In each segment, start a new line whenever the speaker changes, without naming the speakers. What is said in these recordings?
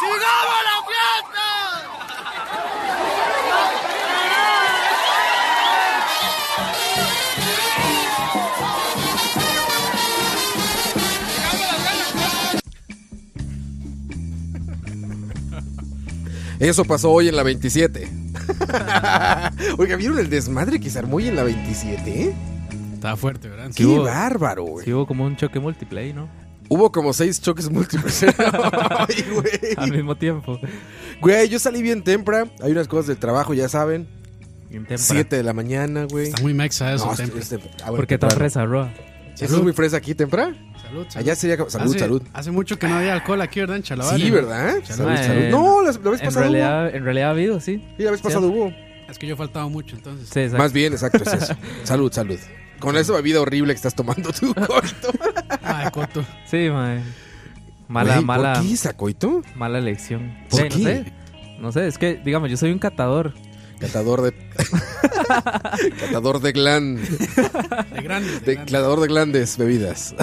¡Sigamos la fiesta!
Eso pasó hoy en la 27. Oiga, ¿vieron el desmadre que se armó hoy en la 27? eh?
Estaba fuerte, ¿verdad? Sí
¡Qué
hubo-
bárbaro, güey!
sí hubo como un choque multiplay, ¿no?
Hubo como seis choques múltiples. Ay,
Al
güey.
mismo tiempo.
Güey, yo salí bien temprano. Hay unas cosas del trabajo, ya saben.
Bien temprano.
Siete de la mañana, güey.
Está muy mexa eso,
No,
tempo.
es- es tempra- ah, bueno,
¿Por qué tan
temprano.
fresa, Roa?
Eso es muy fresa aquí, temprano.
Salud, salud.
Allá sería como- Salud,
hace,
salud.
Hace mucho que no había alcohol aquí, ¿verdad? En Chalabar.
Sí,
En-
¿verdad? Salud,
Chalabar.
salud.
Eh,
No, la, la vez pasada
En
hubo.
realidad, en realidad ha habido, sí.
Sí, la vez pasada hubo.
Es que yo he faltado mucho, entonces.
Sí, exacto.
Más bien, exacto, es eso. Salud, salud. Con esa bebida horrible que estás tomando tú, Coito.
Ay, Ah, Coto.
Sí, mae. Mala,
Güey,
mala,
¿Por qué esa, Coito?
mala elección.
¿Por
Sí,
qué?
No sé. No sé, es que, digamos, yo soy un catador.
Catador de. catador de glan.
De grandes.
de-
De, grandes.
catador de glandes, bebidas.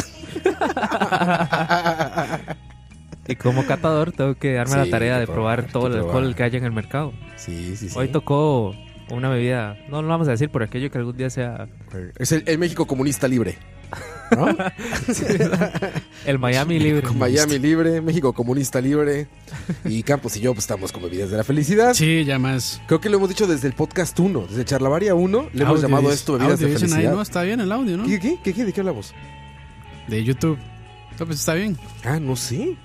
Y como catador tengo que darme
Sí,
la tarea
hay
de
que
probar,
probar,
todo
hay
el
que
alcohol
probar.
que haya en el mercado.
Sí, sí, sí.
Hoy tocó una bebida, no lo vamos a decir por aquello que algún día sea
Es el, el México comunista libre. ¿No?
el Miami libre.
Miami libre, México comunista libre. Y Campos y yo pues, estamos con bebidas de la felicidad.
Sí, ya más.
Creo que lo hemos dicho desde el podcast 1, desde Charlavaria 1, le hemos
Audio
llamado
dice-
esto bebidas
audio
de
dicen ahí,
felicidad.
no, está bien el audio, ¿no?
¿Qué, qué, qué, qué? ¿De qué hablamos?
De YouTube. No, pues está bien.
Ah, no sé.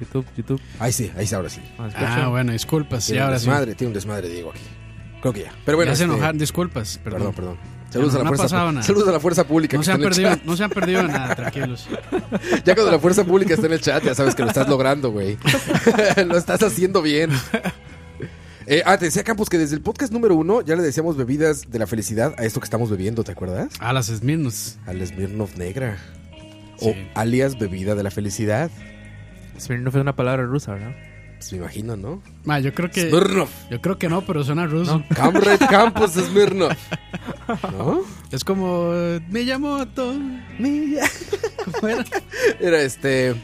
YouTube, YouTube.
Ahí sí, ahí sí, ahora sí.
¿me escuchan?
Ah, bueno, disculpas. Sí,
Tiene un
ahora sí.
desmadre, tiene un desmadre, Diego, aquí. Creo que ya. Pero bueno,
ya se
este,
enojaron, disculpas. Perdón.
Perdón, perdón. Saludos, a
no,
la
no ha
fuerza,
pasado
pu-
nada.
saludos a la fuerza pública.
No
que
se,
está
han
en el
perdido,
chat.
no se han perdido nada, tranquilos.
Ya cuando la fuerza pública está en el chat, ya sabes que lo estás logrando, güey. lo estás haciendo bien. Eh, ah, te decía Campos que desde el podcast número uno ya le decíamos bebidas de la felicidad a esto que estamos bebiendo, ¿te acuerdas?
A las Smirnos.
Al Smirnoff Negra. O
Sí.
alias bebida de la felicidad.
Smirnoff es una palabra rusa, ¿verdad?
Pues me imagino, ¿no?
Ma, yo creo que.
Smirnoff.
Yo creo que no, pero suena ruso.
Comrade Campos Smirnoff. ¿No?
Es como. eh, Miyamoto. ¿Cómo era?
Era este.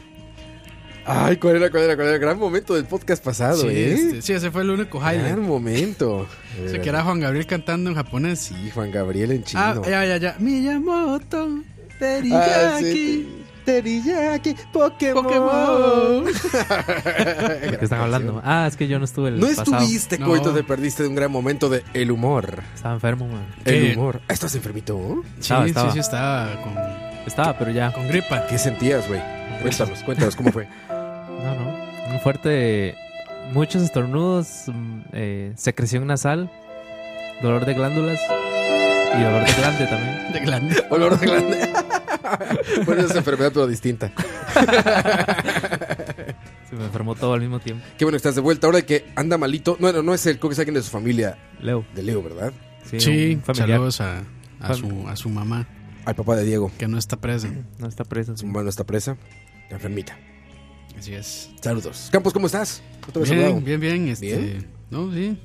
Ay, cuál era, cuál era, cuál era. Gran momento del podcast pasado,
Sí,
¿eh?
este, sí, ese fue el único highlight.
Gran momento.
O sea, que era Juan Gabriel cantando en japonés.
Sí, Juan Gabriel en chino.
Ah, ya, ya, ya. Miyamoto, Teriyaki,
Ah, sí. Teriyaki, Pokémon.
Pokémon.
¿De qué están hablando? Ah, es que yo no estuve el
No
pasado.
estuviste,
No.
coito, te perdiste de un gran momento de el humor.
Estaba enfermo, man.
¿Qué?
El humor. Ah, ¿Estás enfermito?
Sí,
Estaba, estaba.
sí, sí, estaba con,
Estaba, pero ya.
con gripa.
¿Qué sentías, güey? Cuéntanos, cuéntanos cómo fue.
No, no. Un fuerte. Muchos estornudos, mm, eh, secreción nasal, dolor de glándulas y dolor de glande también.
De glande.
Olor de glande. bueno, es enfermedad, pero distinta.
Se me enfermó todo al mismo tiempo.
Qué bueno que estás de vuelta. Ahora que anda malito. Bueno, no es él, creo que es alguien de su familia,
Leo.
de Leo, ¿verdad?
Sí,
Sí,
un familiar.
saludos a, a, su, a su mamá,
Al papá de Diego.
que no está presa.
No está preso.
Su mamá no está presa. Está enfermita.
Así es.
Saludos. Campos, ¿cómo estás? No te había
Bien,
saludado.
bien, bien. Este,
Bien.
No, sí.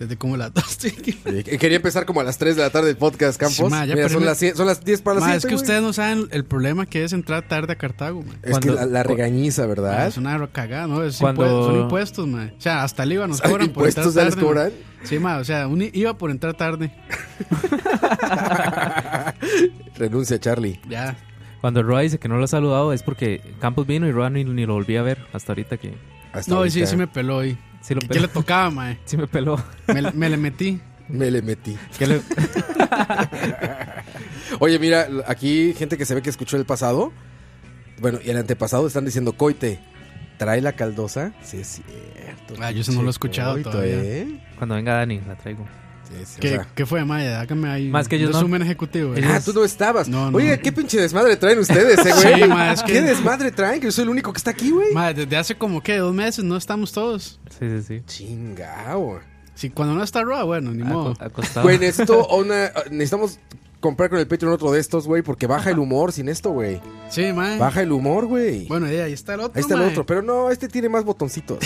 Desde como las dos. sí.
Eh, Quería empezar como a las 3 de la tarde el podcast, Campos.
Sí, ma, ya
Mira,
perdí
son,
mi-
las 100 son las 10 para las
Ma,
7.
es que ustedes no saben el problema que es entrar tarde a Cartago, man.
Es que
Cuando-
la, la regañiza, ¿verdad?
Es una cagada, ¿no? Es
Cuando-
impuesto- son impuestos, man. O sea, hasta el IVA nos cobran por entrar
¿Impuestos ya
tarde.
les cobran?
ma. Sí, ma, o sea, un i- IVA por entrar tarde.
Renuncia, Charlie.
Ya.
Cuando Roa dice que no lo ha saludado es porque Campos vino y Roa ni, ni lo volví a ver hasta ahorita que
Hasta
No, sí,
ahorita.
sí me peló hoy.
sí lo
¿Qué
peló.
le tocaba, mae?
Sí me peló.
Me, me le metí.
Me le metí.
¿Qué le-
Oye, mira, aquí gente que se ve que escuchó el pasado. Bueno, y el antepasado están diciendo, coite, trae la caldosa. Sí, es cierto.
Ah, yo eso no
pinche
lo he escuchado
Coito,
todavía.
¿eh?
Cuando venga Dani, la traigo.
Sí, sí, o
¿Qué,
sea.
qué fue, Maya? Hágame ahí
Más que ellos
un
no.
resumen ejecutivo. ¿eh?
Ah, tú no estabas.
No, no.
Oye, qué pinche desmadre traen ustedes, eh, güey.
Sí, ma, es que-
¿Qué desmadre traen? Que yo soy el único que está aquí, güey.
Madre, desde hace como que dos meses no estamos todos.
Sí, sí, sí.
Chingao.
Si cuando no está Roa, bueno,
Ah,
ni modo.
pues,
Aco- acostado.
Güey, necesito una- necesitamos comprar con el Patreon otro de estos, güey, porque baja el humor sin esto, güey.
Sí, mae.
Baja el humor, güey.
Bueno, ahí ahí está el otro.
Ahí está el
mae.
otro, pero no, este tiene más botoncitos.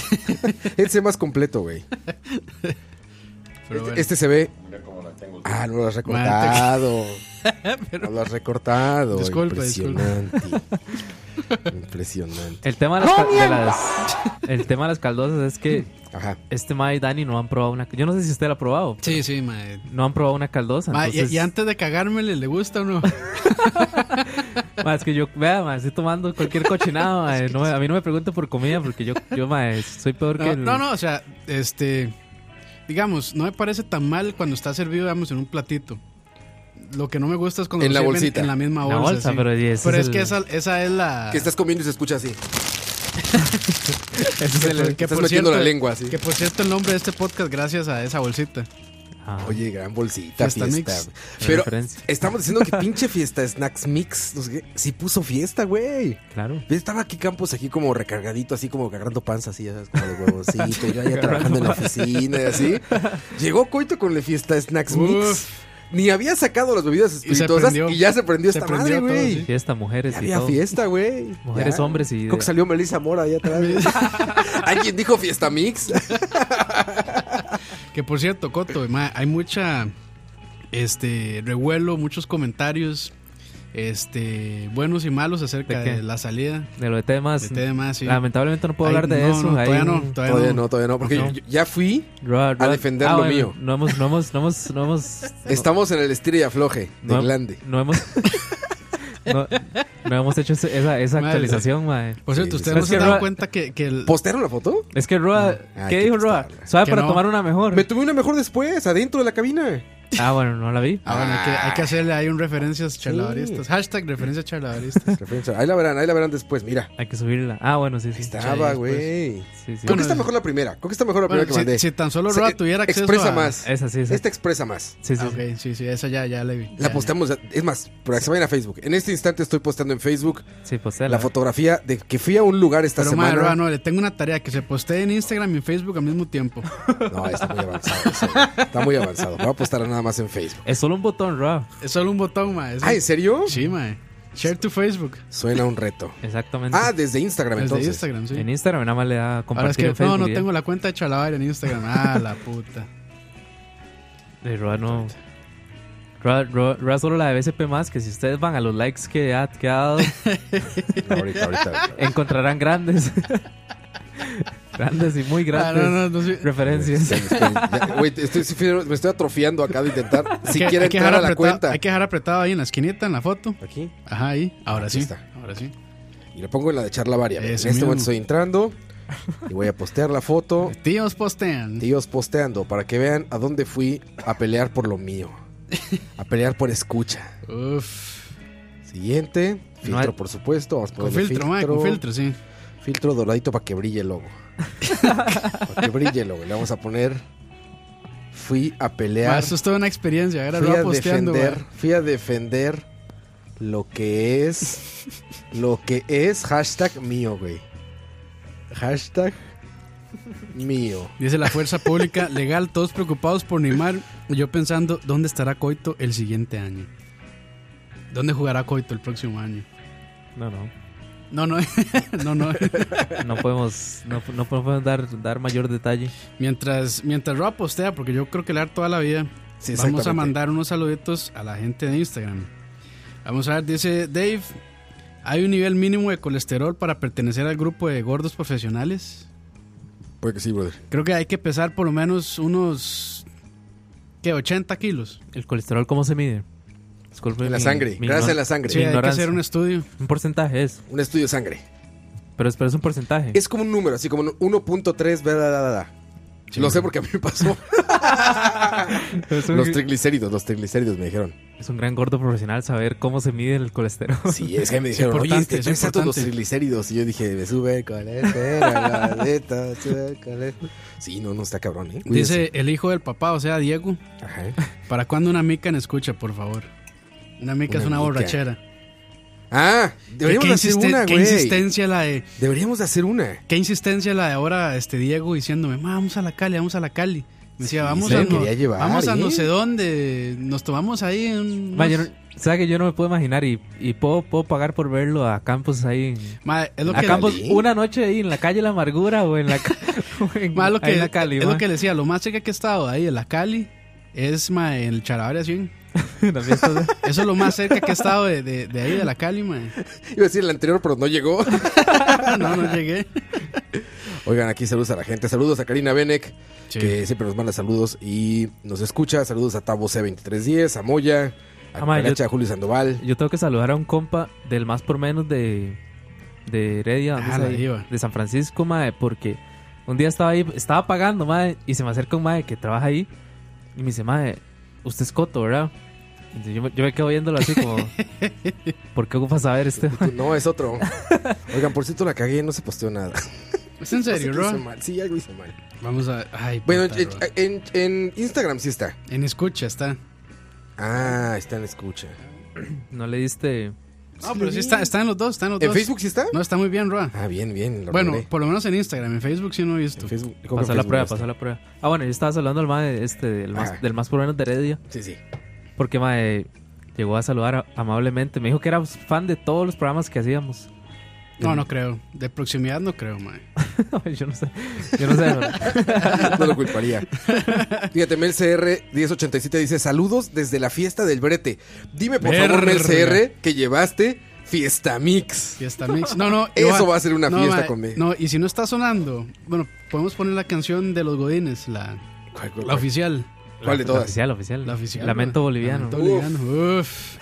este se ve más completo, güey. Este,
Pero bueno.
este se ve. Ah, no lo has recortado. No lo has recortado.
Disculpa,
Impresionante. Impresionante.
El tema de las, cal- de las- el tema de las caldosas es que
Ajá.
este Mae y Dani no han probado una. Yo no sé si usted la ha probado.
Sí, sí, mae.
No han probado una caldosa.
Mae, y-
entonces-
y, antes de cagármele, ¿le gusta o no?
Mae, es que yo, vea, mae, estoy tomando cualquier cochinada. mae, no me- a mí no me pregunto por comida porque yo, yo mae, soy peor que.
No,
el-
no, no, o sea, este. Digamos, no me parece tan mal cuando está servido, digamos, en un platito. Lo que no me gusta es cuando
En
lo
la
sirven
bolsita.
En la misma
La
bolsa.
bolsa,
sí.
pero y ese
Pero
es
es,
el-
que esa, esa es la.
Que estás comiendo y se escucha así.
Ese es
que
el-
por- que
estás
por
metiendo la
cierto-
lengua así.
Que por cierto, el nombre de este podcast, gracias a esa bolsita.
Ah,
Oye, gran bolsita,
Fiesta
fiesta.
mix.
Pero
Referencia.
estamos diciendo que pinche fiesta, snacks mix. No sé qué. Sí puso fiesta, güey.
claro.
Pues, Estaba aquí Campos aquí como recargadito, así como agarrando panza, así, ya sabes, como de huevoncito, y yo allá trabajando en la oficina y así. Llegó Coito con la fiesta Snacks Mix.
Uf.
Ni había sacado las bebidas
se
espirituosas y,
prendió.
ya se prendió
Se
esta
prendió
madre,
todo,
güey.
sí.
Fiesta, mujeres
Ya
y
había
todo.
fiesta, güey.
Mujeres,
Ya.
hombres y.
Creo que salió Melissa Mora allá atrás. ¿Alguien dijo fiesta mix?
Que por cierto, Coto, ma, hay mucha este revuelo, muchos comentarios este buenos y malos acerca
¿De
de,
qué? Ah,
la salida
De lo de temas.
de temas. sí.
Lamentablemente no puedo
Ay,
hablar de
no,
eso.
no,
ahí
todavía no,
un-
todavía
Todavía
no.
no, todavía no, porque
No.
yo- ya fui.
Roa, Roa- ah,
defender lo mío.
No hemos, no hemos, no hemos, no hemos.
Estamos en el estira y afloje de
no,
Glande.
No hemos. no, no hemos hecho ese- esa, esa
Madre.
actualización, mae.
Por cierto,
Sí,
ustedes
sí.
no
Es
se
que
han dado
Roa-
cuenta que, que el-
¿Postearon la foto?
Es que Roa.
Ah,
¿Qué
qué
dijo Roa?
pestada.
Suave
Que
para
no.
tomar una mejor.
Me tuve una mejor después, adentro de la cabina.
Ah, bueno, no la vi.
Ah, bueno, hay que, hay que hacerle ahí un referencias charladoristas. Hashtag referencias charladoristas.
Referencia. Ahí la verán, ahí la verán después, mira.
Hay que subirla. Ah, bueno, sí, sí.
Estaba,
después.
güey.
Sí, sí.
Creo que
pues. Bueno,
está mejor la primera. Creo que está mejor la primera
Bueno,
que
si,
mandé.
si tan solo
Se-
Roa tuviera acceso
Expresa
a-
más.
Esa sí, esa.
Esta expresa más.
Sí, sí.
este Ah, ok, sí, sí, esa ya, ya la vi.
La
Ya,
posteamos, es más, para que se vayan a Facebook. En este instante estoy posteando en Facebook
Sí, pues, postéala.
la fotografía de que fui a un lugar esta
Pero
semana.
madre, Roa, no, le tengo una tarea que se postee en Instagram y en Facebook al mismo tiempo.
No, está muy avanzado. eso, güey. Está muy avanzado. Voy a postar nada más en Facebook.
Es solo un botón, Roa.
Es solo un botón, mae. es
Ah,
un-
¿en serio?
Sí, mae. Share to Facebook.
Suena un reto.
Exactamente.
Ah, desde Instagram
Desde
entonces.
Instagram, sí.
En Instagram nada más le da compartir
Ahora es que
en Facebook.
no, no
y-
tengo la cuenta de Chalabaria en Instagram. Ah, la puta.
De Roa no. Roa, Roa- Roa solo la de BCP más, que si ustedes van a los likes que ha, que ha dado,
Ahorita, ahorita.
encontrarán grandes. grandes y muy
Ah,
grandes
no, no, no, sí.
referencias.
Ya, ya, Güey, estoy, sí, me estoy atrofiando acá de intentar
Hay
si
que-
quiere
hay que
entrar a
dejar
la
apretado-
cuenta.
Hay que dejar apretado ahí en la esquinita, en la foto.
Aquí.
Ajá, ahí. Ahora
Aquí
sí.
está.
Ahora sí.
Y le pongo en la de charla varia. En
Ese
este
mismo.
momento estoy entrando y voy a postear la foto.
Tíos postean.
Tíos posteando para que vean a dónde fui a pelear por lo mío. A pelear por escucha.
Uf.
Siguiente.
No hay-
Filtro, por supuesto. Vamos a
Con
ponerle
filtro, mae, con filtro, sí.
Filtro doradito para que brille el logo. para que brille el logo. Le vamos a poner. Fui a
Mae,
pelear.
esto es toda una experiencia. Ahora
fui
lo
a
posteando, mae.
defender. Fui a defender lo que es. lo que es. Hashtag mío, güey. Hashtag mío.
Dice la fuerza pública legal, todos preocupados por Neymar. Y Yo pensando, ¿dónde estará Coito el siguiente año? ¿Dónde jugará Coito el próximo año?
No, no.
No, no, no, no.
No podemos, no, no podemos dar, dar mayor detalle.
Mientras, mientras Roa postea, porque yo creo que le va a dar toda la vida,
Sí,
vamos a
exactamente.
mandar unos saluditos a la gente de Instagram. Vamos a ver, dice Dave, ¿hay un nivel mínimo de colesterol para pertenecer al grupo de gordos profesionales?
Puede que sí, brother.
Creo que hay que pesar por lo menos unos... ¿Qué? ¿80 kilos?
¿El colesterol cómo se mide? Disculpe.
En la
mi-
sangre.
mi
Gracias a
ignor-
la sangre.
Sí, hay que
ignorancia.
hacer un estudio.
Un porcentaje es.
Un estudio de sangre.
Pero es, pero es un porcentaje.
Es como un número, así como un 1.3, bla, bla, bla, bla. Lo sé porque a mí me pasó.
Es un,
Los triglicéridos, los triglicéridos me dijeron.
es un gran gordo profesional saber cómo se mide el colesterol.
Sí, es que me dijeron, oye, este,
importante, es
traes altos los
importante.
triglicéridos. Y yo dije, me sube este, el colesterol, maldito, sube el colesterol. Sí, no, no está cabrón, ¿eh?
Dice el hijo del papá, o sea, Diego.
Ajá.
¿Para cuándo una mica en escucha, por favor? Una mica
Una
es una
mica.
borrachera.
Ah, deberíamos
¿Qué,
hacer
insisten-
una,
qué
güey.
insistencia la de,
Deberíamos de hacer una.
qué insistencia la de ahora este Diego diciéndome, "Ma, vamos a la Cali, vamos a la Cali. Me decía,
Sí,
vamos,
se
a
lo
no,
quería llevar,
vamos a no
¿eh?
sé dónde, nos tomamos ahí en...
Ma, yo no- ¿Sabes que yo no me puedo imaginar y, y puedo, puedo pagar por verlo a Campos ahí? en-
Ma, es lo
a
que,
Campos
Dale.
una noche ahí en la calle La Amargura o en la, ca- o en,
ma, es lo
ahí
que,
en la Cali.
es
ma.
lo que le decía, lo más cerca que he estado ahí en la Cali es ma, en el Charabaria 100.
En la fiesta de-
Eso es lo más cerca que he estado de, de- de ahí de la Cali, ma.
Iba a decir el anterior, pero no llegó.
No, no llegué.
Oigan, aquí saludos a la gente. Saludos a Karina Benek,
Sí.
que siempre nos manda saludos y nos escucha. Saludos a Tabo C2310, a Moya, a
Ah, ma,
Cucaracha,
yo-
a Julio Sandoval.
Yo tengo que saludar a un compa del más por menos de, de Heredia, ¿dónde
Ah,
es
la
ahí?
diva.
de San Francisco, mae, porque un día estaba ahí, estaba pagando, mae, y se me acerca un mae que trabaja ahí y me dice, mae, usted es Coto, ¿verdad? Entonces yo, me- yo me quedo viéndolo así como, ¿por qué ocupa saber este? mae?"
No, es otro. Oigan, por cierto, la cagué, no se posteó nada.
Es en serio,
No sé qué hice
Ro.
mal. Sí, algo hice mal.
Vamos a... Ay,
Bueno, eh,
puta,
en,
Ro.
en- en Instagram sí está.
En escucha está.
Ah, está en escucha.
No le diste...
No, pero sí está, está en los dos, está en los
¿En
dos.
Facebook sí está?
No, está muy bien, Roa.
Ah, bien, bien. lo
Bueno, pues,
logré.
por lo menos en Instagram, en Facebook sí no he visto.
En Facebook. ¿Cómo que
Pasó
en
la
Facebook
prueba,
está?
pasó la prueba. Ah, bueno, yo estaba saludando al mae este, del
Ajá.
Ah.
más, del más por menos de Heredia,
Sí, sí.
porque mae llegó a saludar a- amablemente. Me dijo que era fan de todos los programas que hacíamos.
No, no creo. De proximidad no creo, man.
yo no sé, yo no sé. pero-
No lo culparía. Fíjate, Mel CR 1087 dice: Saludos desde la fiesta del Brete. Dime, por favor, Mel
Verga.
CR, que llevaste Fiesta Mix.
Fiesta Mix. No, no.
Eso
Joa,
va a ser una
no,
fiesta
ma,
conmigo.
No, y si no está sonando, bueno, podemos poner la canción de los Godines, la,
¿Cuál, cuál,
la
cuál?
oficial.
¿Cuál de
La
todas?
oficial, oficial.
La oficial.
Lamento
ma.
boliviano.
Lamento boliviano. Uf.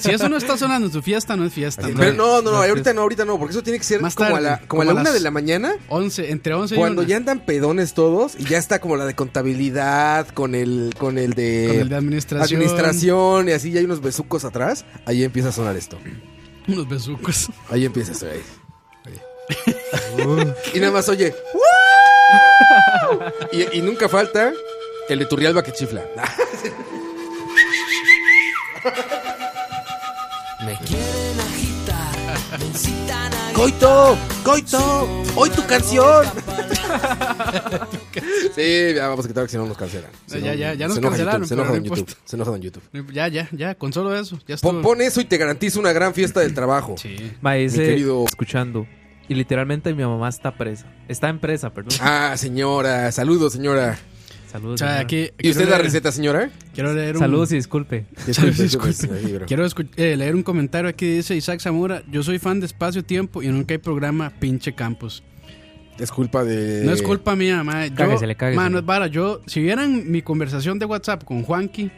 Si eso no está sonando en su fiesta, no es fiesta.
Sí,
ma.
Pero no, no, no,
No,
ahorita
fiesta.
no, ahorita no, porque eso tiene que ser
Más
como a
tarde,
la, como a
como
la
a
una
las-
de la mañana.
11, entre 11 y
Cuando
una.
ya andan pedones todos y ya está como la de contabilidad con el con el de,
Con el de administración.
administración y así ya hay unos besucos atrás, ahí empieza a sonar esto.
Unos besucos.
Ahí empieza esto ahí. Ahí. y nada más oye. ¡Woo! y, y nunca falta el de Turrialba que chifla.
Quieren agitar, me incitan a
¡Coito! ¡Coito! ¡Hoy tu canción! sí, ya vamos a quitar que si no nos cancelan. Si
Ya, ya, ya nos
se enoja
cancelaron,
YouTube, se
pero
enoja
no
en YouTube.
importa.
Se enoja en YouTube.
Ya, ya, ya. Con solo eso. Ya
Pon,
estuvo.
pon eso y te garantizo una gran fiesta del trabajo.
Sí.
Ma, dice,
querido-
escuchando. Y literalmente mi mamá está presa. Está en presa, perdón.
Ah, señora, saludos, señora.
Saludos.
O sea,
señora.
aquí,
¿Y usted
quiero
la
leer-
receta, señora?
Quiero leer un,
Saludos y disculpe.
Disculpe,
Disculpe,
disculpe.
señor Libro.
Quiero escu- eh, leer un comentario aquí dice Isaac Zamora, yo soy fan de Espacio Tiempo y nunca hay programa pinche Campos.
Es culpa de.
No es culpa mía, madre. Yo,
Cáguesele, cáguesele.
ma, no es vara, yo si vieran mi conversación de WhatsApp con Juanqui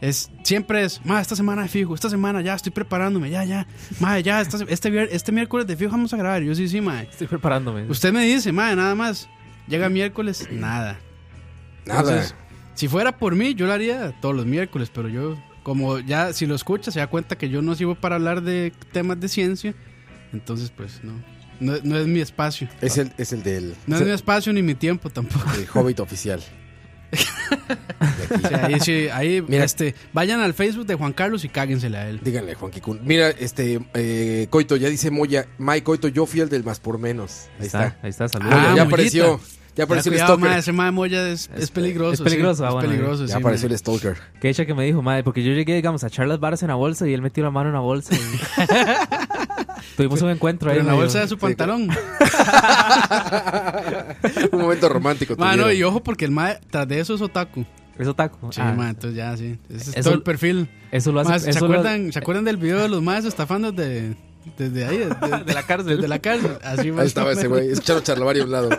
es siempre es, ma, esta semana de fijo, esta semana ya estoy preparándome, ya ya. Ma, ya esta se- este vier- este miércoles de fijo vamos a grabar. Yo sí, sí, ma.
Estoy preparándome.
Usted me dice, ma, nada más. Llega miércoles, nada.
Nada.
Entonces, si fuera por mí, yo lo haría todos los miércoles, pero yo, como ya, si lo escucha, se da cuenta que yo no sirvo para hablar de temas de ciencia, entonces pues no. No, no es mi espacio.
es, el, es el del
No es mi espacio ni mi tiempo tampoco.
el Hobbit oficial. De
O
aquí.
sea, ahí sí, ahí,
Mira.
este, vayan al Facebook de Juan Carlos y cáguensele a él.
Díganle, Juan Kikun. Mira, este, eh, Coito, ya dice Moya. Mike Coito, yo fui el del más por menos. Ahí está.
Ahí está, saludos.
Moya,
Ah,
ya
Mollita.
apareció. Ya apareció
Ya,
el
cuidado,
Stalker.
ma, ese ma de Moya es, es peligroso.
es
sí,
peligroso, ah,
es
bueno,
peligroso,
ya
sí,
apareció
ma.
el Stalker.
Que hecha que me dijo, madre, porque yo llegué, digamos, a echar las varas en la bolsa y él metió la mano en la bolsa. y- Tuvimos un encuentro ahí.
Pero en la
medio-
bolsa de su pantalón.
Un momento romántico.
Ma, no,
tuvieron.
y ojo porque el ma tras de eso es otaku.
Eso taco.
Sí,
Ah,
ma, entonces ya, sí. Ese es
Eso-
todo el perfil.
Eso lo hace.
Más, ¿se,
eso lo-
acuerdan, ¿Se acuerdan del video de los maestros estafando de, Desde ahí, desde,
De la cárcel.
desde la cárcel. Así
Ahí estaba ese güey. Escucharon charlavaria a un lado.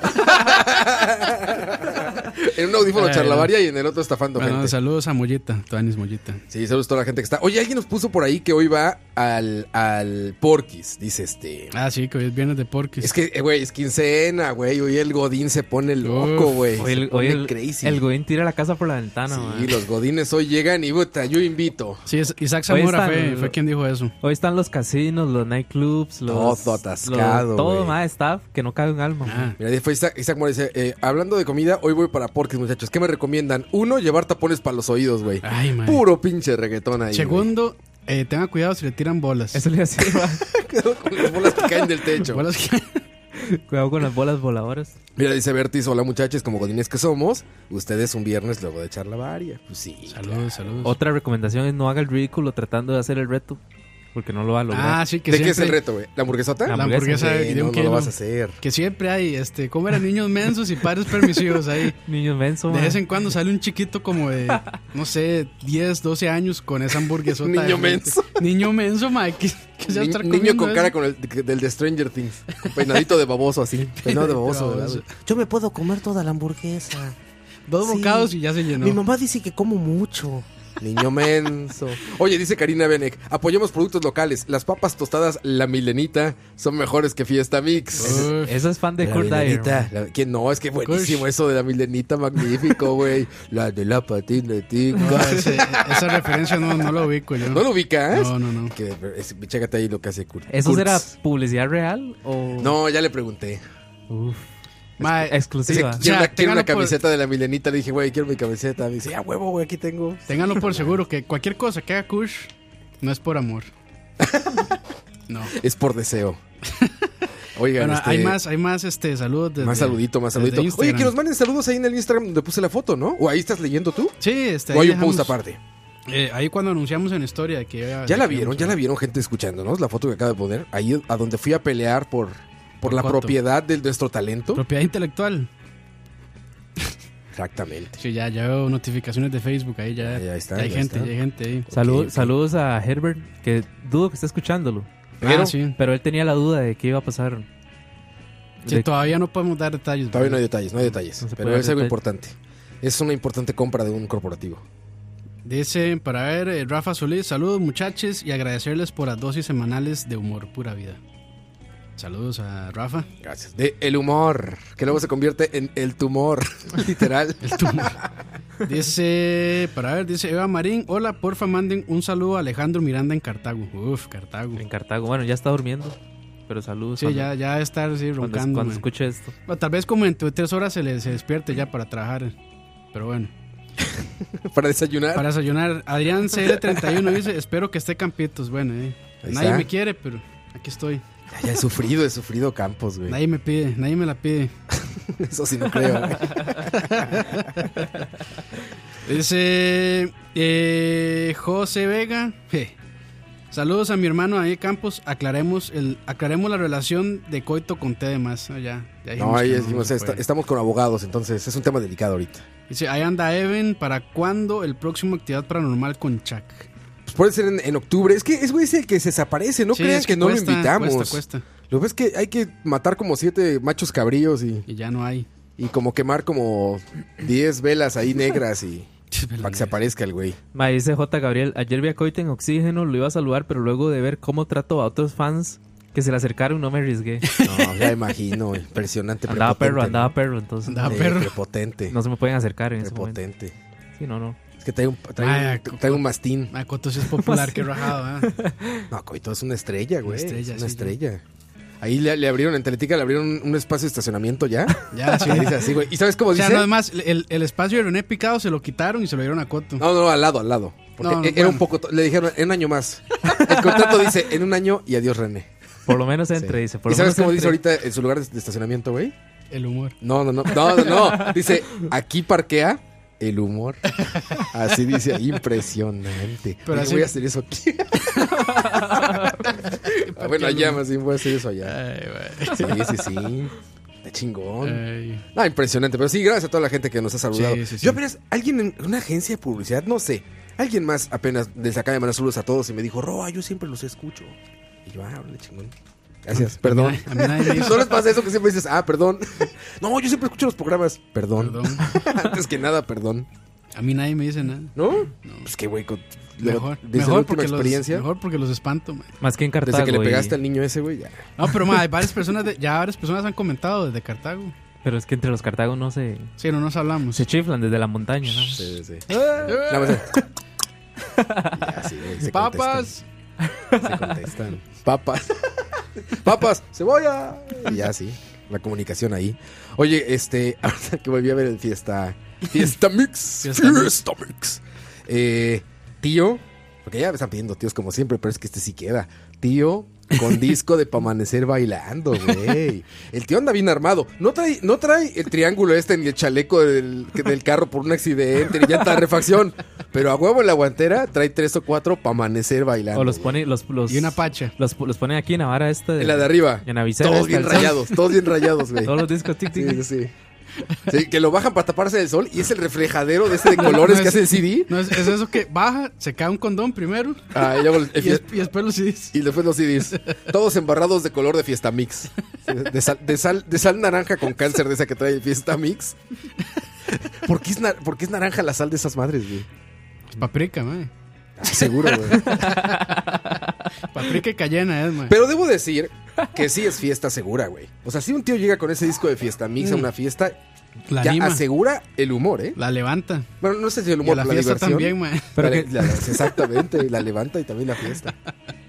en un audífono
Ay,
charlavaria y en el otro estafando
Bueno,
gente.
saludos a Mollita, Tuanis Mollita.
Sí, saludos a toda la gente que está. Oye, alguien nos puso por ahí que hoy va al, al Porquis. Dice este.
Ah, sí, que hoy es viernes de porquis.
Es que, eh, güey, es quincena, güey. Hoy el Godín se pone loco,
Uf,
güey.
Hoy
Se
el, hoy
pone
el,
crazy.
el Godín tira la casa por la ventana,
Sí,
man.
los Godines hoy llegan y puta, yo invito.
Sí, es- Isaac
Hoy
Zamora
están-
fue, fue quien dijo eso.
Hoy están los casinos, los nightclubs, los.
Todo atascado,
los- todo,
güey.
más staff, que no cabe un alma. man.
Ah,
Mira, ahí fue Isaac, Isaac Mora dice, eh, hablando de comida, hoy voy para Porquis, muchachos. ¿Qué me recomiendan? Uno, llevar tapones para los oídos, güey.
Ah,
ay, man.
Puro pinche reggaetón ahí.
Segundo, eh, tenga cuidado si le tiran bolas.
Eso le decía,
güey. Con las bolas que caen del techo.
Bolas que-
Cuidado con las bolas voladoras.
Mira, dice Bertis, hola muchachos, como godines que somos, ustedes un viernes luego de charla varia. Pues sí.
Saludos, saludos.
Otra recomendación es no haga el ridículo tratando de hacer el reto, porque no lo va a lograr.
ah, sí, que
¿De qué es el
siempre-
reto, güey? ¿La hamburguesota?
La
La hamburguesa
Sí, no,
de un
no lo
kilo.
vas a hacer.
Que siempre hay, este, como eran niños mensos y padres permisivos ahí.
Niños menso,
De
man.
vez en cuando sale un chiquito como de, no sé, 10, 12 años con esa hamburguesota.
Niño
de frente.
menso.
Niño menso, Mike. Que, se va a
Ni-
estar
Pues niño
comiendo ¿eh?
con cara
eso.
con el, del de Stranger Things. Con peinadito de baboso así. Peinado de baboso.
De baboso.
¿verdad,
Yo me puedo comer toda la hamburguesa.
Dos
Sí.
bocados y ya se llenó.
Mi mamá dice que como mucho.
güey? Niño menso. Oye, dice Karina Benek, apoyemos productos locales. Las papas tostadas La Milenita son mejores que Fiesta Mix.
Uf.
Eso es fan de
La
Kurt Dyer.
milenita,
man.
la- ¿quién no? Es que buenísimo eso de la milenita, magnífico, güey. La de la
No,
patinetica.
ese- esa referencia no, no la ubico yo.
¿No lo ubicas?
No, no, no.
Que, es- chécate ahí lo que hace Kurt.
¿Eso
Kurtz.
será publicidad real o
No, ya le pregunté.
Uf.
Ma,
Dice,
exclusiva?
O
quiero
sea,
una, quiero una
téngalo por-
camiseta de la milenita. Le dije, güey, quiero mi camiseta. Me dice, ah, huevo, güey, aquí tengo.
ténganlo por seguro que cualquier cosa que haga Kush no es por amor. No.
Es por deseo. Oigan,
Bueno,
este,
hay más, hay más este, saludos. Desde,
más saludito, más
desde
saludito. Oye,
Instagram.
que nos manden saludos ahí en el Instagram donde puse la foto, ¿no? O ahí estás leyendo tú.
Sí, este,
O hay
ahí
un post
dejamos-
aparte.
Eh, ahí cuando anunciamos en historia de que iba-
Ya la
de que
vieron,
íbamos
ya
a-
la vieron gente escuchándonos, la foto que acaba de poner, ahí a donde fui a pelear por, por la
cuánto?
propiedad de nuestro talento.
Propiedad intelectual.
Exactamente.
Sí, ya, ya veo notificaciones de Facebook ahí, ya,
Ahí- ahí está,
ya hay
ya
gente,
está.
ya hay gente ahí.
Salud-
ok.
Saludos a Herbert, que dudo que esté escuchándolo.
Pero
ah, sí.
Pero él tenía la duda de qué iba a pasar.
Sí,
De-
todavía no podemos dar detalles.
todavía no hay
pero
detalles, no hay detalles.
No se
pero
puede
es algo
dar
importante. Es una importante compra de un corporativo.
Dicen, para ver, eh, Rafa Solís, saludos muchachos y agradecerles por las dosis semanales de humor pura vida. Saludos a Rafa.
Gracias. De el humor, que luego se convierte en el tumor, literal.
Dice, para ver, dice Eva Marín, hola, porfa manden un saludo a Alejandro Miranda en Cartago. Uf, Cartago.
En Cartago. Bueno, ya está durmiendo. Pero saludos.
Sí,
cuando-
ya, ya debe estar sí,
cuando,
roncando.
cuando
man.
escuche esto.
Bueno, tal vez como en tu- tres horas se le se despierte ya para trabajar. Pero bueno.
para desayunar.
Para desayunar, Adrián CL31 dice, espero que esté Campitos. Bueno, eh.
Ahí
nadie
está.
me quiere, pero aquí estoy.
Ya, ya he sufrido, he sufrido Campos, güey.
Nadie me pide, nadie me la pide.
Eso sí no creo. güey.
Dice eh, José Vega. je, Saludos a mi hermano ahí Campos. Aclaremos el, aclaremos la relación de coito con T de más. Ah, ya, ya dijimos
No, ahí
que
decimos,
se
está-
puede.
estamos con abogados, entonces es un tema delicado ahorita.
Dice, ahí anda Evan. ¿Para cuándo el próximo actividad paranormal con Chuck?
Pues puede ser en, en octubre. Es que es güey es el que se desaparece, no
Sí,
crean
es
que, no
cuesta,
lo invitamos.
Cuesta, cuesta.
Lo que es que hay que matar como siete machos cabríos y,
Y ya no hay.
y como quemar como diez velas ahí negras y para que se aparezca el güey.
Ma, dice J. Gabriel, ayer vi a Coite en Oxígeno, lo iba a saludar, pero luego de ver cómo trato a otros fans que se le acercaron, no me arriesgué.
No, ya imagino, impresionante.
Andaba
prepotente,
perro,
¿no?
andaba perro, entonces
Andaba
Sí,
perro.
Prepotente.
no se me pueden acercar en ese momento.
prepotente.
Sí, no, no.
Es que trae un, trae,
Ay,
un, trae un mastín.
Ah, Coto sí es popular, qué rajado, ¿eh?
No, Coito es una estrella, güey.
estrella,
es una
sí,
estrella. Ahí le, le abrieron, en Teletica le abrieron un, un espacio de estacionamiento ya.
Ya, sí.
Que dice así, güey. ¿Y sabes cómo
O sea,
dice?
nada más, el, el espacio de René Picado se lo quitaron y se lo dieron a Coto.
No, no, al lado, al lado. Porque
No, no,
e- era
bueno.
un poco. to- Le dijeron en un año más. El contrato dice en un año y adiós, René.
Por lo menos entre,
Sí.
dice. Por
¿Y
lo
sabes
menos
cómo dice
entre.
ahorita en su lugar de de estacionamiento, güey?
El humor.
No, no, no. No, no, no. Dice aquí parquea el humor. Así dice, ahí, impresionante.
Pero
Dije,
así-
voy a hacer eso aquí. Ah, bueno, allá más bien voy a hacer eso allá.
Ay, güey.
Sí, sí, sí. Está chingón.
Ay.
Ah, impresionante. Pero sí, gracias a toda la gente que nos ha saludado.
Eh. Sí, sí, sí.
Yo apenas, alguien en una agencia de publicidad, no sé. Alguien más apenas les acaba de mandar saludos a todos y me dijo, Roa, yo siempre los escucho. Y yo, ah, órale, chingón. Gracias, perdón.
A mí nadie me hizo.
¿No les pasa eso que siempre dices, ah, perdón? No, yo siempre escucho los programas. Perdón.
Perdón.
Antes que nada, perdón.
A mí nadie me dice nada.
¿No? Pues qué güey. con- luego,
Mejor,
Desde la
mejor,
última
porque los,
experiencia.
mejor porque los espanto, man.
Más que en Cartago.
Desde que le
y-
pegaste al niño ese, güey, ya.
No, pero ma, hay varias personas, de- ya varias personas han comentado desde Cartago.
Pero es que entre los Cartagos no se,
Sí, no nos hablamos.
se chiflan desde la montaña, ¿no?
Sí, sí. Nada más. Ya, sí, güey, se
Papas.
contestan, se contestan. Papas. Papas. Cebolla. Y ya, sí. La comunicación ahí. Oye, este, ahorita que volví a ver el Fiesta. Fiesta Mix.
Fiesta Mix.
Fiesta Mix. Eh, tío. Porque ya me están pidiendo tíos como siempre, pero es que este sí queda. Tío. Con disco de pamanecer bailando, güey. El tío anda bien armado. No trae, no trae el triángulo este ni el chaleco del, que- del carro por un accidente ni llanta de refacción. Pero a huevo en la guantera trae tres o cuatro pamanecer bailando.
O los
güey.
pone. Los, los,
Y una pacha.
Los, los pone aquí en la vara esta. De,
En la de arriba.
En la visera.
Todos
esta
bien
del sol.
rayados, todos bien rayados, güey.
Todos los discos, tic, tic,
Sí,
tic.
sí. Sí, que lo bajan para taparse del sol y es el reflejadero de ese de colores
No,
que
es-
hace el CD.
No, es, es eso que baja, se cae un condón primero
Ah, y, luego el- el
y, es-
fie-
y después los CDs.
y después los CDs. Todos embarrados de color de fiesta mix. Sí, De sal, de sal, de sal naranja con cáncer de esa que trae fiesta mix. ¿Por qué es, na- por qué es naranja la sal de esas madres, güey?
Es paprika, man.
Ah, Seguro, güey.
Paprika y cayena es, man.
Pero debo decir que sí es fiesta segura, güey. O sea, si un tío llega con ese disco de fiesta mix a una fiesta,
Mm. la
ya
anima,
asegura el humor, ¿eh?
la levanta.
Bueno, no sé si el
Y a
humor,
la
pero la
fiesta
diversión.
también, man.
Pero
La-
que-
la- la- exactamente, y la levanta y también la fiesta.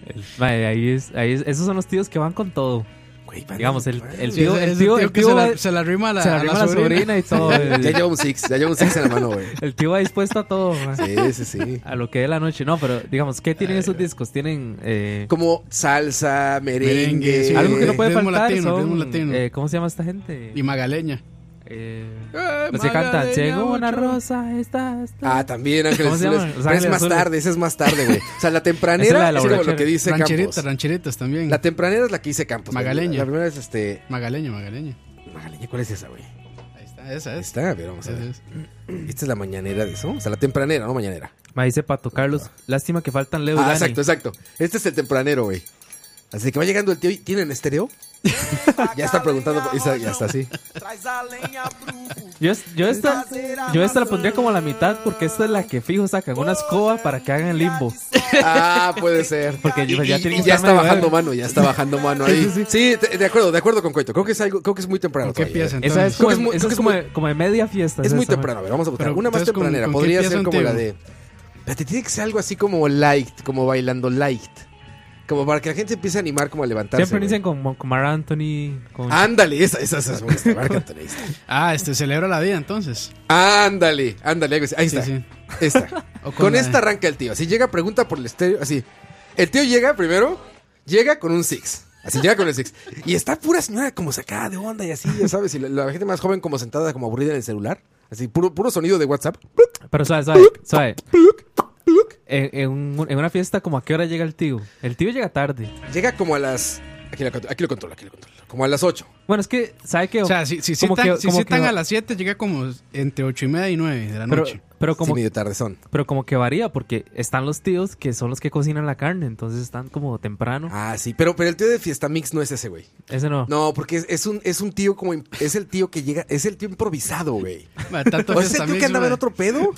El- mae, ahí es, ahí es- esos son los tíos que van con todo.
Güey, van-
Digamos, el,
van-
el
Sí,
tío,
ese-
el
ese
tío,
tío
el
que
tío
se,
va-
la, se la rima a la,
se la
a
arrima la sobrina y todo.
Ya
El,
lleva un six, ya lleva un six en la mano, güey.
el tío va dispuesto a todo, mae,
Sí, sí, sí.
a lo que es la noche. No, pero digamos, ¿qué tienen esos discos? Tienen eh,
Como salsa, merengue.
Merengue, sí.
algo que no puede
ritmo
faltar.
latino,
son,
ritmo latino.
eh, ¿Cómo se llama esta gente?
Y magaleña.
Eh,
Eh,
los que cantan,
magaleña
llegó una
ocho".
rosa, esta, esta.
Ah, también Ángeles
¿Cómo se
Azules.
llaman? Los
Pero es
Ángeles
más
Azules.
tarde, esa es más tarde, güey. O sea, la
Esa es la
tempranera
de
es,
la
como lo
borrachera.
que dice
Rancheritas,
Campos.
rancheritas también.
La tempranera es la que dice Campos. güey.
Magaleña.
La primera es este.
Magaleña, magaleña.
Magaleña, ¿cuál es esa, güey?
Ahí está, esa
Ahí
es.
está, a ver, vamos a
Esa
ver.
es.
este.
Esta es la mañanera de eso. O sea, la tempranera, no mañanera.
Me dice Pato Carlos, lástima que faltan Leo y
Ah,
Dani.
exacto, exacto. Este es el tempranero, güey. Así que va llegando el tío y ¿tienen estéreo? ya está preguntando. y está- Ya está así.
Traz a lenha pro
Yo, es- yo esta, yo esta la pondría como a la mitad porque esta es la que fijo sacan una escoba para que hagan limbo.
Ah, puede ser.
Porque
Y-
pues, ya
y-
tiene
y
que
ya está
estar medio
bajando
ebrio.
mano, ya está bajando mano ahí. Sí, te- de acuerdo, de acuerdo con Coito. Creo que es algo, creo que es muy temprano.
¿Con qué
todavía. ¿eh?
pieza entonces?
Esa es
Creo
como,
que es muy-
esa
creo
es
que es
como,
muy-
de, como de media fiesta.
Es muy
esa,
temprano, a ver, vamos a buscar
Pero,
una más
entonces, ¿con-
tempranera.
con qué
Podría
pieza
ser como la de.
antiguo?
Espérate, tiene que ser algo así como light, como bailando light. Como para que la gente empiece a animar, como a
mae.
levantarse.
Siempre
güey. Ah,
dicen con, con Mar Anthony. Con
Ándale, esa, esa, esa es una marca antonista.
Ah, este celebra la vida entonces.
Ándale, ándale, algo así. ahí
Sí,
está.
sí.
Esta.
O
con
con la-
esta arranca el tío. Así llega, pregunta por el estéreo. Así. El tío llega primero, llega con un six. Así llega con el six. Y está pura señora como sacada de onda y así, ya sabes. Y la, la gente más joven como sentada, como aburrida en el celular. Así, puro, puro sonido de WhatsApp.
Pero suave, suave, suave. En, en un- en una fiesta, como a qué hora llega el tío? El tío llega tarde.
Llega como a las. Aquí lo, cont- aquí lo controlo, aquí lo controlo. Como a las 8.
Bueno, es que, ¿sabe qué?
O sea, si, si
Como
citan,
que-
si
como
citan
que-
a las 7, llega como entre 8 y media y 9 de la
pero,
noche.
pero, como,
medio tardezón.
pero como que varía porque están los tíos que son los que cocinan la carne, entonces están como temprano.
Ah, sí. Pero, pero el tío de Fiesta Mix no es ese, güey.
Ese no.
No, porque es, es un, es un tío como. im- Es el tío que llega. Es el tío improvisado, güey.
Ma, tanto
¿O es
fiesta
el tío Pues que
mix,
andaba
ma.
en otro pedo?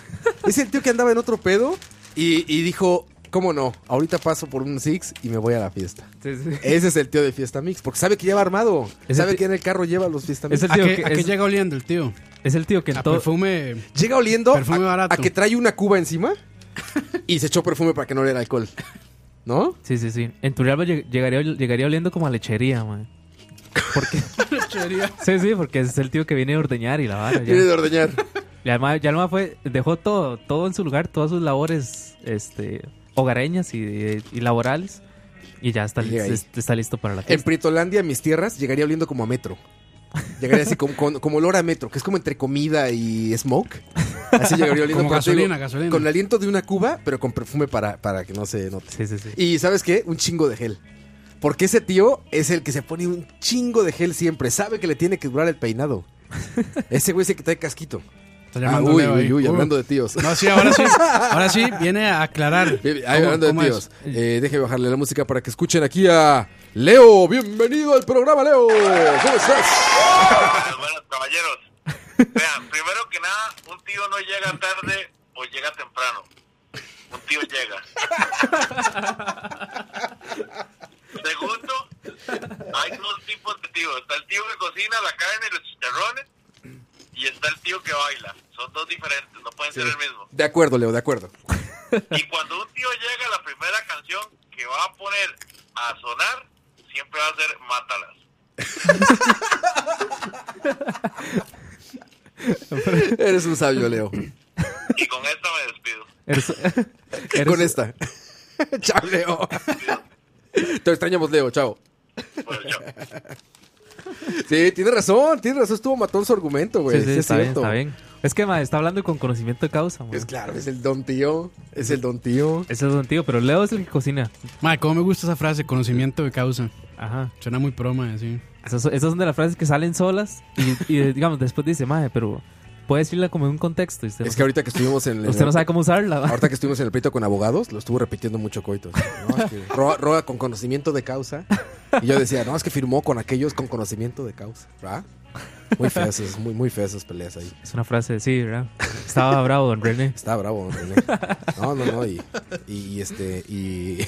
¿Es el tío que andaba en otro pedo? Y, y dijo, ¿cómo no? Ahorita paso por un Six y me voy a la fiesta.
Sí, sí.
Ese es el tío de Fiesta Mix, porque sabe que lleva armado.
Es el
Sabe
tío-
que en el carro lleva los Fiesta Mix.
Es el
¿A
tío
qué,
que,
a qué
es,
llega oliendo el tío?
es el tío que en
A
todo-
Ah, perfume.
Llega oliendo
Perfume
a,
barato.
a que trae una cuba encima y se echó perfume para que no oliera alcohol. ¿No?
Sí, sí, sí. En Turrialba lleg- llegaría, llegaría oliendo como a lechería, man. Porque, sí, sí, porque es el tío que viene a ordeñar y la vara. Ya,
Tiene de ordeñar.
Y además- ya el ma fue, dejó todo, todo en su lugar, todas sus labores este, hogareñas y, y laborales. Y ya está,
Y llega ahí.
es- está listo para la
En
fiesta.
Pritolandia, mis tierras, llegaría oliendo como a metro. Llegaría así como, con- como olor a metro, que es como entre comida y smoke. Así llegaría oliendo
Como
pero te digo,
gasolina, gasolina.
Con el aliento de una cuba, pero con perfume para, para que no se note.
Sí, sí, sí.
Y ¿sabes qué? Un chingo de gel. Porque ese tío es el que se pone un chingo de gel siempre. Sabe que le tiene que durar el peinado. Ese güey es el que trae casquito.
Está
Ah,
llamando
uy,
Leo ahí.
uy, uy,
Uh.
hablando de tíos.
No, sí, ahora sí. Ahora sí, viene a aclarar.
Bien, bien, ahí
¿Cómo-
hablando de
cómo es?
tíos. Eh, déjeme bajarle la música para que escuchen aquí a Leo. Bienvenido al programa, Leo. ¿Cómo estás?
Bueno, bueno, caballeros. Vean, primero que nada, un tío no llega tarde o llega temprano. Un tío llega. Segundo, hay dos tipos de tíos. Está el tío que cocina la carne y los chicharrones y está el tío que baila. Son dos diferentes, no pueden ser el mismo.
De acuerdo, Leo, de acuerdo.
Y cuando un tío llega, la primera canción que va a poner a sonar siempre va a ser Mátalas.
Eres un sabio, Leo.
Y con esta me despido.
Eres- eres-
Con esta. Chao, Leo. Te extrañamos, Leo. Chao.
Bueno, chao.
Sí, tiene razón, tiene razón. Estuvo matón su argumento, güey.
Sí,
Sí, es
sí, está bien,
cierto.
está bien. Es que, mae, está hablando con conocimiento de causa, mae.
Es claro, es el don tío. Es el don tío.
Ese es un tío, pero Leo es el que cocina.
Mae, cómo me gusta esa frase, conocimiento de causa.
Ajá.
Suena muy pro, mae, sí.
Esas, esas son de las frases que salen solas y, y, digamos, después dice, mae, pero puede decirla como en un contexto. Y usted,
Es que
no,
ahorita que estuvimos en el.
usted no sabe cómo usarla, mae.
Ahorita que estuvimos en el pleito con abogados, lo estuvo repitiendo mucho Coito. No, es que roba, roba con conocimiento de causa. Y yo decía, no, es que firmó con aquellos con conocimiento de causa. ¿Verdad? Muy feas, esas- muy, muy feas esas peleas ahí.
Es una frase, sí, ¿verdad? Estaba bravo, don René.
Está bravo, René. No, no, no. Y, y, y este. Y.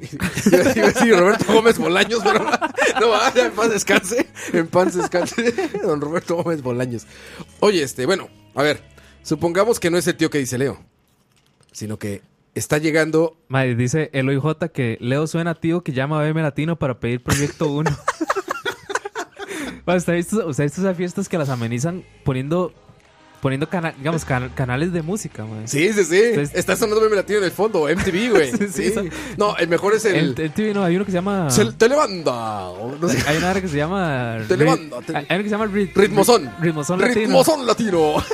Iba a decir Roberto Gómez Bolaños, pero no, no, ah, en paz descanse. En paz descanse, don Roberto Gómez Bolaños. Oye, este, bueno, a ver. Supongamos que no es el tío que dice Leo, sino que está llegando
Mae, dice Eloy J que Leo suena a tío que llama a BM Latino para pedir Proyecto 1. Mae, ¿usted ha visto, usted ha visto esas fiestas que las amenizan poniendo, poniendo cana- digamos, can- canales de música, mae?
Sí, sí, sí.
Entonces-
Está sonando me latino en el fondo, MTV, güey.
Sí, sí,
sí,
son-
No, el mejor es el,
El, el TV no, hay uno que se llama...
es el Telebanda. o no sé.
Hay una área que se llama...
Te
Ri-
levanta, te-
Hay una que se llama... Rit-
Ritmozón.
Ritmozón Latino.
Ritmozón latino.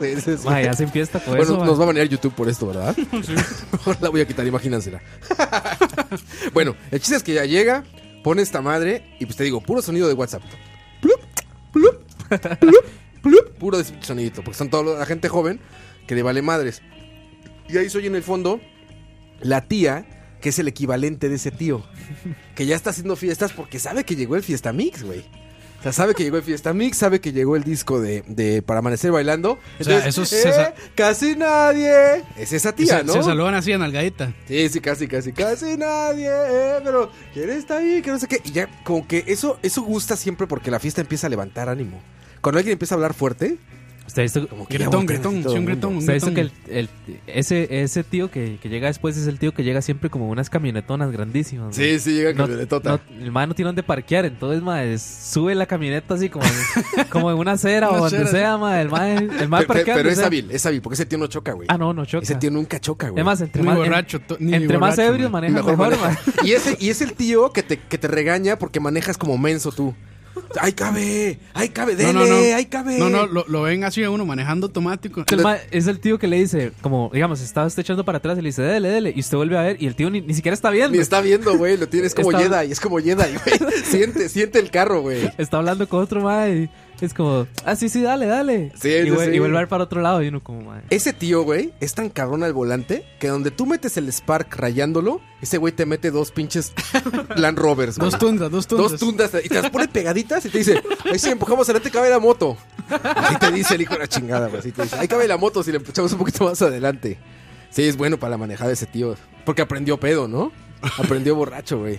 sí, sí, sí.
Mae, hacen fiesta con
bueno,
eso, mae.
nos va a banear YouTube por esto, ¿verdad? Mejor la voy a quitar, imagínensela. bueno, el chiste es que ya llega, pone esta madre y pues te digo, puro sonido de WhatsApp. Plup, plup, plup, plup, puro de sonidito, porque son toda la gente joven que le vale madres. Y ahí soy en el fondo la tía, que es el equivalente de ese tío, que ya está haciendo fiestas porque sabe que llegó el Fiesta Mix, güey. O sea, sabe que llegó el Fiesta Mix, sabe que llegó el disco de, de Para Amanecer Bailando.
sea,
Entonces,
eso se
¡eh,
sa-
casi nadie. Es esa
Y
tía,
se,
¿no?
se saludan así en nalgadita.
Sí, sí, casi, casi, casi nadie, eh, pero ¿quién está ahí? Que no sé qué. Y ya, como que eso, eso gusta siempre porque la fiesta empieza a levantar ánimo. Cuando alguien empieza a hablar fuerte,
Usted ha visto-
como que ya
Gritón,
voltean así
gritón,
todo
sí,
el
un
mundo.
gritón, un
¿Usted ha visto
gritón.
que el, el- ese, ese tío que, que llega después es el tío que llega siempre como unas camionetonas grandísimas?
Sí, sí, llega
No,
con el tota.
no, el man no tiene donde parquear, entonces mae, sube la camioneta así como, en- como en una acera
Una
o donde
acera.
sea, mae, el mae, el mae
Pe- pe-
parquea
pero
donde
es
sea.
hábil, es hábil, porque ese tío no choca, güey.
¿eh? Ah, no, no choca.
Ese tío nunca choca, güey.
es más, entre
Ni
más,
borracho, to- ni
entre más
borracho,
ebrios
mae.
maneja mejor, mae.
maneja. y, ese, y es el tío que te, que te regaña porque manejas como menso tú. ¡Ay, cabe! ¡Ay, cabe! ¡Dele! ¡Ay, cabe!
No, no, lo, lo ven así a uno manejando automático.
El mae es el tío que le dice, como, digamos, está usted echando para atrás y le dice, dele, dele, y usted vuelve a ver, y el tío ni, ni siquiera está viendo.
Ni está viendo, güey. Lo tienes como
Está-
Jedi. Es como Jedi, güey. Siente, siente el carro, güey.
Está hablando con otro mae y es como, ah, sí, sí, dale, dale.
Sí,
y,
sí,
vuel-
sí.
y vuelve a ver para otro lado y uno como, mae.
Ese tío, güey, es tan cabrón al volante que donde tú metes el Spark rayándolo, ese güey te mete dos pinches Land Rovers, güey.
Dos tundas, dos tundas.
Dos tundas y te las pone pegaditas y te dice, ahí sí empujamos adelante cabe la moto. Ahí te dice el hijo de la chingada, güey. Así te dice, ahí cabe la moto si le empujamos un poquito más adelante. Sí, es bueno para la manejada de ese tío. Porque aprendió pedo, ¿no? Aprendió borracho, güey.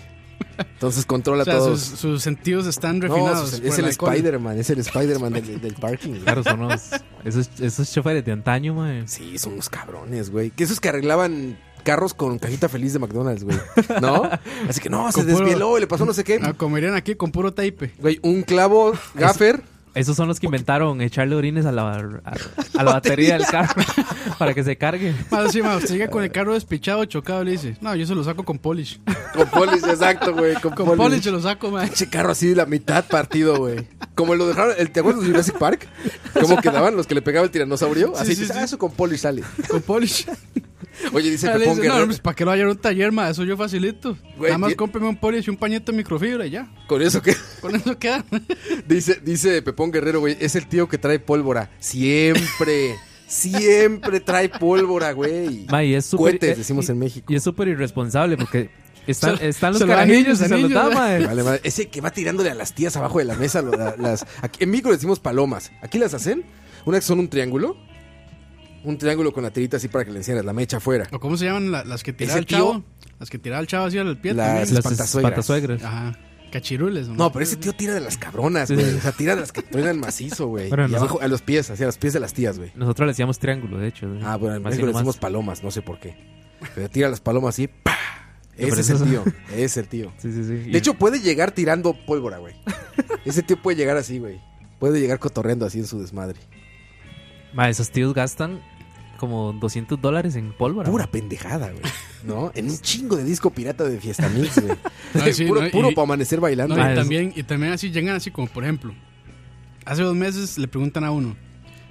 Entonces controla
O sea,
todo.
sus, sus sentidos están
No,
refinados.
es-
por
es el
alcohol.
Spider-Man, es el Spider-Man del, del parking. güey.
Claro, son unos- esos, esos choferes de antaño, mae.
Sí, son unos cabrones, güey. Que esos que arreglaban carros con cajita feliz de McDonald's, güey. ¿No? Así que no, se
Con puro-
desvieló y le pasó no sé qué.
Ah, como irían aquí con puro tape.
Güey, un clavo gaffer.
Esos son los que inventaron echarle orines a la, a, a la batería del carro para que se cargue.
Más encima, usted llega con el carro despichado, chocado, le dice: No, yo se lo saco con polish.
Con polish, exacto, güey. Con,
Con polish
polish.
se lo saco, man.
Pinche carro así de la mitad partido, güey. Como lo dejaron, el- ¿te acuerdas de Jurassic Park? ¿Cómo quedaban los que le pegaba el tiranosaurio?
Sí,
Así,
sí,
dices,
sí.
"Ah, eso con polish sale.
Con polish.
Oye, dice
Ah, le
Pepón
dice, no,
Guerrero.
pues, ¿para qué lo vaya a un taller, ma? Eso yo facilito.
Güey,
Nada más
tie-
cómpreme un poli y un pañito de microfibra y ya.
Con eso que.
Con eso queda.
Dice, dice Pepón Guerrero, güey, es el tío que trae pólvora. Siempre, siempre trae pólvora, güey.
Ma, y es súper-
Cohetes,
eh,
decimos
y-
en México.
Y es súper irresponsable porque están,
Se-
están los
se lo dan
carajillos y
ellos,
se los
anillos,
da,
¿verdad?
mae.
Vale, madre. Ese que va tirándole a las tías abajo de la mesa. lo- la- las, aquí- en México le decimos palomas. Aquí las hacen. Una que son un triángulo. Un triángulo con la tirita así para que le encierres la mecha afuera.
¿O cómo se llaman la- las que tiraba
Ese
el chavo?
tío-
Las que tiraba el chavo así al pie.
Las-
también.
Las
espantasuegras.
espantasuegras.
Ajá. Cachirules,
No, pero ese tío tira de las cabronas,
Sí,
güey.
sí.
O sea, tira de las que truenan macizo, güey.
Bueno,
y
no.
abajo, a los pies, hacia los pies de las tías, güey.
Nosotros le decíamos triángulo, de hecho.
Ah, bueno, en
Mm. Así
México le
nomás.
decimos palomas, no sé por qué. Pero tira las palomas así, ¡pa!
No,
Ese
pero
es el
eso-
tío, ese es el tío.
Sí, sí, sí.
De hecho, puede llegar tirando pólvora, güey. Ese tío puede llegar así, güey. Puede llegar cotorreando así en su desmadre.
Ma, esos tíos gastan como 200 dólares en pólvora.
Pura
ma.
pendejada, güey. ¿No? En un chingo de disco pirata de fiesta mix, güey.
No, sí,
puro
no, y-
para amanecer bailando.
No,
Ah,
y,
es-
también, y también así llegan así como, por ejemplo, hace dos meses le preguntan a uno,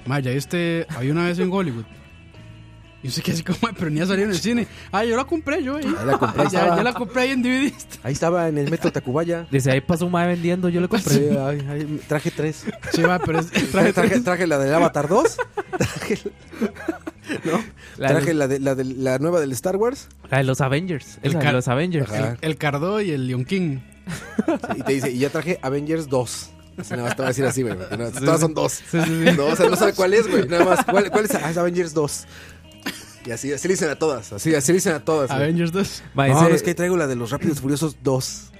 Maya, este, había una vez en Hollywood. Y usted que así como, "Ay, pero ni ha salido en el cine. Ah, yo la compré, yo ahí.
Ahí la compré,
Ah, ya,
estaba.
ya la compré ahí en DVD.
Ahí estaba en el metro Tacubaya.
Dice, ahí pasó un mae vendiendo, yo le
Sí,
compré.
ahí- ahí- traje tres.
Sí, va, pero es,
Traje,
traje-
traje, traje la del Avatar 2.
La,
Traje
de,
la, de, la, de, la nueva del Star Wars.
la de los Avengers.
El
esa de
car-
los Avengers.
Ajá.
el Cardó y el Leon King.
Ah, Y te dice, y ya traje Avengers 2. Así nada más te va a decir así, güey. porque no, todas son dos.
Sí, sí, sí.
No, o sea, no sabe cuál es, güey. Nada más. ¿Cuál, cuál es? Ah, es Avengers 2. Y así, así le dicen a todas. Así, así le dicen a todas. güey.
Avengers 2.
Ma,
No,
ese-
no, es que ahí traigo la de los Rápidos Furiosos 2.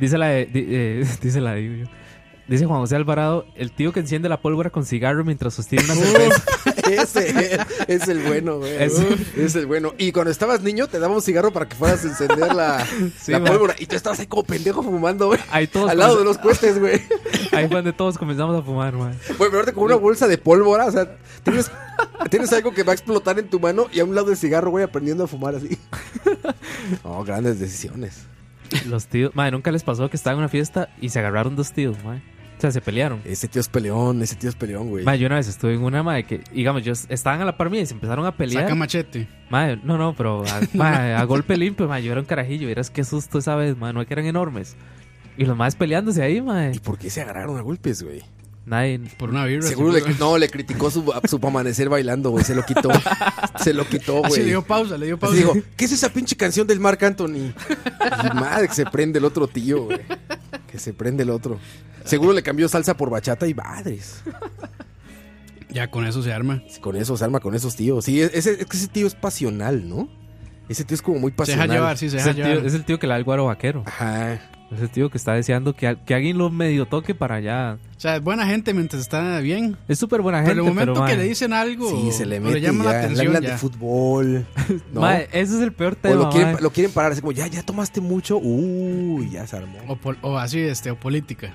Dice la de, di- eh, dice la de- digo yo. Dice Juan José Alvarado, el tío que enciende la pólvora con cigarro mientras sostiene una cerveza.
Ese es el bueno, güey.
Es-
Es el bueno. Y cuando estabas niño, te daba un cigarro para que fueras a encender la,
Sí,
la
güey.
pólvora. Y tú estabas ahí como pendejo fumando, güey.
Ahí todos
Al lado
comen-
de los cohetes, güey.
Ahí fue donde todos comenzamos a fumar, man.
Güey, pero ahorita con una bolsa de pólvora, o sea, tienes, tienes algo que va a explotar en tu mano y a un lado del cigarro, güey, aprendiendo a fumar así. No, grandes decisiones.
Los tíos, madre, nunca les pasó que estaban en una fiesta y se agarraron dos tíos, madre. O sea, se pelearon.
Ese tío es peleón, ese tío es peleón, güey.
Madre, yo una vez estuve en una, madre, que, digamos, yo estaban a la par mía y se empezaron a pelear.
Saca machete.
Madre, no, no, pero a, madre, a golpe limpio, madre, yo era un carajillo, verás qué susto esa vez, madre, no es que eran enormes. Y los más peleándose ahí, madre.
¿Y por qué se agarraron a golpes, güey?
Nadie,
Por una birra.
Seguro le, no, le criticó su, su amanecer bailando, güey. Se lo quitó. Se lo quitó,
Así le
güey.
dio pausa, le dio pausa.
Así digo, ¿qué es esa pinche canción del Marc Anthony? Y madre, que se prende el otro tío, güey. Que se prende el otro. Seguro le cambió salsa por bachata y madres.
Ya con eso se arma.
Con esos, arma con esos tíos. Sí, e-, ese, es que ese tío es pasional, ¿no? Ese tío es como muy
Se deja
pasional.
llevar, sí, se
es
deja
el, tío,
llevar.
es el tío que le da el guaro vaquero.
Ajá.
Es el tío que está deseando que, al- que alguien lo medio toque para allá.
O sea, es buena gente mientras está bien.
Es súper buena gente,
Pero el momento
pero,
que
madre,
le dicen algo,
Sí, se le
o
mete
llama
ya,
la atención.
le hablan de
ya.
fútbol, ¿no?
madre, ese es el peor
o
tema,
lo quieren,
madre.
lo quieren parar, así como, ya, ya tomaste mucho, uy, ya se armó.
O, pol- o así, este, o política.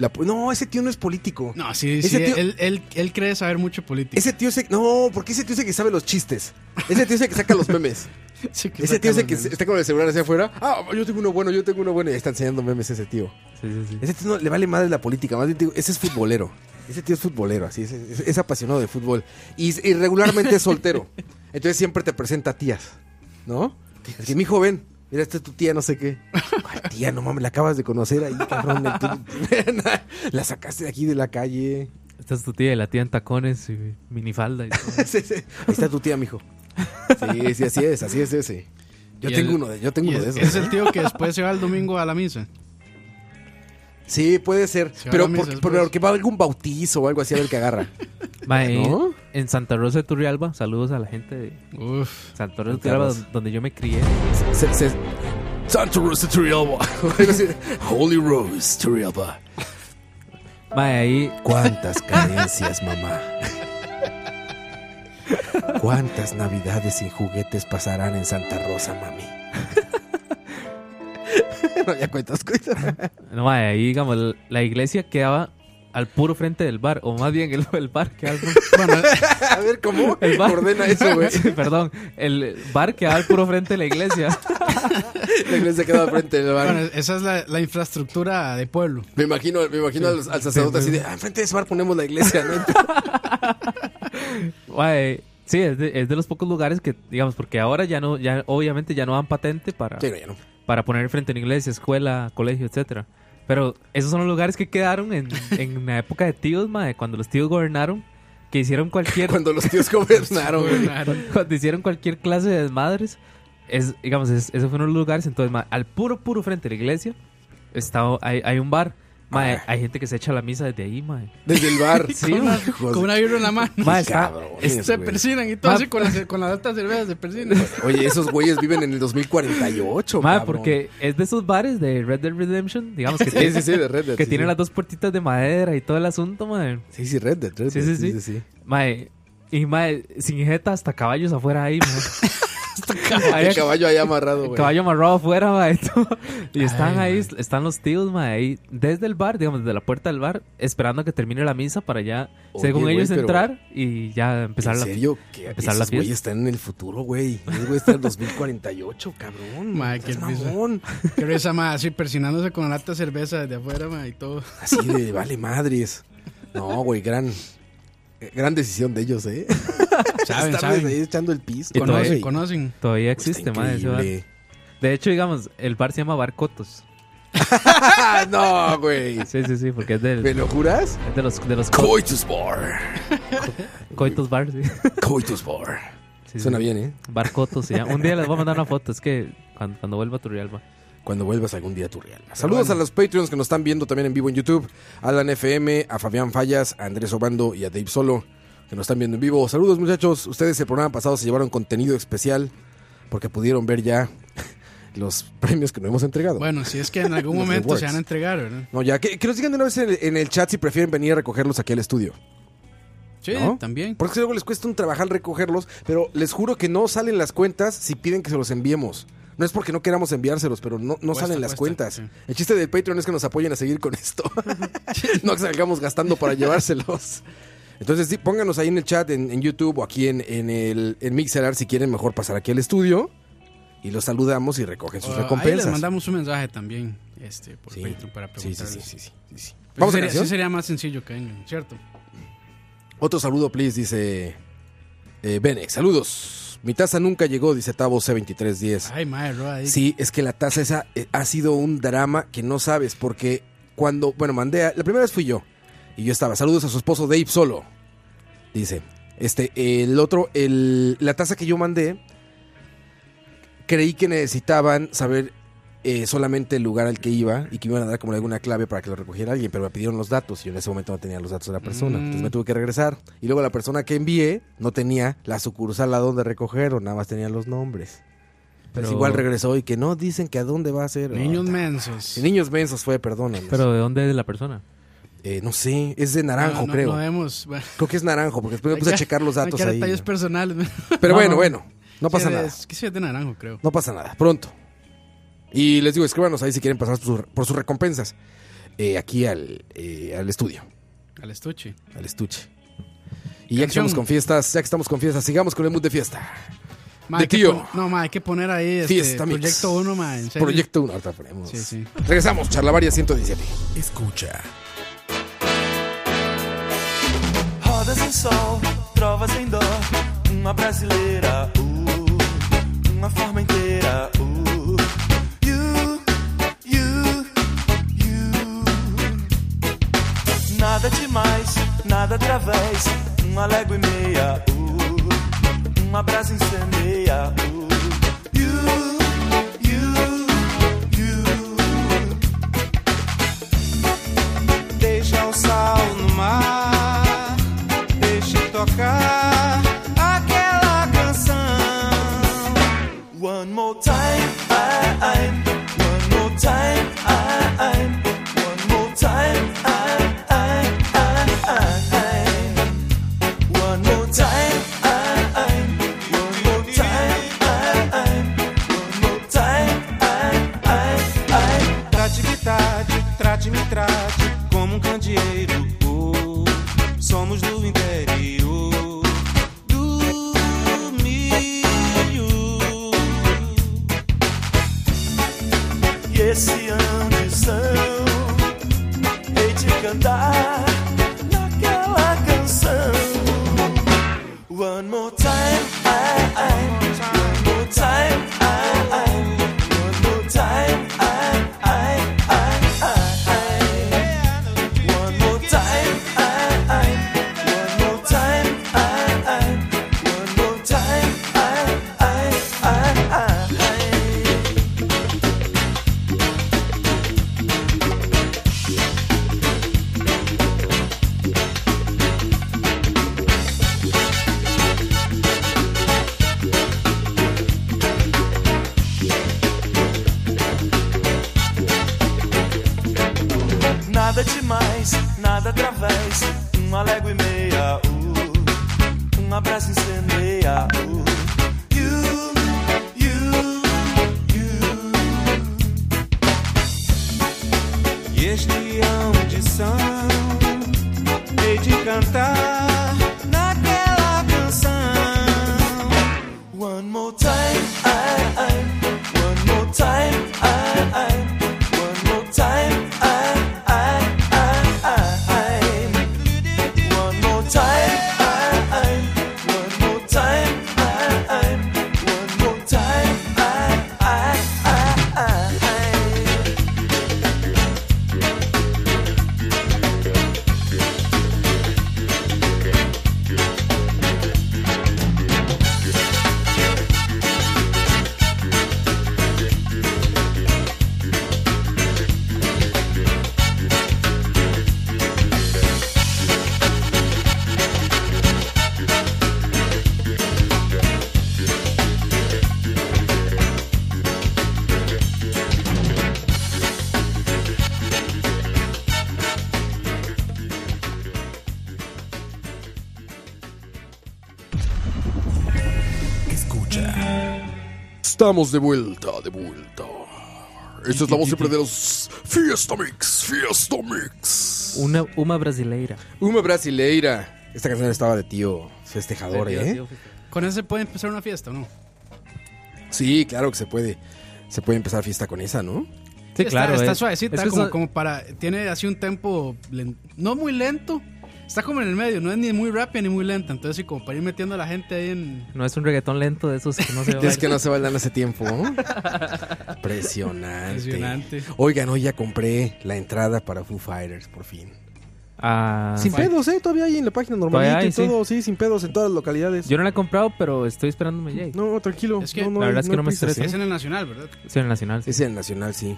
La po- no, ese tío no es político.
Oh. No, sí,
Ese
sí,
tío-
él, él, él cree saber mucho política.
Ese tío se... No, porque ese tío es el que sabe los chistes. Ese tío es el que saca los memes.
Sí que
Ese tío es
saca
el que
los
se-
memes.
está con el celular hacia afuera. Ah, yo tengo uno bueno, yo tengo uno bueno. Y ahí está enseñando memes ese tío.
Sí, sí, sí.
Ese tío no- le vale madre la política, más bien te digo, ese es futbolero. Ese tío es futbolero, así es, es- es apasionado de fútbol. Y, s- y regularmente es soltero. Entonces siempre te presenta tías, ¿no? Es que mi joven, mira, esta es tu tía, no sé qué. ¿Cuál tía? No mames, la acabas de conocer ahí, cabrón. Tú- la sacaste de aquí de la calle.
Esta es tu tía y la tía en tacones y minifalda y todo.
Sí, sí. Ahí está tu tía, mijo. Sí, sí, así es, así es ese. Yo
Y
tengo
el-
uno de, yo tengo
y
uno
es,
de esos.
es el tío que después se va el domingo a la misa.
Sí, puede ser.
Se va a
Pero
la
porque,
misa
pero
después.
que va a algún bautizo o algo así a ver que agarra.
Mae,
¿No?
en Santa Rosa de Turrialba, saludos a la gente de
Uf.
Santa Rosa
Santa
de Turrialba,
Rosa.
don- donde yo me crié.
Se, se- Santa Rosa Turrialba. Algo así. Holy Rose Turrialba.
Mae, ahí,
¿Cuántas carencias, mamá? ¿Cuántas navidades sin juguetes pasarán en Santa Rosa, mami? no, ya cuentas, cuentas.
no, mae, ahí, digamos, la iglesia quedaba al puro frente del bar, o más bien el, el bar que al
Bueno,
A ver, ¿cómo
El bar.
ordena eso, güey?
Sí, Perdón, el bar quedaba al puro frente de la iglesia.
La iglesia queda al frente del
bueno,
bar.
esa es la, la infraestructura de pueblo.
Me imagino, me imagino al, al sacerdote así de, ah, enfrente de ese bar ponemos la iglesia, ¿no?
Mae, Sí, es de, es de los pocos lugares que, digamos, porque ahora ya no, ya obviamente ya no dan patente para,
Sí, no, ya no.
para poner frente a una iglesia, escuela, colegio, etcétera. Pero esos son los lugares que quedaron en, en la época de tíos, madre, cuando los tíos gobernaron, que hicieron cualquier,
Cuando los tíos gobernaron, güey.
Gobernaron.
cuando hicieron cualquier clase de desmadres, es, digamos, es, esos fueron los lugares, entonces, mae, al puro, puro frente a la iglesia, está, hay, hay un bar, mae,
Ah.
hay gente que se echa la misa desde ahí, madre.
Desde el bar.
Sí,
Con una-
Hijos
Con una
de-
vibra en la mano.
Mae, está-
Cabrones,
es-
Se
güey.
persinan y todo
Ma-
así con las, con las altas cervezas se persinan.
Oye, esos güeyes viven en el 2048,
Madre,
cabrón.
porque es de esos bares de Red Dead Redemption, digamos que,
Sí,
tiene,
sí, sí, de Red Dead.
que
sí,
tiene
sí.
las dos puertitas de madera y todo el asunto, madre.
Sí, sí, Red Dead. Red
Sí,
Dead,
sí, sí. Mae, y mae, sin jeta hasta caballos afuera ahí, mae.
El
Había
caballo ahí amarrado, güey.
caballo amarrado afuera, mae. todo. Y están ahí, están los tíos, mae, ahí desde el bar, digamos, desde la puerta del bar, esperando a que termine la misa para ya,
Oye,
según
güey,
ellos,
pero-
entrar y ya empezar
¿En
la
serio? ¿Qué?
empezar la
Esos güeyes
fiesta.
están en el futuro, güey. Esos güeyes están en 2048, cabrón.
Madre,
Estás
qué risa.
mamón.
Pero esa madre así persinándose con la alta cerveza desde afuera, madre, y todo.
Así de vale madres. No, güey, gran... eh, Gran decisión de ellos, ¿eh?
Saben,
Estarles
saben.
pues ahí echando el pis.
Y todavía-
Conocen,
güey.
conocen.
Todavía
Pues Está
existe, mae. ese bar.
increíble.
De hecho, digamos, el bar se llama Bar Cotos.
Ah, no, güey.
Sí, sí, sí, porque es, del,
¿Me lo juras?
es de los, de los co-
Coitus Bar.
coitos bar, sí.
Coitus Bar.
Sí,
Suena
sí.
bien, ¿eh?
Bar Cotos se llama. Un día les voy a mandar una foto, es que cuando, cuando vuelva a Turrialba.
Cuando vuelvas algún día a tu real. Saludos a los Patreons que nos están viendo también en vivo en YouTube. Alan FM, a Fabián Fallas, a Andrés Obando y a Dave Solo, que nos están viendo en vivo. Saludos muchachos. Ustedes el programa pasado se llevaron contenido especial porque pudieron ver ya los premios que nos hemos entregado.
Bueno, si es que en algún
Los
momento
rewards.
se van a entregar, ¿verdad?
No, ya, que, que nos digan de una vez en el, en el chat si prefieren venir a recogerlos aquí al estudio.
Sí,
¿no?
también.
Porque luego les cuesta un trabajar recogerlos, pero les juro que no salen las cuentas si piden que se los enviemos. No es porque no queramos enviárselos, pero no, no
Cuesta,
salen las
cuesta,
cuentas.
sí.
El chiste del Patreon es que nos apoyen a seguir con esto. no que salgamos gastando para llevárselos. Entonces, sí, pónganos ahí en el chat, en, en YouTube o aquí en, en el en Mixelar si quieren mejor pasar aquí al estudio. Y los saludamos y recogen sus
Ah, Ahí
recompensas.
les mandamos un mensaje también este, por
Sí.
Patreon para
Sí, sí,
preguntarles.
sí, sí, sí, sí, sí.
Pero
Vamos a
sí sería,
canción.
sí sería más sencillo que vengan, ¿cierto?
Otro saludo, please, dice eh, Benex. Saludos. Mi taza nunca llegó, dice Tavo C2310.
Ay, madre, Roa, ahí.
Sí, es que la taza esa eh, ha sido un drama que no sabes, porque cuando, bueno, mandé, a- la primera vez fui yo, y yo estaba, saludos a su esposo Dave Solo, dice, este, el otro, el, la taza que yo mandé, creí que necesitaban saber eh, solamente el lugar al que iba y que me iban a dar como alguna clave para que lo recogiera alguien, pero me pidieron los datos y yo en ese momento no tenía los datos de la persona,
Mm.
entonces me tuve que regresar, y luego la persona que envié no tenía la sucursal a donde recogieron, nada más tenía los nombres. Pero
Pero-
igual regresó y que no dicen que a dónde va a ser.
Niños
Ah,
mensos.
Sí, niños mensos fue, perdónanos.
Pero ¿de dónde es la persona?
Eh, no sé, es de
No,
naranjo,
no-
creo.
No vemos. Bueno,
Creo que es naranjo, porque después me
hay
puse a
que-
checar los
hay
datos
que dar
ahí.
detalles personales.
Pero
No,
bueno,
no.
bueno, no pasa
Sí,
nada.
Es que sí es de naranjo, creo.
No pasa nada, pronto. Y les digo, escríbanos ahí si quieren pasar por, sus- por sus recompensas. Eh, aquí al, eh, al estudio,
Al estuche.
al estuche. Y ya que
Canción.
estamos con fiestas, ya que estamos con fiestas, sigamos con el mood de fiesta.
Madre,
De
hay que
tío.
pon- No, madre, hay que poner ahí este,
Fiesta mix.
Proyecto 1, madre. en serio.
Proyecto 1, ahorita ponemos.
Sí, sí.
Regresamos, Charlavaria 117.
Escucha.
Rodas em sol, trovas em dó. Uma brasileira, uh, uma forma inteira, uh. You, you, you. Nada demais, nada através. Uma légua e meia, uh, uma brasa incendeia, uh. You, you, you. Deixa o sal no mar, deixe tocar aquela canção. One more time, ai, ai. One more time, ai, ai. One more time, ai, ai, ai, ai, ai. One more time, ai, ai. One more time, ai, ai. One more time, ai, ai, ai. Trate-me, trate, trate-me, trate como um candeeiro. Oh, somos do interior do milho. E esse ano de São, hei de cantar naquela canção. One more time. costa através, uma légua e Um meia. Uh, um abraço incendeia. Uh, you, you, you. E este onde são, hei de cantar naquela canção. One more time, I, I, one more time, I, I, one more time, I, I, I, I, I, one more time, I, I, one more time, I, I, one more time, I, I, I, I.
Escucha.
Estamos de vuelta, de vuelta. Esta es la voz siempre de los Fiesta Mix, Fiesta Mix.
Una Uma brasileira.
Uma brasileira. Esta canción estaba de tío festejador, ¿eh?
Con ese puede empezar una fiesta, ¿o ¿no?
Sí, claro que se puede. Se puede empezar fiesta con esa, ¿no?
Sí,
está,
claro.
Está
eh.
suavecita,
Es que
como,
son-
como para. Tiene así un tempo. len- no muy lento. Está como en el medio, no es ni muy rápida ni muy lenta. Entonces, sí, como para ir metiendo a la gente ahí en.
No es un reggaetón lento de esos que no se
Es que
bailan.
no se bailan hace tiempo. Impresionante.
Impresionante.
Oigan, hoy ya compré la entrada para Foo Fighters, por fin.
Ah,
sin
bueno.
pedos, ¿eh? Todavía hay en la página
Todavía
normalita
hay,
y todo. Sí. sin pedos en todas las localidades.
Yo no la he comprado, pero estoy esperándome llegue.
No, tranquilo.
Es que-
no, no
La
hay-
verdad es que no me
hay prisas,
estresa.
Es
¿eh?
en el Nacional, ¿verdad?
Sí, en el Nacional. sí.
Es en el Nacional, sí.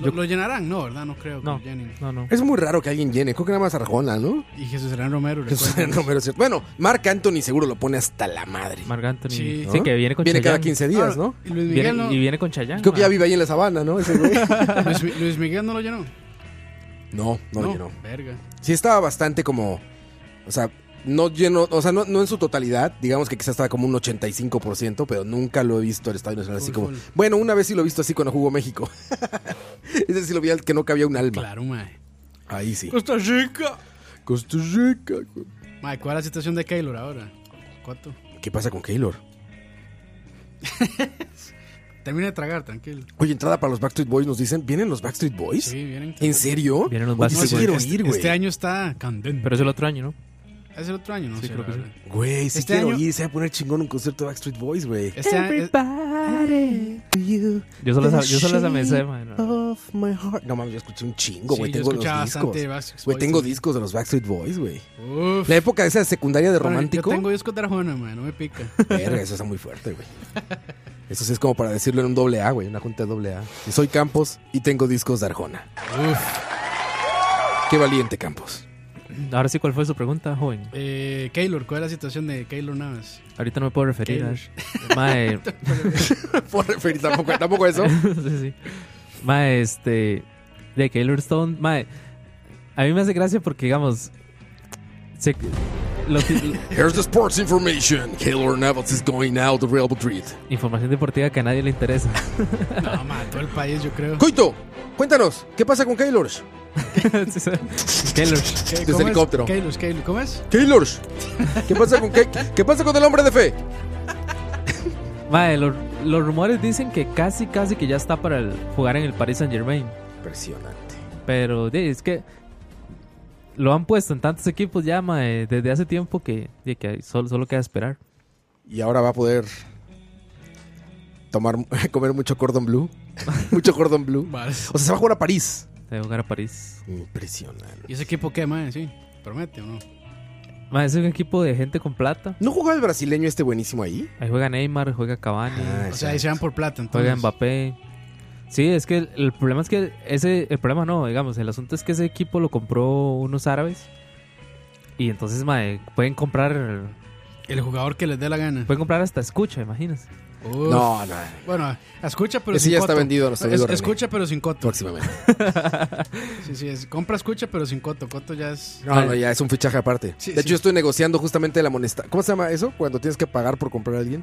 ¿Lo, lo llenarán? No, ¿verdad? No creo que
No,
lo llenen.
no, no.
Es muy raro que alguien llene. Creo que nada más Arjona, ¿no?
Y Jesús Serán Romero.
Jesús
recuerden.
Romero, ¿cierto? Bueno, Marc Anthony seguro lo pone hasta la madre.
Marc Anthony.
Sí.
Sí,
¿no?
que viene con
Viene cada
Chayanne. Ah.
15 días, ¿no?
Ah, Y Luis
Viene-
Miguel, no,
Y viene con Chayanne.
Creo que ya
ma.
vive ahí en la sabana, ¿no? Ese güey.
Luis, Luis Miguel no lo llenó.
no, no, llenó.
Verga.
Sí estaba bastante como... O sea, no lleno... O sea, no, no en su totalidad. Digamos que quizás estaba como un 85%, pero nunca lo he visto el Estadio Nacional así
Full,
como...
full.
Bueno, una vez sí lo he visto así cuando jugó México. Ese sí lo vi al que no cabía un alma.
Claro, mae.
Ahí sí.
Costa Rica.
Costa Rica. güey.
Mae, ¿cuál es la situación de Keylor ahora? ¿Cuánto?
¿Qué pasa con Keylor?
Termina de tragar, tranquilo.
Oye, entrada para los Backstreet Boys nos dicen, ¿vienen los Backstreet Boys?
Sí, vienen.
¿En serio?
Vienen los
Oye, sí
Backstreet Boys.
quiero
este,
ir, güey.
este año está candente.
Ah, Pero es el otro año, ¿no?
es el otro año, no
Sí,
sé.
creo
la
que sí.
verdad.
Güey, sí
Este
quiero
año-
ir. Se va a poner chingón un concierto de Backstreet Boys, güey.
Este año, es-
Yo solo, sab- yo solo esa me sé, ma, no.
Of my heart.
No mames, yo escuché un chingo,
Sí,
güey.
yo
tengo los
escuchaba
discos.
bastante de Backstreet
Güey,
Boys
tengo
también.
discos de los Backstreet Boys, güey.
Uf.
La época esa de secundaria de
Bueno,
romántico.
Yo tengo discos de Arjona, mae, no me pica.
Verga, eso está muy fuerte, güey. Eso sí es como para decirlo en un doble A, güey, una junta de doble A. Y soy Campos y tengo discos de Arjona.
Uf.
Qué valiente, Campos.
Ahora sí, ¿cuál fue su pregunta, joven?
Eh, Keylor, ¿cuál es la situación de Keylor Navas?
Ahorita no me puedo referir
¿Qué?
Ash. Mae,
Por referir tampoco, tampoco eso.
sí, sí. Mae, este. De Taylor Stone. Mae, a mí me hace gracia porque, digamos. se- lo que-
Here's the sports information. Keylor Navas is going out of Real Madrid.
información deportiva que a nadie le interesa.
No, mae, todo el país, yo creo.
Coito, cuéntanos, ¿qué pasa con Keylor?
Sí, sí. Taylor.
¿Qué-
desde
cómo es?
helicóptero.
Keylor, Keylor, ¿cómo es?
Keylor, ¿qué pasa con Ke- ¿Qué pasa con el hombre de fe?
Mae, lo- los rumores dicen que casi, casi que ya está para el- jugar en el Paris Saint Germain.
Impresionante.
Pero de, es que lo han puesto en tantos equipos ya, mae, desde hace tiempo que, de que solo, solo queda esperar.
Y ahora va a poder tomar, comer mucho cordon blue. mucho cordon blue.
Vale.
O sea, se va a jugar a París.
De jugar a París.
Impresionante.
¿Y ese equipo qué, mae? Sí, promete o no.
Mae, es un equipo de gente con plata.
¿No jugaba el brasileño este buenísimo ahí?
Ahí juega Neymar, juega Cavani,
Ah,
O sea, ahí se van por plata, entonces.
juega Mbappé. Sí, es que el, el problema es que ese el problema no, digamos, el asunto es que ese equipo lo compró unos árabes. Y entonces, mae, pueden comprar
El jugador que les dé la gana.
pueden comprar hasta escucha, imagínense.
Uf.
No, no.
Bueno, escucha pero
Ese
sin
ya está
coto.
vendido a nuestro amigo
Es-
René.
Escucha pero sin coto.
Próximamente.
Sí, sí, es, compra, escucha pero sin coto. Coto ya es...
No, no, ya es un fichaje aparte.
Sí,
de
sí.
hecho, yo estoy negociando justamente la monesta. ¿Cómo se llama eso? Cuando tienes que pagar por comprar a alguien.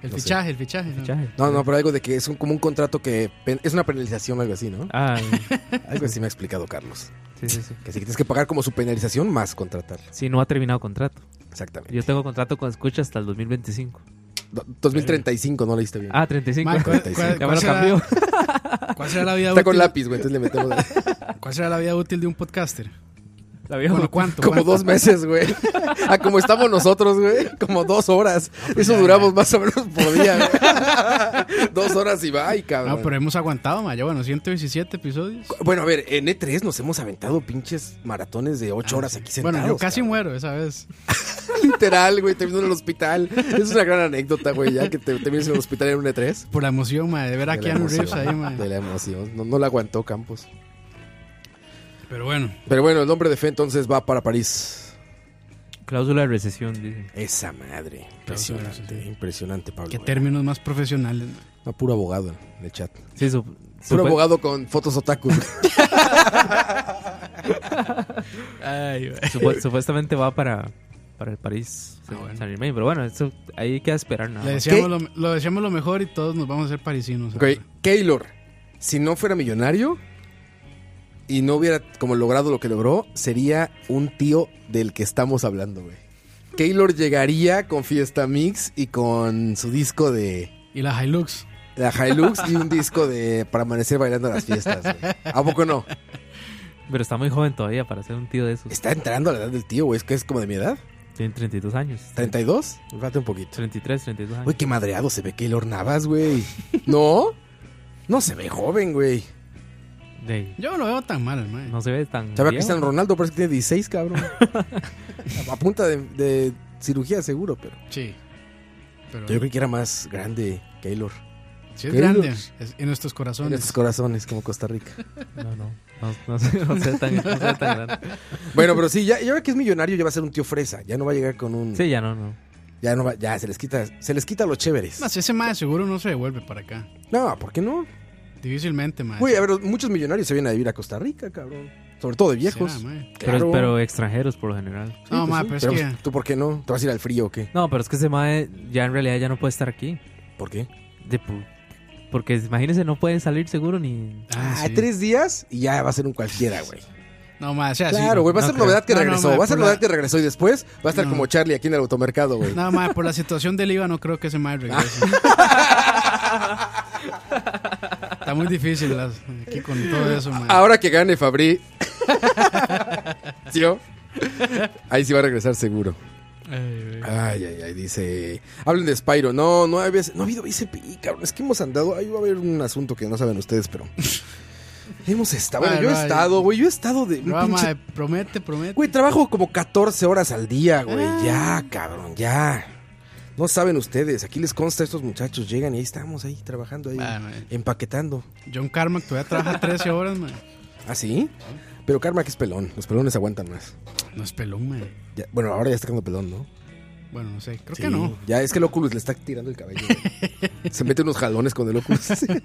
El
No sé.
fichaje, el fichaje. Mm. ¿no?
Fichaje.
No, no, pero algo de que es un, como un contrato que pen- es una penalización, algo así, ¿no?
Ah,
Algo así me ha explicado Carlos.
sí, sí, sí.
Que sí que tienes que pagar como su penalización más contratar.
Sí, no ha terminado contrato.
Exactamente.
Yo tengo contrato con Escucha hasta el 2025.
Do- 2035, no leíste bien.
Ah, 35.
Ma, ¿cuál-
45.
ya
cuál-
me
cuál
lo
será-
cambió.
¿Cuál será la vida
Está con
útil?
lápiz, güey, entonces le metemos
¿Cuál será la vida útil de un podcaster?
La vieja.
Bueno, ¿cuánto?
como
cuánto?
dos meses, güey. Ah, como estamos nosotros, güey. Como dos horas.
pues
Eso duramos más o menos por día, güey. Dos horas y va, y cabrón.
No, pero hemos aguantado, ma. Ya, bueno, 117 episodios.
Bueno, a ver, en E3 nos hemos aventado pinches maratones de ocho horas aquí sentados.
Ah, Bueno, yo casi
cabrón.
muero esa vez.
Literal, güey, terminó en el hospital. Es una gran anécdota, güey, ya que te terminas en el hospital en un E3.
Por la emoción, ma, de ver a
De la
Keanu Reeves
emoción,
ahí, ma.
De la emoción. No, no la aguantó Campos.
Pero bueno,
Pero bueno, el nombre de fe entonces va para París.
Cláusula de recesión, dice.
Esa madre.
sí,
Impresionante,
sí.
impresionante, Pablo.
qué
güey.
términos más profesionales, ma.
No, puro abogado en el chat. Puro
Sí, su, super-
abogado con fotos otaku.
supu- supuestamente va para, para el París San-
bueno.
San Germain, pero bueno, eso ahí queda esperar nada.
Le
más.
deseamos lo, lo deseamos lo mejor y todos nos vamos a hacer parisinos.
ok,
ahora.
Keylor, si no fuera millonario y no hubiera como logrado lo que logró, sería un tío del que estamos hablando, güey. Keylor llegaría con Fiesta Mix y con su disco de
Y la Hilux.
la Hilux y un disco de para amanecer bailando a las fiestas. güey. ¿A poco no?
Pero está muy joven todavía para ser un tío de esos.
Está entrando a la edad del tío, güey. Es que es como de mi edad.
Tiene 32 años.
¿32? Falta un poquito.
33, 32 años.
Güey, qué madreado se ve Keylor Navas, güey. ¿No? No se ve joven, güey.
De-
Yo no lo veo tan mal, ma.
no se ve tan.
Se ve a
viejo.
Cristiano Ronaldo, parece que tiene 16, cabrón. a punta de, de cirugía, seguro, pero.
Sí. Pero
Yo creí que era más grande Keylor.
sí es
creo-
grande es- en nuestros
En
corazones.
estos corazones, como Costa Rica.
No, no. No, no se, no se ve tan, no se ve tan grande.
bueno, pero sí, ya, ya ahora que es millonario, ya va a ser un tío fresa. Ya no va a llegar con un.
Sí, ya no, no.
Ya no va, ya se les quita, se les quita los chéveres.
Más, ese ma seguro no se devuelve para acá.
No, ¿por qué no?
Difícilmente, ma.
Güey, a ver, muchos millonarios se vienen a vivir a Costa Rica, cabrón. Sobre todo de viejos.
Será, ma.
Pero,
Claro.
pero extranjeros por lo general.
No, ma,
pues
pero es
pues,
que-
¿Tú por qué no? ¿Te vas a ir al frío o qué?
No, pero es que ese mae ya en realidad ya no puede estar aquí.
¿Por qué?
De pu- porque imagínense, no pueden salir seguro ni.
Ah,
Ah,
sí.
tres días y ya va a ser un cualquiera, güey.
No, ma, o sea, Ah, sí,
Claro,
ma.
güey, va a
no
ser
creo.
novedad que
No, no,
regresó.
ma,
va a ser
por la-
novedad que regresó y después va a estar
No.
como Charlie aquí en el automercado, güey.
No, ma, por la situación del IVA no creo que ese ma regrese. Está muy difícil las- aquí con todo eso, ma.
Ahora que gane Fabri. ¿Sí o? Ahí sí va a regresar seguro. Ay, ay, ay, dice. Hablen de Spyro. No, no, hay veces- no ha habido ICPI, cabrón. Es que hemos andado. Ahí va a haber un asunto que no saben ustedes, pero. hemos estado. Bueno,
Ah,
yo he
no,
estado, güey. Yo he estado de. un
No, ma,
pinche-
promete, promete.
Güey, trabajo como 14 horas al día, güey.
Ah.
Ya, cabrón, ya. No saben ustedes, aquí les consta a estos muchachos, llegan y ahí estamos, ahí trabajando, ahí
Ah, man.
empaquetando.
John Carmack todavía trabaja 13 horas, ma.
¿Ah, sí? Pero Karma que es pelón, los pelones aguantan más.
No es pelón, ma.
Ya- bueno, ahora ya está quedando pelón, ¿no?
Bueno, no sé, creo
Sí,
que no.
Ya es que el Oculus le está tirando el cabello. güey. Se mete unos jalones con el Oculus.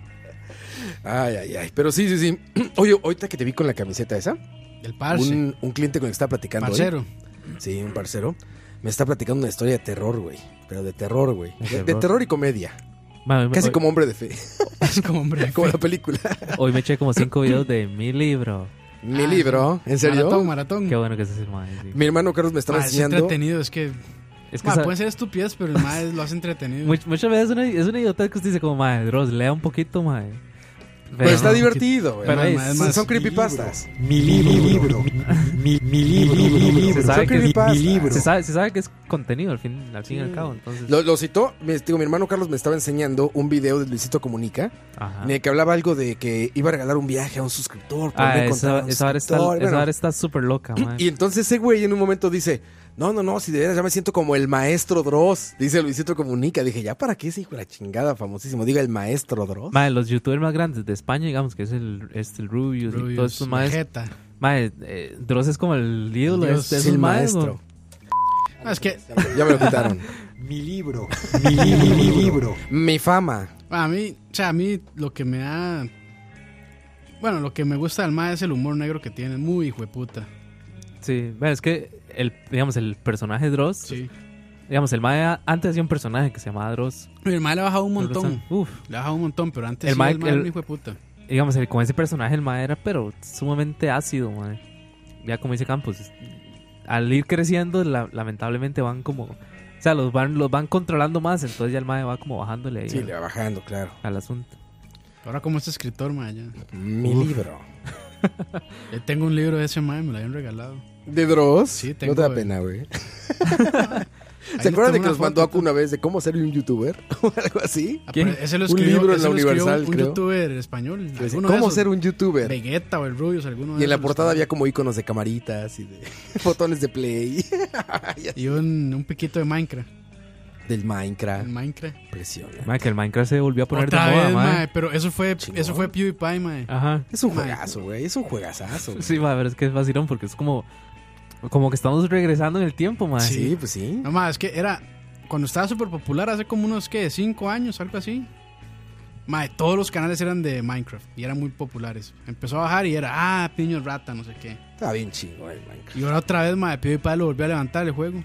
Ay, ay, ay. Pero sí, sí, sí. Oye, ahorita que te vi con la camiseta esa,
Del parche.
un, un cliente con el que estaba platicando. ¿eh? hoy-
Ah, Parcero.
Sí, un parcero. Me está platicando una historia de terror, güey. Pero de terror, güey.
De
De, de
terror.
terror y comedia.
Mae,
Ah, Casi
hoy,
como hombre de fe.
Es como hombre.
Como la película.
hoy me eché como cinco videos de mi libro.
Mi
Ah,
libro, ¿en serio?
Maratón, maratón.
Qué bueno que es ese mae. Ah, sí.
Mi hermano Carlos me estaba
Ma, es
enseñando.
entretenido, es que.
Es que
Ma,
esa-
pueden ser estupidez, pero el ma es- lo hace entretenido.
much- muchas veces es una, es una idiotez que usted dice como, mae, Dross, lea un poquito, mae. Pero,
Pero está
no.
divertido, güey.
Pero
Ma,
es-
ma, es
Son-
más-
Son creepypastas.
Mi libro, mi libro, mi, mi- mi libro, mi libro,
Se sabe
Son
que-
creepypastas.
Se sabe, se sabe que es contenido al fin, al fin y al cabo, entonces.
Lo, lo citó, me- digo, mi hermano Carlos me estaba enseñando un video de Luisito Comunica,
Ajá.
en el que hablaba algo de que iba a regalar un viaje a un suscriptor, pero
Ah,
no encontraba a
esa,
un
esa hora está,
suscriptor,
esa
bueno.
hora está súper loca, mae.
Y entonces ese güey en un momento dice, no, no, no, si de veras ya me siento como el maestro Dross, dice Luisito Comunica. Dije, ¿ya para qué ese hijo de la chingada famosísimo? Diga el maestro Dross.
Mae, los youtubers más grandes de España, digamos, que es el, es el Rubius, y todos
Rubius,
estos maes.
Vegeta.
Mae, eh, Dross es como el ídolo
Dios,
este,
es
esos
el
maes,
maestro.
¿no?
No, Ah, es que
Ya me lo quitaron.
Mi libro. Mi, li- li- li- libro.
Mi fama.
A mí, o sea, a mí lo que me da. Bueno, lo que me gusta del MAE es el humor negro que tiene. Muy hijo de puta.
Sí, bueno, es que el, digamos, el personaje Dross,
Sí.
digamos, el Mae antes hacía un personaje que se llamaba Dross.
El MAE le ha bajado un montón.
Uf,
Le ha bajado un montón, pero antes
El
sí,
mae-
el mae era
el-
un hijo de puta.
digamos, el- con ese personaje el Mae era, pero sumamente ácido, Mae. Ya como dice Campos, es- al ir creciendo, la- lamentablemente van como. O sea, los van, los van controlando más, entonces ya el Mae va como bajándole ahí
Sí,
al,
le va bajando, claro.
al asunto.
Ahora como es escritor, mae, ya.
Mi libro.
Eh, tengo un libro de ese mae, me lo habían regalado.
¿De Dross?
Sí,
No
tengo,
te da
güey.
pena, güey.
Ahí
¿Se
le
acuerdan de
tengo
que
una
nos mandó
foto,
Aku una vez de cómo ser un youtuber? O algo así.
Ah,
¿Quién?
pero Ese lo
Un
escribió,
libro en
ese
la
lo escribió
Universal,
un
creo.
youtuber español.
Que decía,
Pues, alguno de
¿Cómo
esos.
ser un youtuber?
Vegeta o el Rubius, alguno de
Y en la
esos.
portada había como iconos de camaritas y de botones de play.
Y un, un piquito de Minecraft.
Del
El
Minecraft.
Minecraft.
Impresionante.
Mae, que el Minecraft se volvió a poner
Otra
de moda,
vez,
mae.
mae, Pero eso fue,
Chingón.
eso fue PewDiePie, mae.
Ajá.
Es un juegazo, güey. Es un juegazazo. güey.
Sí, mae, pero es que es vacilón porque es como. Como que estamos regresando en el tiempo, mae.
Sí, pues sí.
No, mae, es que era... Cuando estaba súper popular, hace como unos, ¿qué? Cinco años, algo así. Mae, todos los canales eran de Minecraft y eran muy populares. Empezó a bajar y era, ah, piño rata, no sé qué.
Estaba bien chingo el Minecraft.
Y ahora otra vez, mae, PewDiePie lo volvió a levantar el juego.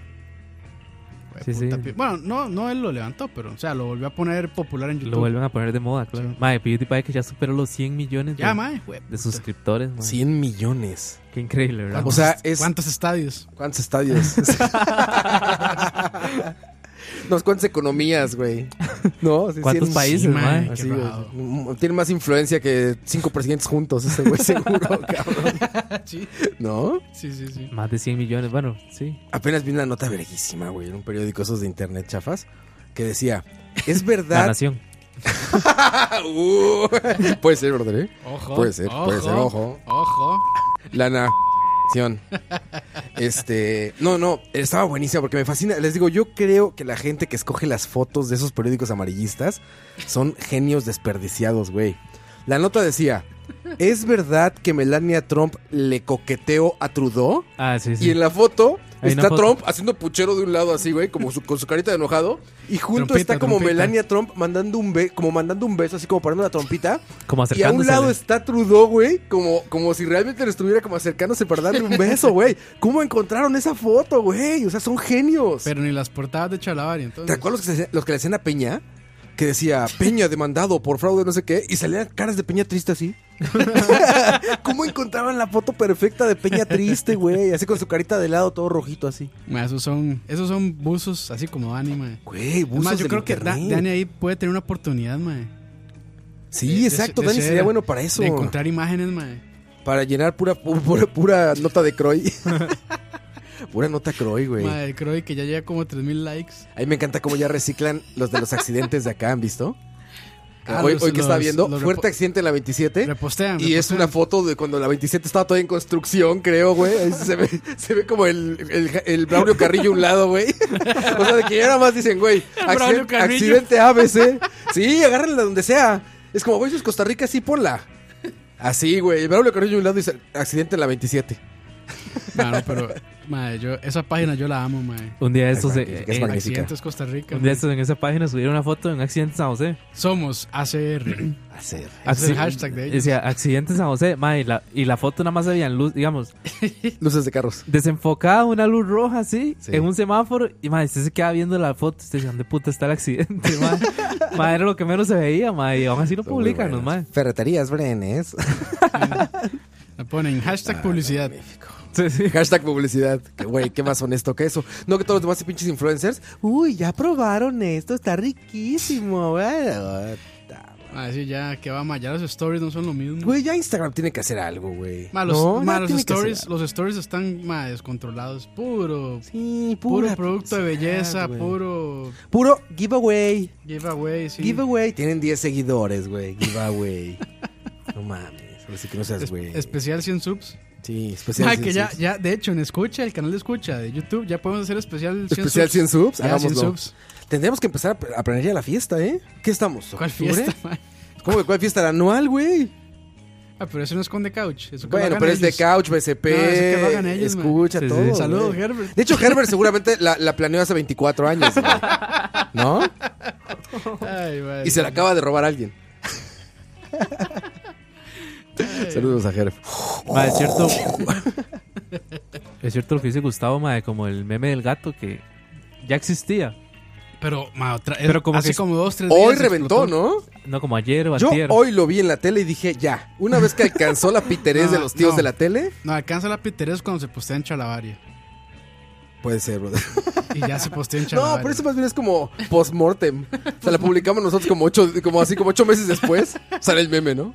Jue
Sí,
puta,
sí.
Pew- Bueno, no, no él lo levantó, pero, o sea, lo volvió a poner popular en YouTube.
Lo vuelven a poner de moda, claro.
Sí.
Mae, PewDiePie que ya superó los 100 millones de,
Ya, mae, jue
de
puta.
suscriptores, mae.
100 millones.
Qué increíble, ¿verdad?
O sea, es.
¿Cuántos estadios?
¿Cuántos estadios? no, ¿cuántas economías, güey? No, sí,
¿Cuántos
cien-
países,
Sí, mae,
mae?
qué
Así, güey.
rajado.
Mm, Tiene más influencia que cinco presidentes juntos, ese güey, seguro, cabrón.
Sí,
¿No?
sí, sí. sí.
Más de 100 millones, bueno, sí.
Apenas vi una nota verguísima, güey, en un periódico esos de internet chafas, que decía: Es
La
verdad.
nación.
Uh, puede ser, brother, ¿eh?
Ojo.
Puede ser, puede ser, ojo.
Ojo.
La nación. Este, no, no, estaba buenísima porque me fascina. Les digo, yo creo que la gente que escoge las fotos de esos periódicos amarillistas son genios desperdiciados, güey. La nota decía, ¿es verdad que Melania Trump le coqueteó a Trudeau?
Ah, sí, sí.
Y en la foto
Hay una
está
foto.
Trump haciendo puchero de un lado así, güey, como su- con su carita de enojado. Y junto
Trompita,
está como
trompita.
Melania Trump mandando un be como mandando un beso, así como parando la trompita. Y
Como
a un
acercándose.
lado está Trudeau, güey, como, como si realmente le estuviera como acercándose para darle un beso, güey. ¿Cómo encontraron esa foto, güey? O sea, son genios.
Pero ni las portadas de Chalabar, y entonces.
¿Te acuerdas los que, se- los que le hacían a Peña? Que decía, Peña demandado por fraude no sé qué, y salían caras de Peña triste así. ¿Cómo encontraban la foto perfecta de Peña triste, güey? Así con su carita de lado, todo rojito así.
Ma, esos son, esos son buzos así como Dani, mae.
Güey,
Es
buzos
más, yo
del
creo que
internet.
Da- Dani ahani ahí puede tener una oportunidad, mae.
Sí,
de-
exacto,
de
Dani
ser-
sería bueno para eso.
De encontrar imágenes, mae.
Para llenar pura, pu- pura, pura nota de Croy. pura nota Croy, güey.
Mae, creo que ya llega como 3000 likes.
A mí me encanta cómo ya reciclan los de los accidentes de acá, ¿han visto?
Ah,
hoy,
los-
hoy que está
los-
viendo,
los
fuerte
repo-
accidente en la 27.
Repostean.
¿Eh? Y es una foto de cuando la 27 estaba todavía en construcción, creo, güey. Ahí Se ve, se ve como el, el, el Braulio Carrillo a un lado, güey. O sea, de que ya nada más dicen, güey,
Braulio
accidente,
Carrillo.
accidente ABC. Sí, agárrenla donde sea. Es como, güey, si es Costa Rica, sí, ponla. Así, güey. El Braulio Carrillo a un lado dice, accidente en la 27.
No, no, pero, mae, yo, esa página yo la amo, mae.
Un día de estos,
Ay, Frankie,
eh,
que es
eh,
magnífica.
Accidentes Costa Rica.
un día de
mae.
estos en esa página subieron una foto de un accidente en San José.
Somos ACR.
Hacer.
es
Acci-
el hashtag de ellos.
Decía, accidente en San José, mae, y la, y la foto nada más había en luz, digamos,
Luces de carros.
desenfocada, una luz roja así,
Sí.
en un semáforo, y mae, usted se queda viendo la foto, usted dice, ¿dónde puta está el accidente, mae? mae, era lo que menos se veía, mae, y aún así lo
Son muy
publican, los mae.
buenas. Ferreterías Brenes.
La ponen hashtag
Ah,
publicidad.
Sí, sí.
Hashtag publicidad. Que, Güey, qué más honesto que eso. No que todos los demás pinches influencers. Uy, ya probaron esto, está riquísimo, güey.
Mae, sí, ya, que va, mae. Ya los stories no son lo mismo.
Güey, ya Instagram tiene que hacer algo, güey.
Ma, los,
No,
ma,
ya
los
tiene que
stories,
hacer algo.
los stories están ma, descontrolados. Puro,
Sí,
puro
pura
producto de
publicidad,
belleza,
güey.
puro
Puro giveaway.
giveaway. sí.
Giveaway. Tienen 10 seguidores, güey. Giveaway. no mames. Ahora sí que no seas,
Es-
güey.
especial 100 subs.
sí, especial.
Ma,
100
que ya,
subs.
ya, de hecho, en Escucha, el canal de Escucha de YouTube, ya podemos hacer especial 100
Especial
subs.
100 subs.
Ya, 100
Hagámoslo.
subs.
Tendríamos que empezar a a planear ya la fiesta, ¿eh? ¿Qué estamos?
¿Cuál
¿Octubre?
fiesta, ma?
¿Cómo que cuál fiesta? La anual, güey.
Ah, pero eso no es con The Couch. Eso que lo
Bueno,
hagan
pero es de
ellos.
couch, BCP,
No, eso que lo hagan ellos, man.
escucha
Sí, sí.
todo.
Saludos,
güey.
Herbert.
De hecho, Herbert seguramente la, la planeó hace 24 años, güey. ¿no?
Ay, madre.
Y se la acaba de robar a alguien. Saludos a Herbert.
Ma, es cierto. es cierto lo que dice Gustavo, ma, como el meme del gato que ya existía.
Pero, ma, otra-
Pero como
hace
que-
como dos, tres días.
Hoy reventó, ¿no?
No como ayer o
Yo
antier.
hoy lo vi en la tele y dije, ya. Una vez que alcanzó la piterez
No,
de los tíos
no.
de la tele,
No, alcanza la piterez cuando se postea en Chalabaria.
puede ser, brother.
Y ya se postea en
No,
Chalabaria.
pero eso más bien es como post-mortem. O sea, la publicamos nosotros como ocho, como así como ocho meses después. Sale el meme, ¿no?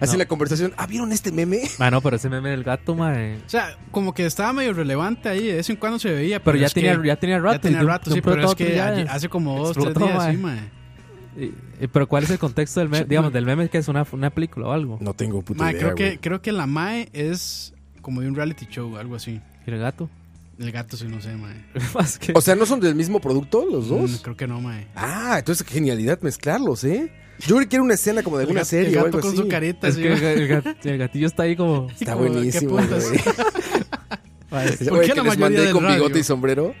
Así en la conversación, ¿ah, vieron este meme?
Ma, no, pero ese meme del gato, ma. eh,
O sea, como que estaba medio relevante ahí, de vez en cuando se veía.
Pero, ya,
es que-
tenía, ya tenía rato.
Ya tenía
de un-
rato,
de un
sí, pero
pronto a
es
otro
que
ya
allí-
es-
hace como dos,
explotó,
tres días,
ma.
sí, mae.
eh, eh, pero ¿cuál es el contexto del meme? Digamos, del meme que es una, una película o algo.
No tengo puta
Mae,
idea,
creo, que,
güey.
creo que la mae es como de un reality show, algo así.
Y el gato.
El gato, sí, no sé, mae.
Más que-
O sea, ¿no son del mismo producto los dos?
Mm, creo que no, mae.
Ah, entonces qué genialidad mezclarlos, ¿eh? Yo creo que era una escena como de
El
alguna
gato-
serie
el
o
gato
algo
con
así.
su carita,
es
sí,
que el,
mae.
ga- el gat- el gatillo está ahí como.
Está
como, ¿qué
buenísimo,
putas?
güey.
Mae,
¿Por
Oye,
qué
que
la
les
mayoría
mandé
del
con
radio?
bigote y sombrero.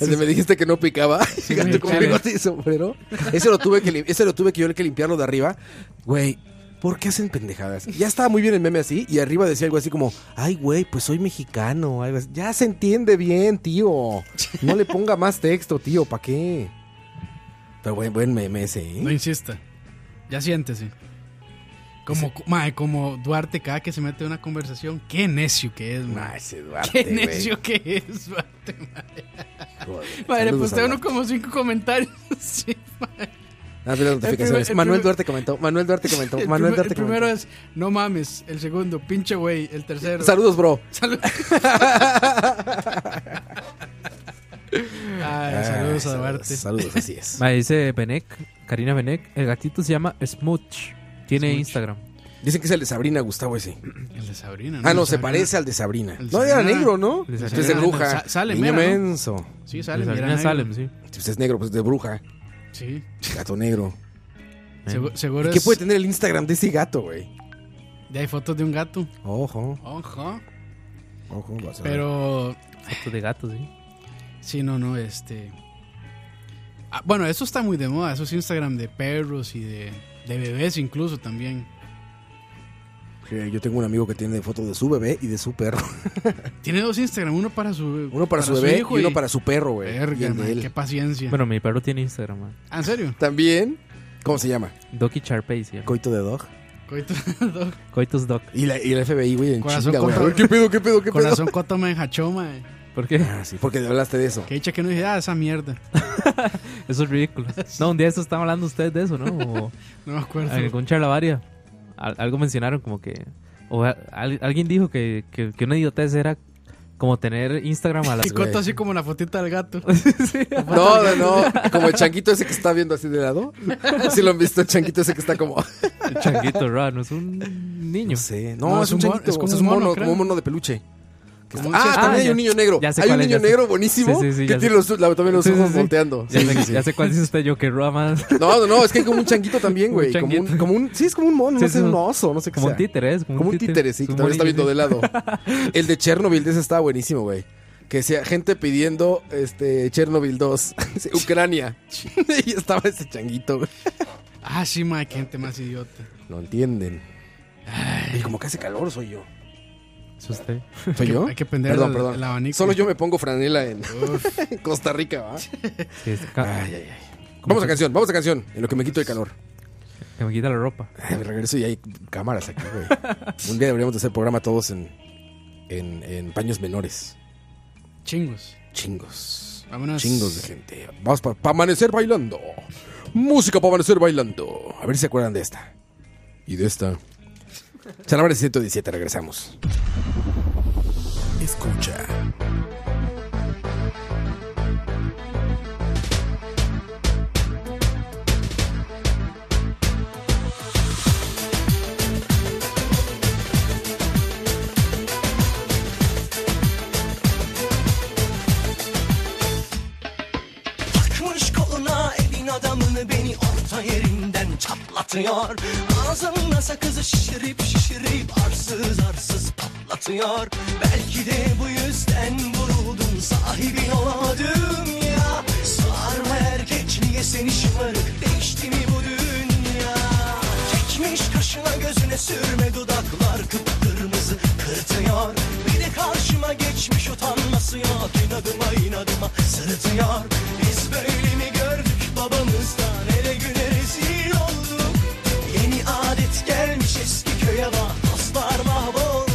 Donde me dijiste que no picaba. Llegaste con
chale.
bigote y sombrero. Ese lo tuve que, lim- ese lo tuve que yo que limpiarlo de arriba. Güey, ¿por qué hacen pendejadas? Ya estaba muy bien el meme así. Y arriba decía algo así como, ay, güey, pues soy mexicano. algo así. Ya se entiende bien, tío. No le ponga más texto, tío. ¿Para qué? Pero buen, buen meme ese, ¿eh?
No insista. Ya siéntese. Como, mae, como Duarte, cada que se mete en una conversación, qué necio que es, mae.
Ah, ese Duarte,
Qué
güey.
necio que es, Duarte, mae.
Joder.
Mae, le
Saludos a
posteo pues, uno
Duarte.
como cinco comentarios. Sí, mae.
Ah, mira las notificaciones.
primer- el
Manuel
primer-
Duarte comentó. Manuel Duarte comentó.
El,
Manuel
primer-
Duarte
el primero
comentó.
es, no mames. El segundo, pinche güey. El tercero,
Saludos, bro.
Salud- Ah, Ay, "Ah,
Ah,
saludos a Duarte.
Eh, Saludos, así es.
Ma, dice Benek, Karina Benek. El gatito se llama Smooch. Tiene
Smooch.
Instagram.
Dicen que es el de Sabrina, Gustavo ese.
El de Sabrina.
Ah, no, se
Sabrina.
parece al de Sabrina.
El de
No, era
Sabrina.
negro, ¿no?
El
Usted
de
es de
Sabrina.
bruja.
Sa- sale
Niño
mera, ¿no?
menso.
Sí, sale,
Sale,
mira,
Sabrina
negro.
Salem, sí.
Si usted es negro, pues es de bruja.
Sí.
Gato negro.
Segu- seguro
¿Y
es.
qué puede tener el Instagram de ese gato, güey?
Ya hay fotos de un gato.
Ojo,
Ojo.
ojo. vas a ver.
Pero.
Fotos de gatos, sí.
Sí, no, no, este. Ah, bueno, eso está muy de moda. Eso es Instagram de perros y de, de bebés, incluso también.
Sí, Yo tengo un amigo que tiene foto de su bebé y de su perro.
Tiene dos Instagram: uno para su
Uno para, su bebé
hijo
y uno para su perro, güey. Y
Verga,
el de
man,
él.
qué paciencia.
Bueno, mi perro tiene Instagram, ma.
Ah, ¿En serio?
También. ¿Cómo se llama?
Doki Charpey se llama.
Coito de dog.
Coito-
Coitus Doc.
Y la, y el FBI, güey, en
Corazón
chinga, güey.
contra-
A ver, ¿Qué pedo, qué pedo, qué pedo?
Corazón Coto me enjachó, mae.
¿Por qué?
Ah, sí, porque hablaste de eso.
Que dicha que no dije, ah, esa mierda.
Eso es ridículo. No, un día eso estaban hablando ustedes de eso, ¿no? O
No me acuerdo.
algún charlavaria. Al- algo mencionaron como que. O a- al- alguien dijo que, que, que una idiotez era como tener Instagram a las
Y Coto así como la fotita del gato.
No, no, no. Como el changuito ese que está viendo así de lado. Si lo han visto, el changuito ese que está como.
El changuito raro, no es un niño.
No sé. No,
No,
es, un
mono-
changuito.
es como
Es
un
un mono,
mono,
como un
creo.
mono de peluche. Que está-
Como un
Ah,
changuito.
también
Ah,
hay
ya.
un niño negro.
Ya sé
Hay un
cuál es,
niño
ya sé.
negro buenísimo
Sí, sí, sí,
que
ya
tiene
sé.
los, la- también los
Sí, sí,
ojos
sí.
volteando.
Ya,
Sí,
sé,
sí,
ya
sí.
sé cuál dice usted, yo que roba más.
No, no, no, es que hay como un changuito también,
Como un
güey. Como un,
changuito.
como un- sí, es como un mono,
Sí,
no
es
sé, un
un-
oso, no sé qué
Como un
sea.
títere, es como,
Como un títere, sí,
Es
que
un
también está viendo
morillo,
de
sí.
lado. El de Chernobyl, de ese estaba buenísimo, güey. Que decía gente pidiendo este Chernobyl 2, Sí, Ucrania. y estaba ese changuito, güey.
Ah, sí, mae, qué gente más idiota.
No entienden. Y como que hace calor, soy yo.
Es usted.
¿Soy yo?
hay que prender
perdón,
el-
perdón.
el abanico.
Solo yo me pongo franela en, en Costa Rica, ¿va?
Sí, es ca-
Vamos a canción, vamos a canción. En lo que me quito el calor.
que me quita la ropa.
Ah.
Ay, me regreso y hay cámaras aquí, güey. Un día deberíamos de hacer programa todos en, en, en paños menores.
Chingos.
Chingos.
Vámonos.
Chingos de gente. Vamos para amanecer bailando. Música para amanecer bailando. A ver si se acuerdan de esta. Y de esta. Chalabares 117, regresamos. Escucha.
Takmış koluna evin adamını beni orta yerinden çatlat patlatıyor Ağzımda sakızı şişirip şişirip arsız arsız patlatıyor Belki de bu yüzden vuruldum sahibin olamadım ya Sarma erkek niye seni şımarık değişti mi bu dünya Çekmiş kaşına gözüne sürme dudaklar kıpkırmızı kırtıyor Bir de karşıma geçmiş utanması yok inadıma inadıma sırıtıyor Biz böyle mi gördük babamızdan ele güne rezil olduk Yeni adet gelmiş eski köye bak dostlar mahvoldu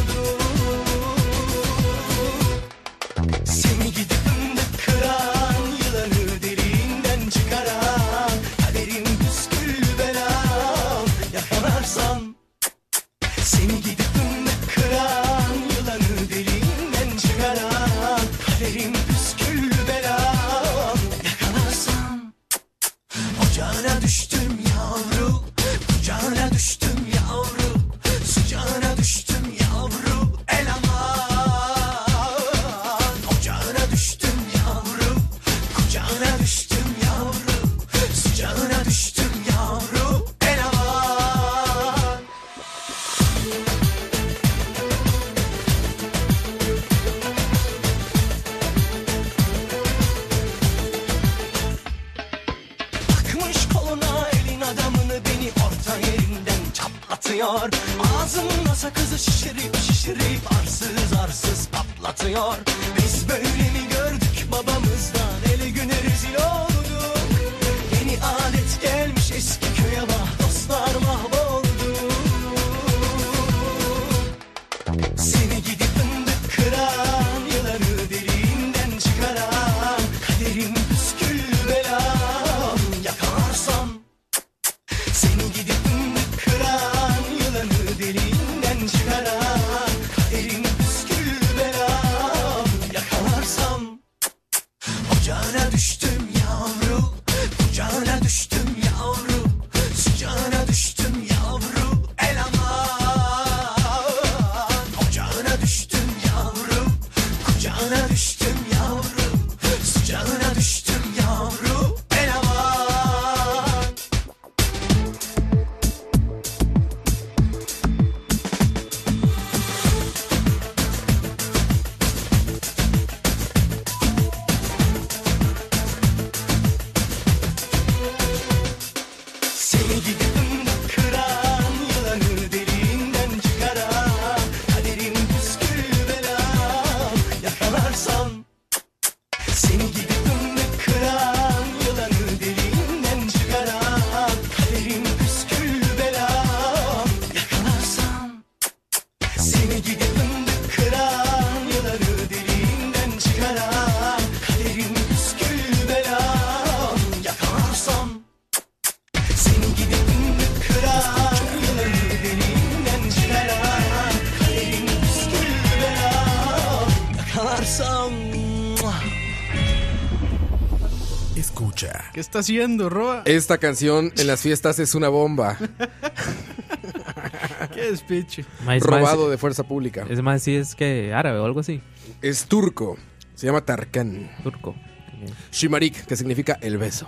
Seni gidip ındık kıran Yılanı deliğinden çıkaran Kaderim püskül belam Yakalarsan seni gidip ındık kıran Yılanı deliğinden çıkaran Kaderim püskül belam Yakalarsan Ocağına düştüm yavru Kucağına düştüm yavru Sıcağına düştüm yavru El aman Ocağına düştüm yavru Kucağına düştüm yavru Sıcağına düştüm yavru El aman Takmış koluna elin adamını beni orta yerinden çaplatıyor Ağzımda sakızı şişirip şişirip arsız arsız patlatıyor Biz böyle mi gördük babamızdan eli güne rezil olduk Yeni adet gelmiş eski köye bak dostlar mahvoldu Seni gidip ındık kıran Yılanı deliğinden çıkaran Kaderim püskül belam Yakalarsam Seni gidip ındık kıran Yılanı deliğinden çıkaran Kaderim püskül belam Yakalarsam Ocağına düştüm yavru Kucağına düştüm yavru Sıcağına düştüm yavru El aman Ocağına düştüm yavru Kucağına düştüm yavru Sıcağına düştüm yavru El aman Seni gidip ındık kıran Yılanı deliğinden çıkaran Kaderim püskül belam Yakalarsam Seni gidip ındık kıran Yılanı deliğinden çıkaran Kaderim püskül belam Yakalarsam seni gidip ındık kıran Yılanı deliğinden çıkaran Kaderim püskül belam Yakalarsam seni gidip ünlü kırar Yılanı deliğinden çıkaran Kaderim püskül belam Yakalarsam muah.
Escucha.
¿Qué está haciendo, Roa?
Esta canción en las fiestas es una bomba. Eh,
Qué despiche.
Ma, ese ma
robado
sí-
de fuerza pública.
Ese más sí es que árabe o algo así.
eh, Es turco. Se llama Tarkan.
Turco.
Shimarik, que significa el beso.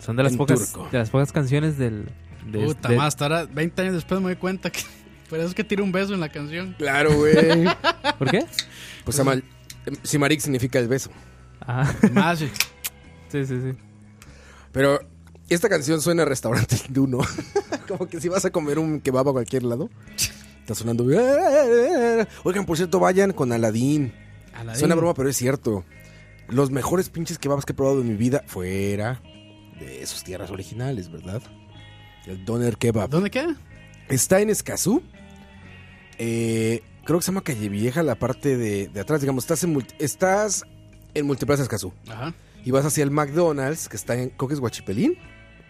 Son de las
En
pocas
turco.
de las pocas canciones del de,
Puta,
de-
más, hasta ahora, 20 años después me doy cuenta que. Por eso es que tiro un beso en la canción.
Claro, güey.
¿Por qué?
Pues se llama. Shimarik significa el beso.
Ah,
Más. sí.
sí, sí, sí.
Pero esta canción suena a restaurante hindú, ¿no? Como que si vas a comer un kebab a cualquier lado. Está sonando. Oigan, por cierto, vayan con Aladín.
Aladín.
Suena broma, pero es cierto. Los mejores pinches kebabs que he probado en mi vida fuera de sus tierras originales, ¿verdad? El Doner Kebab.
¿Dónde queda?
Está en Escazú. Eh, creo que se llama Calle Vieja, la parte de, de atrás. Digamos, estás en, multi- estás en Multiplaza Escazú.
Ajá.
Y vas hacia el McDonald's, que está en Coques Guachipelín.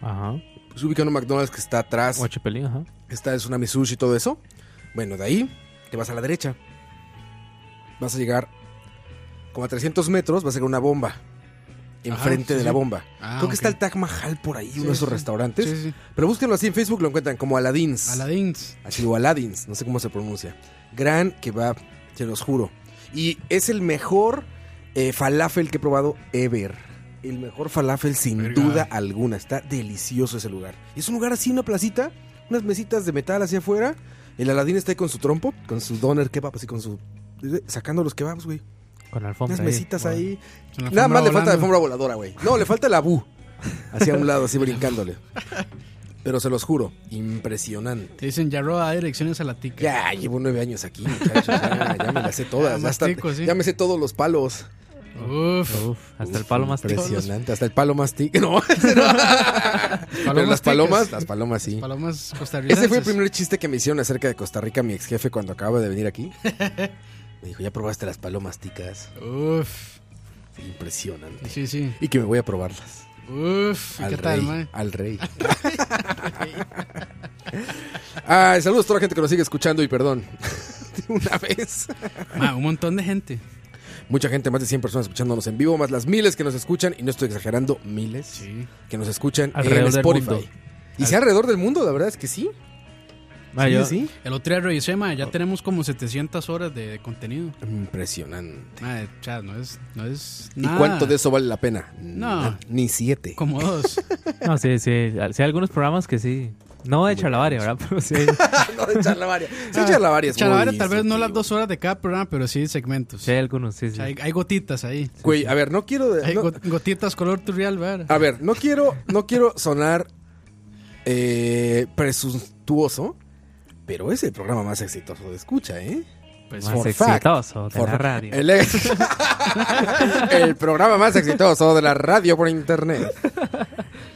Ajá.
Pues ubican un McDonald's que está atrás.
Guachipelín, ajá.
Está el Tsunami Sushi y todo eso. Bueno, de ahí te vas a la derecha. Vas a llegar como a 300 metros, vas a llegar a una bomba. Enfrente
sí,
de la
sí.
bomba.
Ah,
Creo que
ok.
está el Taj Mahal por ahí, uno de esos
sí.
restaurantes.
Sí, sí.
Pero búsquenlo así en Facebook, lo encuentran como Aladins.
Aladins.
Así o Aladins, no sé cómo se pronuncia. Gran kebab, se los juro. Y es el mejor eh, falafel que he probado ever. el mejor falafel sin
Verga.
duda alguna. Está delicioso ese lugar. Es un lugar así, una placita, unas mesitas de metal hacia afuera. El Aladín está ahí con su trompo, con su doner kebab, así con su... eh, Sacando los kebabs, güey.
Con alfombra.
Unas mesitas
bueno.
ahí.
En la
Nada más le falta la
volando.
alfombra voladora, güey. No, le falta la bu. Hacia un lado, así brincándole. Pero se los juro, impresionante.
Te dicen, ya roba direcciones a la tica.
Ya, llevo nueve años aquí, muchachos. Ya, ya me las sé todas.
Ya,
Ya, hasta-
mastico, sí.
ya me sé todos los palos.
Uf.
Oh,
Uf, hasta el palo más tico.
Impresionante. Hasta el palo más tic. No, ese no. Pero las
ticas.
palomas, las palomas sí.
Palomas costarricenses.
Ese fue el primer chiste que me hicieron acerca de Costa Rica, mi ex jefe, cuando acababa de venir aquí. Me dijo, ¿ya probaste las palomas ticas?
Uf.
Impresionante.
Sí, sí.
Y que me voy a probarlas.
Uf. ¿y
Al
¿Qué
rey,
tal, mae?
al rey. Ay, saludos a toda la gente que nos sigue escuchando y perdón. De Una vez.
Mae, un montón de gente.
Mucha gente, más de 100 personas escuchándonos en vivo, más las miles que nos escuchan, y no estoy exagerando, miles
Sí.
que nos escuchan en
Alrededor del
Spotify.
mundo.
Y sea alrededor del mundo, la verdad es que sí.
Ma, Ah, yo-
El otro día revisé, mae, ya tenemos como 700 horas de, de contenido.
Impresionante. Ah.
Mae, o sea, no es, no es
¿Y
nada.
cuánto de eso vale la pena?
No.
Ni siete.
Como dos.
No, sí, sí. Sí, hay algunos programas que sí. No de charlavaria, ¿verdad? Pero sí.
no, de charlavaria. Sí, charlavaria es muy
Ah, Chalabaria, tal vez no las
subjetivo.
dos horas de cada programa, pero sí segmentos.
Sí, hay algunos, sí,
O
sí.
sea, hay, hay gotitas ahí.
Güey, a ver, no quiero...
Hay
no-
got- gotitas color turrial, ¿verdad?
A ver, no quiero, no quiero sonar eh, presuntuoso, pero es el programa más exitoso de escucha, ¿eh?
Pues
Más
for
exitoso de
For-
la radio.
El, ex- el programa más exitoso de la radio por internet.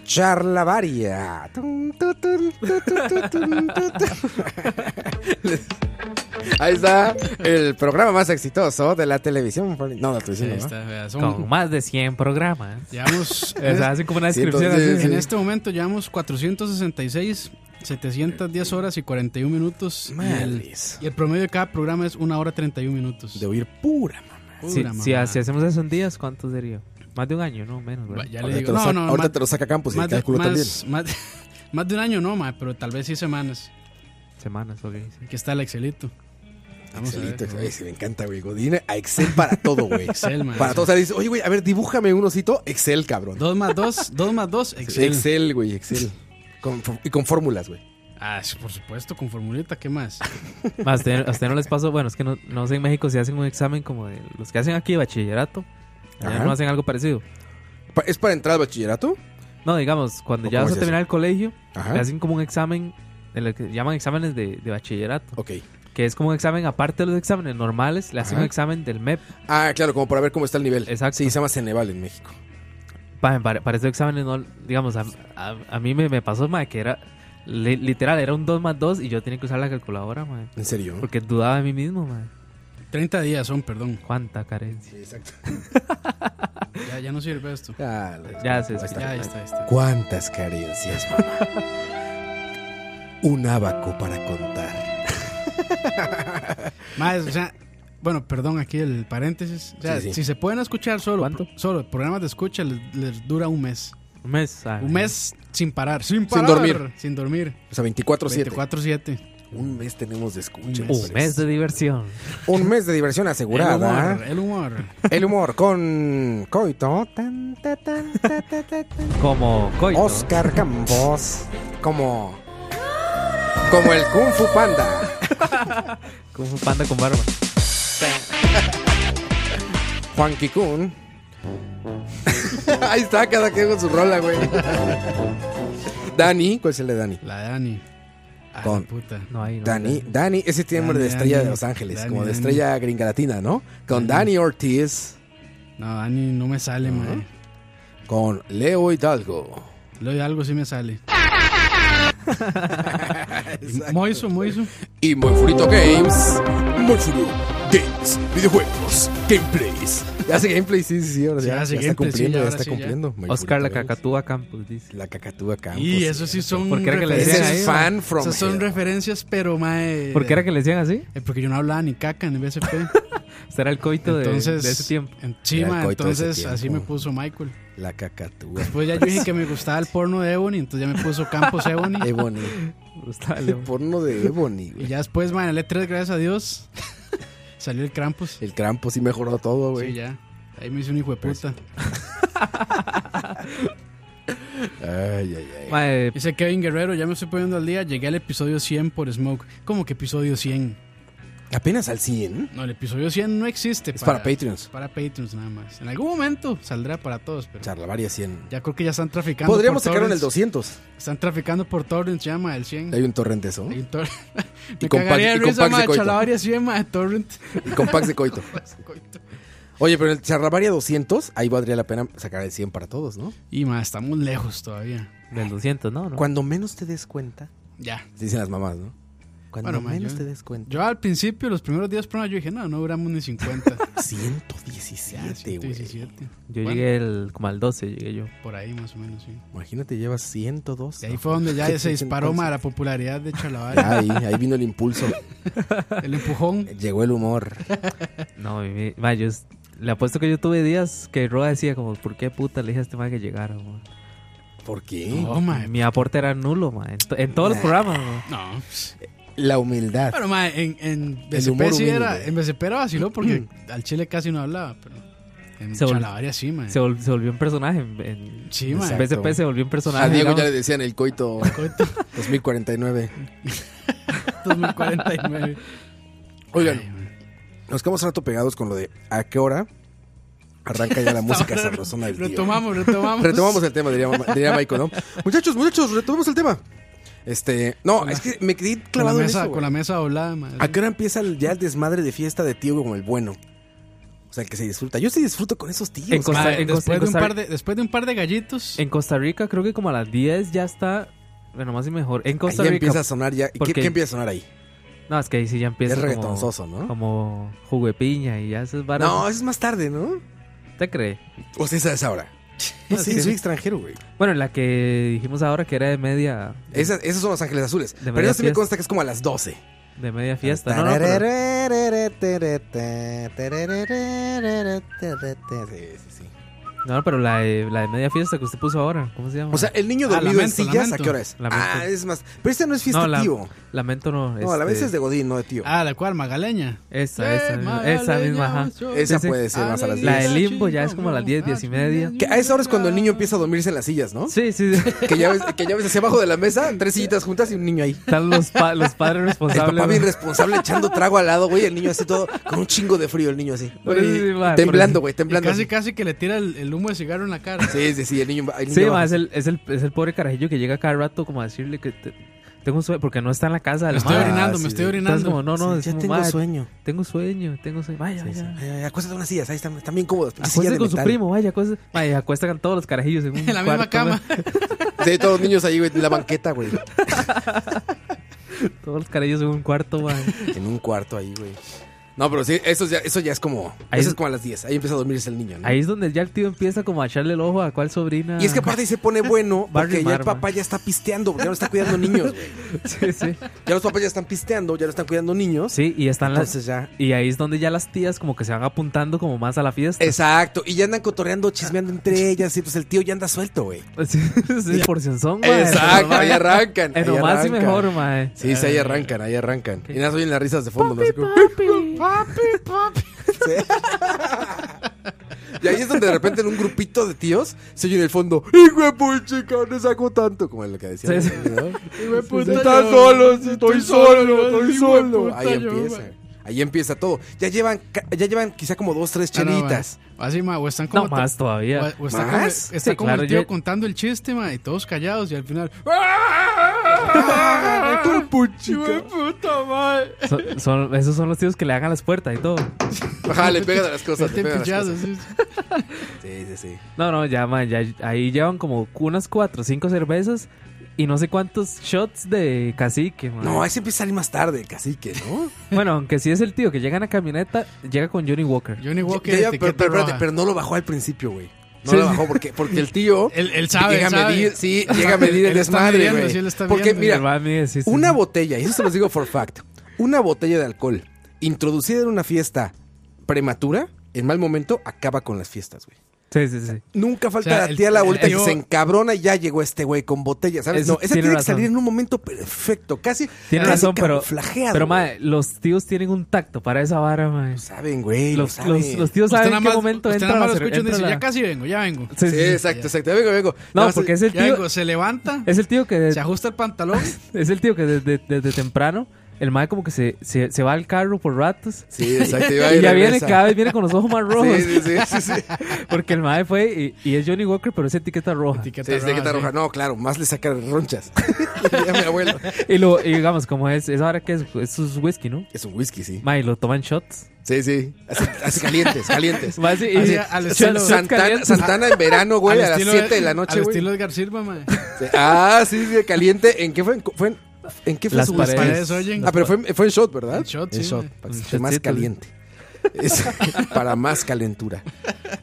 Charlavaria. Tum, tu, tum, tu, tu, tu, tum, tu, tu. Ahí está el programa más exitoso de la televisión. por- No, la televisión.
Ahí
no, ¿no?
está, vea, son-
Con más de 100 programas.
Llevamos.
O sea, hace como una descripción
Sí,
así.
entonces-
En este momento llevamos 466, 710 horas y 41 minutos. Y el,
Madres.
y el promedio de cada programa es 1 hora 31 minutos.
De oír pura mamá.
Pura
Si, si
mamá.
así hacemos eso en días, ¿cuánto sería? Más de un año, ¿no? Menos, ¿verdad?
Va, Ya le
Ahorita, te
digo.
lo
No,
saca-
no,
ahorita
más,
te lo saca Campos y el
más de,
cálculo también.
más- más- más de un año no, ma, pero tal vez sí semanas.
Semanas, ok. sí.
Aquí está el Excelito. Vamos a ver.
Excelito, Excel. Ay, sí, me encanta, güey. Godín, a Excel para todo, güey.
Excel, man.
Para todo. O sea, dice, oye, güey, a ver, dibújame un osito. Excel, cabrón.
2 más 2, 2 más 2, Excel.
Excel, güey, Excel. Con- y con fórmulas, güey.
Ah, sí, por supuesto, con formulita, ¿qué más?
Más, ¿A usted, a usted no les pasó? Bueno, es que no, no sé en México si hacen un examen como de los que hacen aquí de bachillerato. Allá
Ajá.
no hacen algo parecido.
Pa- ¿Es para entrar al bachillerato?
No, digamos, cuando
¿O
ya
cómo
vas
es
a terminar el colegio,
Ajá.
Ah.
le hacen como un examen, de lo que llaman exámenes de, de bachillerato,
Ok.
que es como un examen, aparte de los exámenes normales, le hacen
Ajá.
un examen del MEP.
Ah, claro, como para ver cómo está el nivel.
Exacto.
Sí, se llama Ceneval en México.
Pa- Para, para estos exámenes, no, digamos, a, a- a mí me, me pasó, ma, que era, li- literal, era un 2 más 2 y yo tenía que usar la calculadora, ma,
¿En serio?
porque dudaba de mí mismo, ma.
30 días son, perdón.
Cuánta carencia.
Exacto.
Ya, ya no sirve esto.
Ya, la-
Ya se
Ahí está.
Ya, ahí está, ahí está.
¿Cuántas carencias, mamá? Un abaco para contar.
Más, o sea, bueno, perdón aquí el paréntesis. O sea,
Sí, sí.
si se pueden escuchar solo,
¿Cuánto?
solo programas de escucha les, les dura un mes.
Un mes. ah,
Un mes sin parar. Sin
parar. dormir.
Sin dormir.
O sea, 24-7.
24-7.
Un mes tenemos de escucha.
Un
Un mes de diversión.
Un mes de diversión
El
asegurada.
humor, el humor.
El humor con Coito, tan, ta, tan, ta, ta, ta, tan.
Como coito.
Oscar Campos, como como el Kung Fu Panda,
Como un panda con barba.
Juan Kikun. Ahí está cada quien con su rola, güey. Dani, ¿cuál es el de Dani?
La Dani. Ah,
Con-
la puta.
No hay. No,
Dani, Dani, ese tiene nombre de
Dani,
estrella de
Dani,
Los Ángeles,
Dani,
como de
Dani.
estrella gringa latina, ¿no? Con
Dani.
Dani Ortiz,
No, Dani no me sale, mae.
con Leo Hidalgo.
Lo de algo sí me sale. Moiso, Moiso.
y Monfurito Games. Monfuru Games, videojuegos, gameplays. Ya hace gameplay, sí, sí, sí, ahora
Sí,
ya,
hace
ya está
gameplay, sí,
cumpliendo, ya
ya, ahora
está
sí, ya.
cumpliendo. Monfurito
Oscar la
Games.
cacatúa Campos dice.
La cacatúa Campos. eh.
Y eso sí son.
Porque era que le
referencias.
decían
Ese es
ahí,
fan from
Esas ¿eh? son
hell.
referencias, pero mae.
¿Por qué era que le decían así?
Eh, porque yo no hablaba ni caca en el BSP.
Este era el coito de-
Entonces.
de, ese tiempo.
en- sí,
Era el
mae,
coito de ese
entonces así me
tiempo.
puso Michael.
La cacatúa.
Pues ya yo dije que me gustaba el porno de Ebony, entonces ya me puso Campos Ebony.
Ebony.
Gustavo
El
León.
porno de Ebony,
Y
güey.
ya después, mae, en el E3, gracias a Dios, salió el Krampus.
El Krampus sí mejoró todo,
Sí,
güey. Pues,
ya. Ahí me hice un hijo de puta.
Ay, ay, ay.
Mae,
Dice Kevin Guerrero, ya me estoy poniendo al día, llegué al episodio 100 por Smoke. ¿Cómo que episodio 100?
Apenas al 100.
No, el episodio 100 no existe.
Es para Patreons.
Para Patreons nada más. En algún momento saldrá para todos, pero
Charlavaria 100.
ya creo que ya están traficando.
Podríamos
por
sacarlo en el
torrents.
200.
Están traficando por torrents, llama el 100.
Hay un torrente eso.
Hay
¿no?
un tor- Me
con
cagaría
packs- y
de
con
risa,
packs de
ma,
coito.
Chalabaria 100, ma, de torrent.
Y con packs de coito. Oye, pero en el Charlavaria 200, ahí valdría la pena sacar el 100 para todos, ¿no?
Y ma, estamos lejos todavía.
del 200, no, no.
Cuando menos te des cuenta.
Ya.
Dicen las mamás, ¿no?
Cuando
Bueno, ma,
menos
yo-
te des cuenta.
Yo al principio, los primeros días, pero yo dije, no, no duramos ni 50. Ya,
117, güey.
117.
Yo
Bueno.
llegué el, como al 12, llegué yo.
Por ahí más o menos, sí.
Imagínate, llevas 102.
De ahí fue donde ya se disparó ma, la popularidad de Chalabaria.
Ahí, ahí vino el impulso.
El empujón.
Llegó el humor.
No, y me- mae, yo es- le apuesto que yo tuve días que Roa decía como, ¿por qué puta le dije a este mae que llegara? mae?"
¿Por qué?
No, ma.
Mi aporte era nulo, mae, en, to- en todos los programas. mae.
No.
La humildad.
Pero, ma, en, en
El humor
BCP sí
humilde. Mm.
era. En BCP era vaciló porque al chile casi no hablaba, pero. En
Se vol-
Chalabaria sí, ma.
Se, vol- se volvió un personaje. En, en-
Sí,
en
mae.
BCP se volvió un personaje.
A Diego ya
digamos.
le decían el coito
Coito.
2049.
2049. Ay,
Oigan,
ma.
nos quedamos un rato pegados con lo de a qué hora arranca ya la música
Ahora
sabrosona del tío.
Retomamos, retomamos.
Retomamos el tema, diría, diría Maiko, ¿no? Muchachos, muchachos, retomamos el tema. Este, no, es que me quedé
con la
clavado en
mesa,
eso,
con
güey.
la mesa doblada, ma.
¿A qué hora empieza el- ya el desmadre de fiesta de tío como el bueno? O sea, el que se disfruta. Yo sí disfruto con esos tíos.
En Costa-
Ma,
en Costa-
después,
en
de un
Costa-
par de, después de un par de gallitos,
En Costa Rica creo que como a las 10 ya está, bueno, más y mejor. En
Ahí
Costa
ya
Rica...
empieza a sonar ya. ¿Qué,
porque-
qué empieza a sonar ahí?
No, es que ahí sí ya empieza
es
como,
reggaetonzoso, ¿no?
como jugo de piña y ya esas varas.
No, eso es más tarde, ¿no?
¿Te crees?
O sea, esa es ahora.
No,
sí,
sí.
soy extranjero, güey.
Bueno, la que dijimos ahora que era de media...
Esas, esas son Los Ángeles Azules. Pero
media
eso sí me
fiesta.
consta que es como a las 12.
De media fiesta. No, no, pero-
Sí, sí, sí.
No, pero la de, la de media fiesta que usted puso ahora, ¿cómo se llama?
O sea, el niño
Ah,
dormido
lamento,
en sillas, ¿a
lamento.
qué hora es?
Lamento.
Ah, es más. Pero esta no es fiesta,
No, la-
tío.
Lamento no. este,
No, a la vez es de Godín, no de tío.
ah, la cual, Magaleña.
Esa, esa,
Eh,
misma, esa misma, ajá.
soy-
Esa
ese-
puede ser más a las
La
10.
del limbo ya es como a las 10, 10 y media.
Que a esa hora es cuando el niño empieza a dormirse en las sillas, ¿no?
Sí, sí, sí.
Que ya ves, que ya ves hacia abajo de la mesa, tres sillitas juntas y un niño ahí.
Están los, pa- los padres
El
responsables.
papá
¿no?
bien responsable echando trago al lado, güey. El niño así todo, con un chingo de frío, el niño así.
Por eso sí, ma,
Temblando,
por
güey,
Y
temblando.
casi, casi que le tira el, el humo de cigarro en la cara.
Sí, sí, sí, el niño. El
eso-
niño
Sí,
abajo.
ma, es el, es, el, es el pobre carajillo que llega cada rato como a decirle que te- tengo un sueño, porque no está en la casa del
Me estoy
madre.
orinando,
sí,
me estoy
sí.
Entonces,
orinando.
Ah, como, no, no, es
ya
como,
tengo
ma,
sueño.
Tengo sueño, tengo sueño. Vaya, vaya.
Ay, ay, Eh, acuéstate en unas sillas, ahí están, están bien cómodas. pinche silla
Acuéstate
de
con su
metal.
primo, vaya, acuéstate. Vaya, acuéstan todos los carajillos en, un
En la misma
cuarto,
cama. Ah,
Sí, todos los niños ahí, güey, en la banqueta, güey.
ma, Todos los carajillos en un cuarto, ma.
En un cuarto ahí, güey. No, pero sí, eso ya, eso ya es como.
Ahí
eso
es-
es como a las 10. Ahí empieza a dormirse el niño, ¿no?
Ahí es donde ya el tío empieza como a echarle el ojo a cuál sobrina.
Y es que aparte ahí se pone bueno
Va a
porque ya
rimar,
el papá ya está pisteando, porque ya no está cuidando niños, güey.
Sí, sí.
Ya los papás ya están pisteando, ya no están cuidando niños.
Sí, y están las,
Entonces ya.
Y ahí es donde ya las tías como que se van apuntando como más a la fiesta.
Exacto. Y ya andan cotorreando, chismeando entre ellas. Y pues el tío ya anda suelto, güey.
Sí, sí, por Sansón, mae.
Exacto,
Pero, mae,
ahí arrancan.
En
ahí
lo más y
arrancan.
mejor, mae.
Sí, sí, ahí arrancan, ahí arrancan. Y nada, oyen las risas de fondo. ¿no? Así como- Sí. Y ahí es donde de repente en un grupito de tíos se oye en el fondo, hijo de pucha, no saco tanto, como lo que decía.
Sí, sí.
¿no?
Puta,
Están
yo-
solos, estoy solo,
hijo de
estoy solo.
puta,
Ahí
yo,
empieza.
man.
Ahí empieza todo. Ya llevan, ca- ya llevan quizá como dos, tres
Ah, no,
chelitas.
ma. Así, ma, o están como.
No, más todavía.
o- o está
¿Más?
como, está
Sí,
como
claro,
el tío
yo-
contando el chiste, ma, y todos callados, y al final.
Ah, hijo de puchica.
Son- son- esos son los tíos que le hagan las puertas y todo.
Ajá, le pegan a las cosas. le
Estén
pegan a las
pillados.
cosas.
sí.
Sí, sí, sí.
No, no, ya, mae, ya ahí llevan como unas cuatro o cinco cervezas y no sé cuántos shots de cacique, mae.
No, ahí se empieza a salir más tarde el cacique, ¿no?
Bueno, aunque sí es el tío que llega en la camioneta, llega con Johnny Walker.
Johnny Walker.
Ya, ya, pero,
etiqueta
pero, espérate,
roja.
pero no lo bajó al principio, güey. No
Sí,
lo
sí.
bajó porque, porque el tío
Él- él sabe,
llega
él
a
sabe.
medir, sí, llega a medir el
Él está
desmadre,
midiendo,
güey.
sí, él está
porque
midiendo.
El
mira,
mami, sí, sí,
una
sí.
botella, y eso se los digo for fact, una botella de alcohol introducida en una fiesta prematura, en mal momento, acaba con las fiestas, güey.
Sí, sí, sí.
Nunca falta
O sea,
la
el-
tía la abuelita
el
que
tío-
se encabrona y ya llegó este güey con botella, ¿sabes?
Eso
no, esa
tiene
tiene que
razón.
salir en un momento perfecto, casi.
Tiene
casi
razón, pero.
camuflajeado,
Pero,
güey.
mae, los tíos tienen un tacto para esa vara, mae.
Lo saben, güey. Lo
Los,
saben.
los, los tíos saben en qué momento
usted
entra
nada más
la
lo
cer-
escucha y
entra
dice,
la-
ya casi vengo, ya vengo.
Sí, sí,
Sí,
sí.
exacto, exacto. Vengo, vengo.
No,
Nada más-
porque es el
Ya
tío.
vengo, se levanta,
Es el tío que de-
se ajusta el pantalón.
es el tío que desde desde temprano el mae como que se, se, se va al carro por ratos
Sí, exacto. iba
y ya viene
regresa.
cada vez viene con los ojos más rojos
Sí, sí, sí, sí, sí.
porque el mae fue y, y es Johnny Walker pero es etiqueta roja
Etiqueta
Sí, sí, etiqueta
sí.
roja. No, claro, más le saca ronchas. Ya mi abuelo.
y lo y digamos como es es ahora que es es su whisky no
Es un whisky, sí.
mae y lo toman shots
Sí, sí. Así, así calientes, calientes.
Mae, sí, y-
Así, al
shots-
estilo-
shots
Santana,
calientes.
Santana en verano, güey,
Al
a las
estilo
7 de la noche,
Al
güey.
estilo Edgar Silva, mae.
Sí. Ah, sí, sí, caliente. ¿En qué fue? ¿En, cu- fue en, en qué fue
Las
su
paredes.
whisky?
Paredes, oyen.
Ah, pero fue, en- fue en shot, ¿verdad?
En shot,
En
sí,
shot,
güey.
para que
Un
esté más
shotcito.
caliente. Es- para más calentura.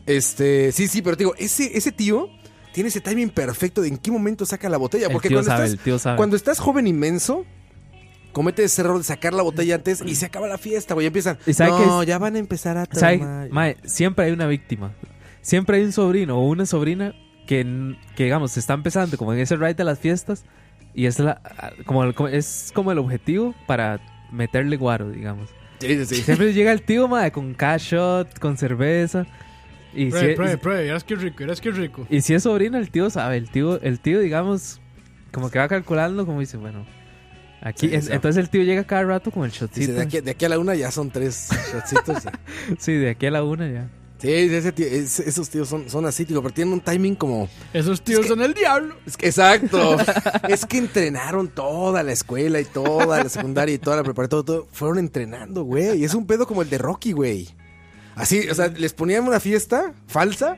Este, sí, sí, pero te digo, ese, ese tío tiene ese timing perfecto de en qué momento saca la botella.
el
Porque
tío
cuando
sabe
estás,
el tío sabe
Cuando estás joven inmenso, comete ese error de sacar la botella antes y se acaba la fiesta, güey. Empiezan.
y sabe que es-
No, ya van a empezar a
¿Sabe?
tomar.
Mae, siempre hay una víctima. Siempre hay un sobrino o una sobrina que, n- que digamos, se está empezando como en ese ride de las fiestas y es, la, como, el- como- es como el objetivo para meterle guaro, digamos.
Sí, sí, sí.
Siempre llega el tío, mae, con cash shot, con cerveza. Y si,
Pruebe,
es-
pruebe, pruebe. Verás qué rico, verás qué rico.
y si es sobrino, el tío sabe. El tío, el tío digamos, como que va calculando, como dice, bueno, aquí.
Sí,
en-
sí.
entonces el tío llega cada rato con el
Dice,
shotcito.
de, aquí, de aquí a la una ya son tres shotcitos.
Sí, de aquí a la una ya.
Sí, ese tío- es- esos tíos son, son así, digo, pero tienen un timing como.
Esos tíos
que-
son el diablo.
Es que- exacto. es que entrenaron toda la escuela y toda la secundaria y toda la preparatoria. todo- fueron entrenando, güey. Y es un pedo como el de Rocky, güey. Así, o sea, les ponían una fiesta falsa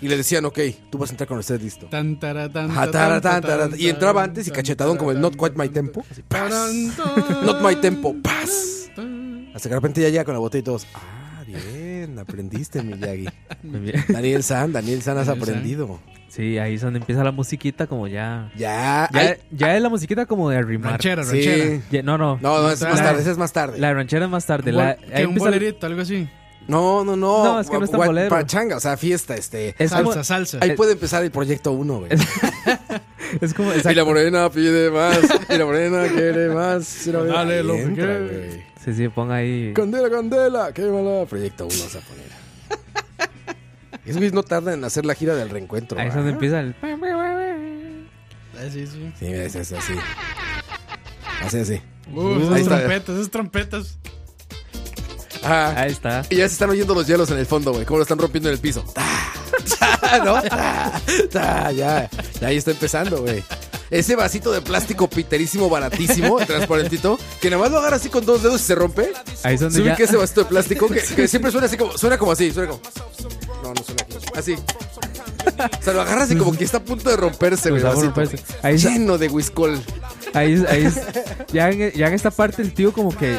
y les decían, ok, tú vas a entrar con usted listo.
Tan, tara, tan,
Ajá,
ta,
tara,
tan,
tan,
ta,
tara,
tan,
Y entraba
tan,
antes y
tan,
cachetadón como el
tan,
Not Quite My
tan,
Tempo. Así,
tan,
¡paz!
tan,
Not My Tempo,
tan,
¡paz!
tan.
Hasta que de repente ya llega con la botella y todos. Ah, bien, aprendiste, Miyagi.
Muy bien.
Daniel San, Daniel San, has
Daniel San.
aprendido.
Sí, ahí es donde empieza la musiquita como ya...
Ya,
Ya,
ay,
ya es la musiquita como de arrimar.
Ranchera,
sí.
ranchera.
Ya- no, no.
No, no, es más
La-
tarde, ese es más tarde.
La ranchera es más tarde.
Un
La,
bol-
ahí
que un
empieza-
bolerito, algo así.
No, no, no.
No, es que no es tan
Gua-
bolero.
Pachanga, o sea, fiesta, este.
es, como,
Salsa, salsa.
Ahí puede empezar el proyecto uno, güey.
es como-
Y la
exacto.
morena pide más, y la morena quiere más. y la morena-
Dale,
Ahí
lo que
entra,
quieres.
güey.
Sí, sí, ponga ahí.
Candela, candela, quémala. Proyecto 1 vas a poner. Esos güeyes no tardan en hacer la gira del reencuentro.
Ahí es
¿va?
donde empieza el.
Ah, Sí, sí.
Sí, mira, es es así. Así, así.
Uh,
Ahí
esas
está.
trompetas, esas trompetas.
Ajá.
Ahí está.
Ah, Y ya se están oyendo los hielos en el fondo, güey. Cómo lo están rompiendo en el piso. Ta, ta, ¿no? Ta, ta, ya. Ya ahí está empezando, güey. Ese vasito de plástico piterísimo, baratísimo, transparentito, que nada más lo agarra así con dos dedos y se rompe.
Ahí es donde
¿Sí
ya.
que ese vasito de plástico que, que siempre suena así como, suena como así, suena como. No, no suena aquí. Así. O sea, lo agarra así como que está a punto de romperse, güey.
Pues,
el
vamos,
vasito.
pues, ahí está-
Lleno de whiskol.
Ahí, es- ahí es- ya, en, ya en esta parte el tío como que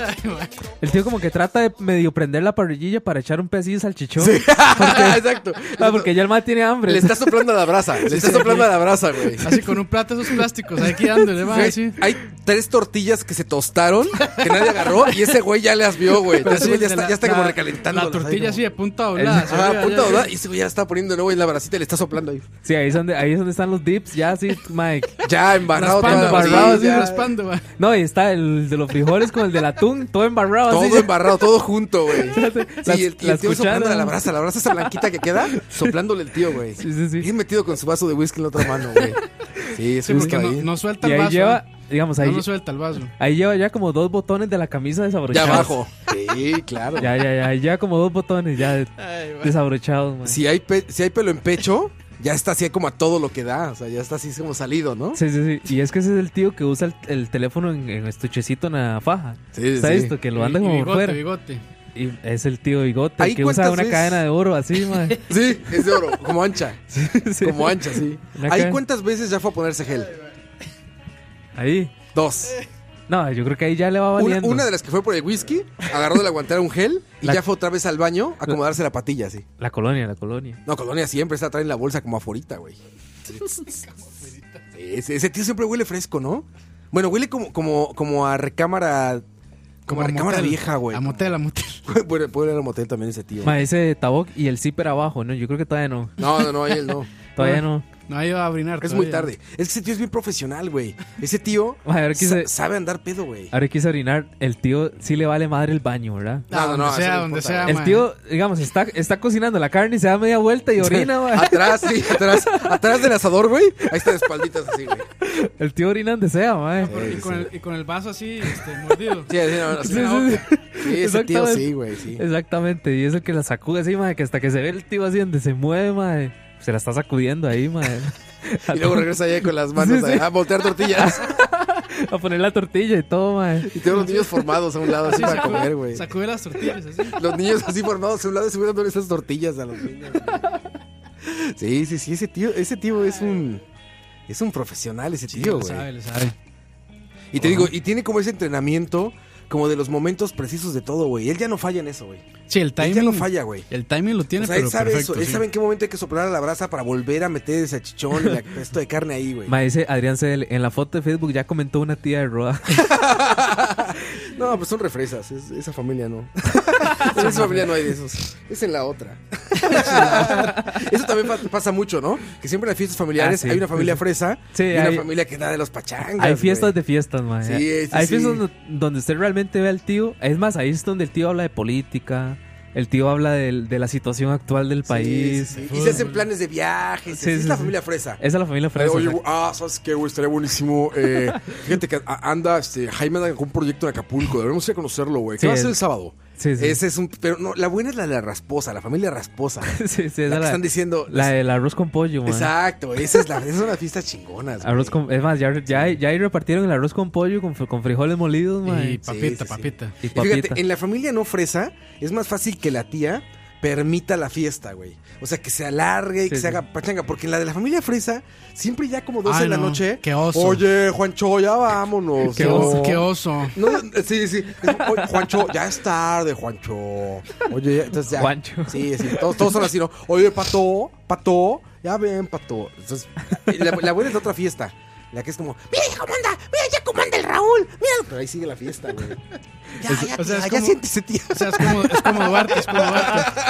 el tío como que trata de medio prender la parrillilla para echar un pedacillo de salchichón
Exacto.
Ah, porque ya el mal tiene hambre
Le está soplando a la brasa. Le está soplando a la brasa, güey.
Así con un plato de esos plásticos, aquí dándole, va,
Güey,
así.
Hay tres tortillas que se tostaron, que nadie agarró, y ese güey ya las vio, güey. Ese
Así,
güey ya
de
está,
la-
ya está como
la-
recalentando.
La tortilla así de punta doblada. hacia
Ah,
arriba,
punta
ya,
dorada,
sí.
y ese güey ya está poniendo de nuevo en la bracita y le está soplando ahí.
sí ahí es donde ahí es donde están los dips ya así Mike
Ya, embarrado.
Raspando,
toda la
embarrado,
embarrado,
sí,
así,
bracilla,
raspando, va.
no y está el de los frijoles con el del atún todo embarrado así
Todo embarrado, todo junto, güey. Sí,
Las-
y el, y el
las
tío soplando
cucharas.
a la brasa, la brasa esa blanquita que queda, soplándole el tío, güey.
Sí, sí, sí.
Bien metido con su vaso de whisky en la otra mano, güey. Sí, ese
Sí,
güey está
porque no,
ahí.
no suelta
Y
el
ahí
vaso.
lleva, digamos,
No
ahí,
lo suelta el vaso.
ahí lleva ya como dos botones de la camisa
Ya
desabrochados.
abajo. Sí, claro.
Ya, ya, ya, ya como dos botones ya de-
Ay, va.
desabrochados, man. Sí.
si hay, pe- si hay pelo en pecho, ya está así como a todo lo que da. O sea, ya está así como salido, ¿no?
sí, sí, Y es que ese es el tío que usa el, el teléfono en, en estuchecito en la faja.
Sí,
¿Está esto? Que lo anda
Y- y
como por
bigote,
fuera.
bigote.
Y es el tío bigote
Ahí
que usa
cuántas
una
veces-
cadena de oro así, man.
Sí, es de oro, como ancha.
Sí.
Como ancha, sí.
Una
¿Ahí
cadena.
cuántas veces ya fue a ponerse gel?
Ahí.
Dos.
No, yo creo que ahí ya le va
Una,
valiendo.
una de las que fue por el whisky, agarró de la guantera un gel y
La-
ya fue otra vez al baño a acomodarse la patilla, así.
La colonia, la colonia.
No, Colonia siempre está traen la bolsa como aforita, güey. Sí, ese, ese tío siempre huele fresco, ¿no? Bueno, huele como, como, como a recámara
Como
a
a
recámara
motel.
vieja, güey.
A motel, a motel.
puede, puede ir al motel también ese tío.
Ma, ese Taboc y el zipper abajo, ¿no? Yo creo que todavía no.
No, no, no, él no.
Todavía no.
No ha ido a brinar.
Es muy
todavía.
tarde. Es que ese tío es bien profesional, güey. Ese tío
Ma, ahora que
sa-
se-
sabe andar pedo, güey.
Ahora quise orinar. El tío sí le vale madre el baño, ¿verdad?
Ah,
No, no, no,
donde
eso
sea,
no
donde
importa.
sea.
El
ma.
tío, digamos, está, está cocinando la carne y se da media vuelta y
Ah.
orina, ma.
Atrás, sí, atrás. Atrás del asador, güey. Ahí está de espalditas así, güey.
El tío orina donde sea, ma.
Y
Sí,
con,
eh, sí.
el, y con el vaso así, este, mordido.
Sí, sí, no, no, sí,
Sí,
no.
sí,
Sí, ese tío
Exactamente.
sí, güey, sí.
Exactamente. Y es el que la sacude así, ma, que hasta que se ve el tío así donde se mueve, ma. Se la está sacudiendo ahí, ma.
Y luego regresa allá con las manos
Sí, sí.
a, a voltear tortillas.
A poner la tortilla y todo, ma.
Y tengo los niños formados a un lado así
Sí,
para
sacude-
comer, güey.
Sacude las tortillas así.
Los niños así formados a un lado y dándole esas tortillas a los niños. güey. Sí, sí, sí, ese tío, ese tío es un es un profesional ese
Sí,
tío,
le
güey.
sabe, le sabe.
Y te digo, y tiene como ese entrenamiento como de los momentos precisos de todo, güey. Él ya no falla en eso, güey.
Sí, el
Él
timing.
ya no falla, güey.
El timing lo tiene,
O sea,
pero
él sabe
perfecto.
eso, él
sí.
sabe en qué momento hay que soplar a la brasa para volver a meter ese chichón y la- esto de carne ahí, güey.
Ma, dice Adrián Cedel, en la foto de Facebook ya comentó una tía de Roa.
No, pues son refresas, es- esa familia no. en esa familia no hay de esos, es en la otra. Eso también pa- pasa mucho, ¿no? Que siempre en las fiestas familiares
Ah, sí.
hay una familia fresa
Sí,
y una
hay-
familia que da de los pachangas.
Hay fiestas
güey.
de fiestas, ma.
Sí,
Hay-
sí,
Hay
sí.
fiestas donde, donde usted realmente ve al tío. Es más, ahí es donde el tío habla de política. El tío habla del- de, la situación actual del
Sí,
país.
sí, sí. Y se hacen planes de viajes.
Sí,
es
sí,
la
sí.
familia fresa.
Esa es la familia
Eh,
fresa.
oye,
o sea,
güey, ah, ¿sabes qué, güey? Estaría buenísimo. eh, fíjate que a- anda, este, Jaime anda con un proyecto en Acapulco. Debemos ir a conocerlo, güey. ¿Qué
Sí,
va a ser
el-
el sábado?
Sí, sí.
Ese es un... Pero no, la buena es la de la rasposa, la familia rasposa.
sí, sí,
la
esa
que
la-
están diciendo...
La del arroz con pollo, man.
Exacto, esa es la, esas son las fiestas chingonas. güey.
Arroz con, es más, ya, ya, ya ahí repartieron el arroz con pollo con, fr- con frijoles molidos, man.
Y
Y,
Sí, sí,
papita,
sí.
papita.
Y
papita.
Fíjate, en la familia no fresa, es más fácil que la tía permita la fiesta, güey. O sea, que se alargue y que
Sí,
se
sí. Ah,
haga pachanga. Porque en la de la familia fresa, siempre ya como 12
Ay,
de la
no,
noche.
qué oso.
Oye, Juancho, ya vámonos.
Qué
¿no?"
oso, qué oso.
No, sí, sí. Es, "Oye, Juancho, ya es tarde, Juancho. Oye, ya- entonces ya.
Juancho.
Sí, sí. Todos, todos son así, ¿no? Oye, pato, pato. Ya ven, pato. Entonces, la, la buena es la otra fiesta. La que es como, mira ya cómo anda, mira ya cómo anda el Raúl. Mira. Pero ahí sigue la fiesta, güey. Ya, ya,
o sea,
ya,
es
ya
como-
siéntese, tío.
O sea, es como, es como Duarte, es como Duarte.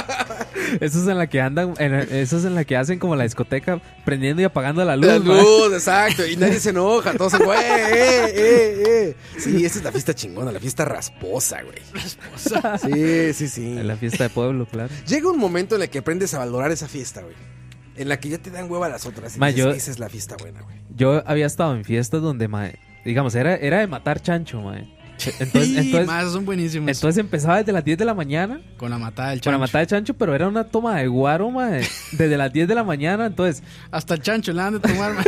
Eso es en la que andan, en- eso es en la que hacen como la discoteca prendiendo y apagando la luz,
La
man.
luz, exacto. Y nadie se enoja. Todos son, güey, eh, eh, eh. Sí, esa es la fiesta chingona, la fiesta rasposa, güey. Rasposa. Sí, sí, sí.
En la fiesta de pueblo, claro.
Llega un momento en el que aprendes a valorar esa fiesta, güey. En la que ya te dan hueva las otras. Y
Ma,
dices,
yo-
Esa es la fiesta buena, güey.
Yo había estado en fiestas donde, mae, digamos, era, era de matar chancho, mae. Entonces,
Y
entonces,
más son buenísimos.
entonces empezaba desde las 10 de la mañana
con la matada del chancho.
para matar el chancho, pero era una toma de guaro, mae, desde las 10 de la mañana. Entonces,
Hasta el chancho le han de tomar. ma.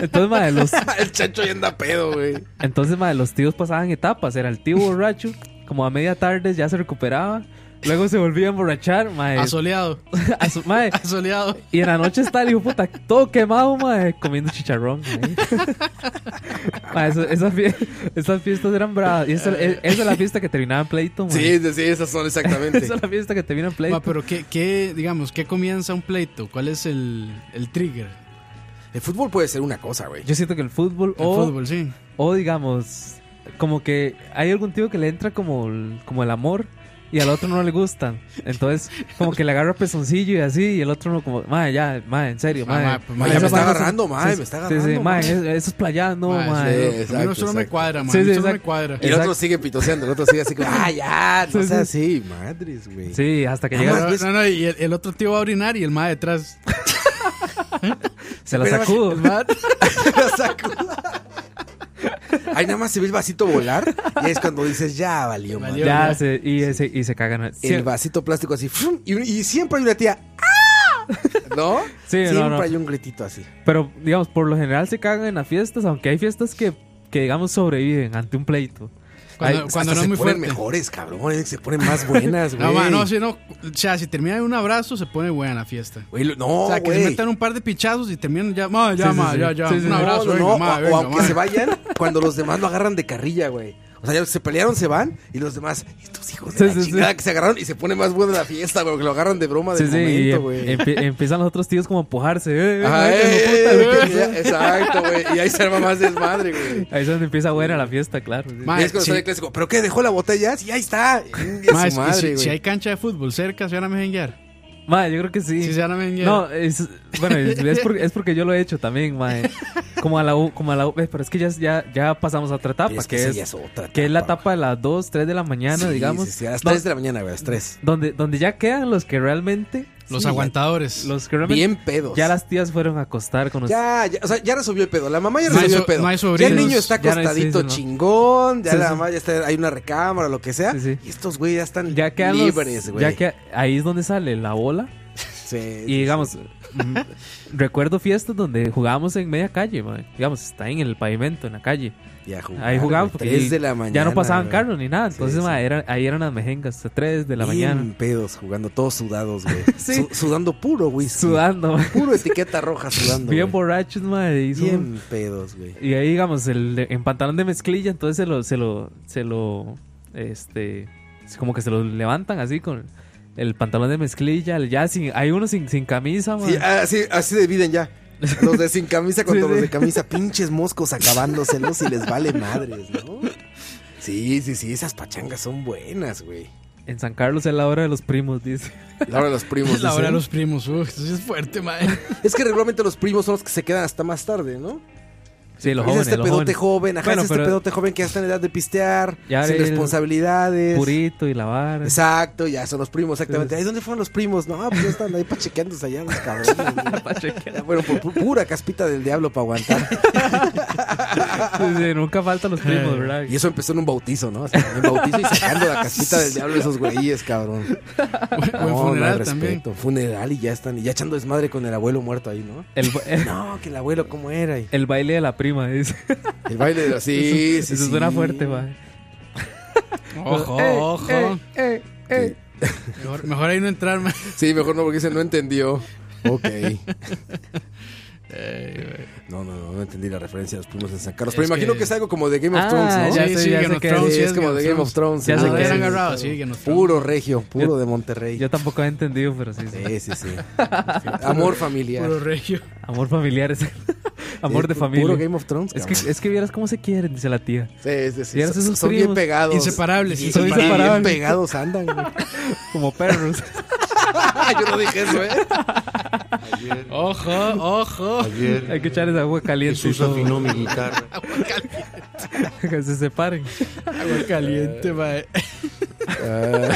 entonces, mae, los,
el chancho ya anda pedo, güey.
entonces mae, los tíos pasaban etapas. Era el tío borracho, como a media tarde ya se recuperaba. Luego se volvía a emborrachar, mae.
Asoleado,
Aso- Eh, mae,
asoleado.
Y en la noche está el hijo puta todo quemado, mae, comiendo chicharrón. mae. Mae, eso- esas, fie- esas fiestas eran bravas. Y esa, e- esa es la fiesta que terminaba en pleito, mae.
Sí, sí, sí, esas son exactamente.
Esa es la fiesta que termina en pleito.
Ma, pero ¿qué, qué, digamos, qué comienza un pleito? ¿Cuál es el, el trigger?
el fútbol puede ser una cosa, güey.
Yo siento que el fútbol
El
o,
fútbol, sí.
o digamos, como que hay algún tío que le entra como el, como el amor y al otro no le gustan. Entonces, como que le agarra pezoncillo y así y el otro no como, mae, ya, mae, en serio,
Ah,
mae.
mae, pues,
Ma,
ma,
ya
Esas
me está
varas son-
agarrando, mae,
sí,
me está
Sí,
agarrando.
sí, mae,
mae.
es- eso es playando,
Ma,
mae.
sí,
exacto,
a mí no, eso no me
exacto.
cuadra, man.
Sí, sí,
eso no me
exacto.
cuadra.
Y el
Exacto.
otro sigue pitoseando, el otro sigue así como, ah, ya, no
Sí,
sea así, madres, güey.
Sí, hasta que
No,
llega,
Además, ves-
no, no, y el, el otro tío va a orinar y el ma detrás.
se la
Pero-
sacudo.
Ma,
La saco. Ahí nada más se ve el vasito volar y es cuando dices, ya valió, madre.
Valió.
Ya,
¿verdad?
se, y, ese- y se cagan. Sí,
El vasito plástico así, ¡fum! y, un- y siempre hay una tía, ¡ah! ¿No?
Sí, no,
siempre
no.
hay un gritito así.
pero, digamos, por lo general se cagan en las fiestas, aunque hay fiestas que, que digamos, sobreviven ante un pleito.
Cuando,
Ay,
cuando
Hasta
no
se
es muy
ponen
fuerte.
mejores, cabrón. Se ponen más buenas, güey.
No, ma, no, si no. O sea, si termina en un abrazo, se pone buena la fiesta.
Güey, lo- no,
O sea, que
güey.
se metan un par de pichazos y terminan ya, ma, ya,
Sí, sí,
ma,
sí.
ya, ya.
Sí, sí,
un
sí.
No,
abrazo,
no,
venga,
no,
ma,
o- o,
venga,
aunque
ma.
se vayan, cuando los demás lo agarran de carrilla, güey. O O sea, ya los que se pelearon se van y los demás, estos hijos de
Sí,
la
sí, sí.
chingada que se agarraron y se pone más buena la fiesta, güey, que lo agarran de broma Ah, del
Sí, sí, y
momento,
em-
güey.
empie- empiezan los otros tíos como a empujarse. eh, eh,
Ajá,
madre, hijo de
eh,
puta,
eh,
güey.
ya, exacto, güey. Y ahí se arma más desmadre, güey.
Ahí es donde empieza buena la fiesta, claro. sí.
Ma,
Y es cuando
sí.
sale el clásico, ¿pero qué? ¿Dejó la botella? Sí, ahí está. Y a
Ma, es
su
que
madre,
si-
güey.
si, hay cancha de fútbol cerca, se van a mejenguear.
Ma, yo creo que sí.
Sí, se van a mejenguear.
No, es, bueno, es, es por- es porque yo lo he hecho también, mae. Como a la U, como a la U, eh, pero es que ya, ya, ya pasamos a otra etapa,
Y es que
que,
esa
es,
ya es otra
que es la
etapa,
etapa de las 2, 3 de la
Sí,
mañana, digamos.
sí, sí, a las
No,
3 de la mañana, güey, a las 3.
donde, donde ya quedan los que realmente,
Los
Sí,
aguantadores.
los que realmente,
Bien pedos.
ya las tías fueron a acostar con los...
Ya, ya, o sea, ya resolvió el pedo. La mamá ya
No hay
resolvió
so-
el pedo.
no
ya
hay
el
sobrinos,
niño está
ya no hay-
acostadito
sí, sí, no.
chingón. Ya
Sí,
la
sí.
mamá ya está. Hay una recámara, lo que sea.
Sí, sí.
Y estos güey ya están
Ya quedan los-
libres, güey.
ya que ahí es donde sale la bola
Sí,
y digamos mm, recuerdo fiestas donde jugábamos en media calle, mae. digamos está en el pavimento en la calle,
ya
Ahí jugaban
güey,
porque
tres de la mañana.
ya no pasaban
güey.
carros ni nada.
Sí,
Entonces,
sí.
ma, era- ahí eran las mejengas, 3 de la
Bien
mañana.
pedos jugando, todos sudados, güey.
Sí.
Su- sudando puro, güey.
Sudando, ma,
Puro etiqueta roja sudando.
bien
güey.
borrachos, ma, y hizo un-
Bien pedos, güey.
Y ahí, digamos, el, de- en pantalón de mezclilla, entonces se lo, se lo, se lo, este, es como que se lo levantan así con el pantalón de mezclilla, el- ya sin, hay uno sin, sin camisa, ma.
Sí, ah. así, así dividen ya. Los de sin camisa contra
Sí,
los
sí.
de camisa, pinches moscos acabándoselos y les vale madres, ¿no? Sí, sí, sí, esas pachangas son buenas, güey.
En San Carlos es la hora de los primos, dice.
La hora de los primos.
La hora
dicen.
de los primos. Uf, eso sí es fuerte, mae.
Es que regularmente los primos son los que se quedan hasta más tarde, ¿no?
Sí,
es
los jóvenes,
este
los
pedote
jóvenes.
joven, ajá,
Bueno,
es este
pero-
pedote joven que ya está en edad de pistear,
Ya
sin
el-
responsabilidades.
Purito y la vara.
Exacto, ya son los primos, exactamente. Ay, ¿dónde fueron los primos? No, pues ya están ahí pachequeándose allá los cabrones. güey.
Pa' chequear.
Ya fueron por pu- pura caspita del diablo para aguantar.
Sí, sí, nunca faltan los primos, ¿verdad?
Y eso empezó en un bautizo, ¿no? O sea, en bautizo y sacando la casita del diablo esos güeyes, cabrón.
Buen,
No, no
buen
hay
funeral también.
respeto. Funeral y ya están, y ya echando desmadre con el abuelo muerto ahí, ¿no?
El,
No, que el abuelo cómo era. Y...
el baile de la prima, dice.
El baile de los... Sí, sí,
Eso
sí.
suena fuerte, ma.
Ojo,
Eh,
ojo.
eh, eh.
Mejor, mejor ahí no entrar, mae.
Sí, mejor no, porque dice, no entendió. Ok.
Eh,
No, no, no, no entendí la referencia de los primos en San Carlos.
Es
Pero imagino que...
que-
es algo como de Game of
Ah,
Thrones, ¿no?
ya
sí,
sé,
sí,
ya
Game
sé
of
que-
Thrones. Ah,
Sí,
sí,
es como de Game of Thrones.
Ya
¿no?
sé que
Sí,
es.
sí,
agarrado,
sí.
sí, Game of Thrones.
Puro regio, puro de Monterrey.
Yo tampoco he entendido, pero sí. sí.
Sí, sí, sí. Amor familiar.
Puro regio.
Amor familiar es amor
Sí,
de
pu-
familia.
Puro Game of Thrones.
es que
cabrón.
es que vieras cómo se quieren, dice la tía.
Sí, sí, sí.
Vieras
Son,
esos
son bien
primos.
pegados.
Inseparables,
Bien-
son
Bien
inseparables.
pegados andan. güey.
Como perros.
Yo no dije eso, ¿eh?
Ojo, ojo.
Hay que echarles agua caliente. y todo. que se separen.
Agua caliente,
eh,
mae.
Ah.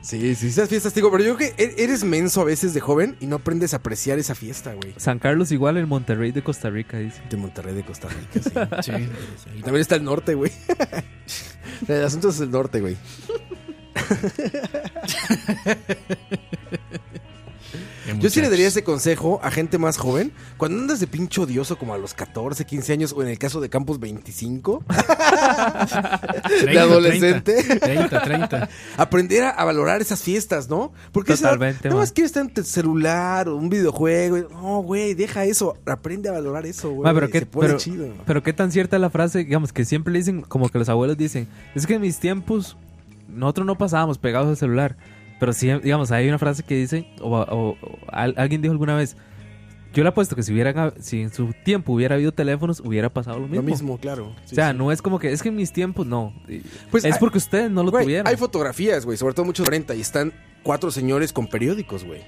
sí, sí, esas fiestas, digo, pero yo creo que e- eres menso a veces de joven y no aprendes a apreciar esa fiesta, güey.
San Carlos igual en Monterrey de Costa Rica, dice.
De Este Monterrey, de Costa Rica, sí.
Sí.
Y también está el norte, güey. El asunto es el norte, güey. Yo sí le daría ese consejo a gente más joven. Cuando andas de pinche odioso como a los 14, 15 años, o en el caso de Campus 25, de adolescente.
30, 30.
aprender a, a valorar esas fiestas, ¿no? Porque esa edad,
Totalmente,
nada más
man.
quieres estar en tu celular o un videojuego. y- No, güey, deja eso. Aprende a valorar eso, güey.
Ma, Ah, pero, qué,
Se pone
pero,
chido.
pero qué tan cierta es la frase, digamos, que siempre le dicen, como que los abuelos dicen, es que en mis tiempos nosotros no pasábamos pegados al celular, pero sí, digamos, hay una frase que dice, o, o- o al- alguien dijo alguna vez, yo le apuesto que si, hubieran hab- si en su tiempo hubiera habido teléfonos, hubiera pasado lo mismo.
Lo mismo, claro. Sí,
o sea,
sí.
no es como que, es que en mis tiempos no. Y-
Pues,
es
ah,
porque ustedes no lo
Güey,
tuvieron.
hay fotografías, güey, sobre todo muchos 40 y están cuatro señores con periódicos, güey.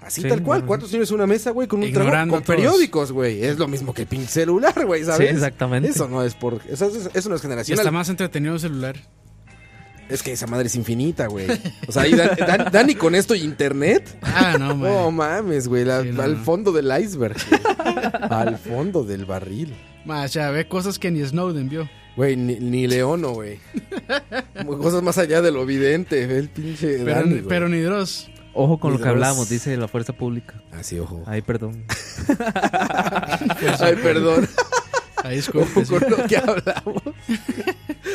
Así
Sí,
tal cual,
bueno,
cuatro señores en una mesa, güey, con un trago,
Ignorando
con
todos.
periódicos, güey. Es lo mismo que el pinche celular, güey, ¿sabes?
Sí, exactamente.
Eso no es por eso, eso- eso no es
Y está
generacional.
más entretenido el celular.
Es que esa madre es infinita, güey. O sea, ahí Dan- Dan- Dani con esto y internet.
Ah, no,
No
mae.
mames, güey, la-
Sí, no,
al
no.
fondo del iceberg. güey. al fondo del barril.
Mae, o sea, ve cosas que ni Snowden vio.
Güey, ni, ni Leono, güey. Como Cosas más allá de lo vidente, ve el pinche
Pero,
Dani, güey.
pero ni Dross.
Ojo con lo que
Dios.
hablamos, dice la fuerza pública.
Así, Ah, ojo.
Ay, perdón.
Ah, pues,
Ay, perdón.
Ahí es
Ojo con lo que hablamos.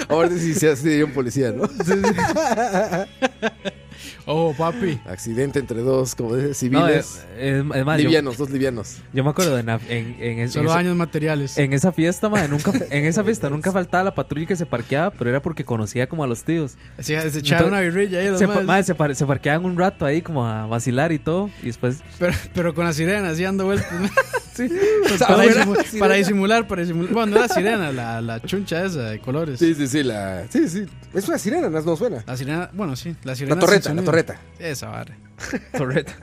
Ahora sí se hace un policía, ¿no?
Oh, papi.
Accidente entre dos como de
No,
civiles.
es, es- es más, yo,
livianos, dos livianos.
yo me acuerdo de na- en, en, en-
Solo
en-
daños materiales.
eh,
en esa fiesta, madre, nunca, en esa fiesta nunca faltaba la patrulla que se parqueaba, pero era porque conocía como a los tíos.
Sí, se echaron una birrilla ahí los
Se, pa-
maes.
madre, se, par- se parqueaban un rato ahí como a vacilar y todo, y después...
Pero, pero con la sirena, así dando vueltas.
Sí.
Pues para, disimu- para disimular, para disimular. Bueno, no la sirena, la, la chuncha esa de colores.
Sí, sí, sí, la... Sí, sí. Es una sirena, no, no suena.
La sirena, bueno, sí, la sirena.
La
sin
torreta, la
sonido.
torreta.
Esa vara.
Torreta.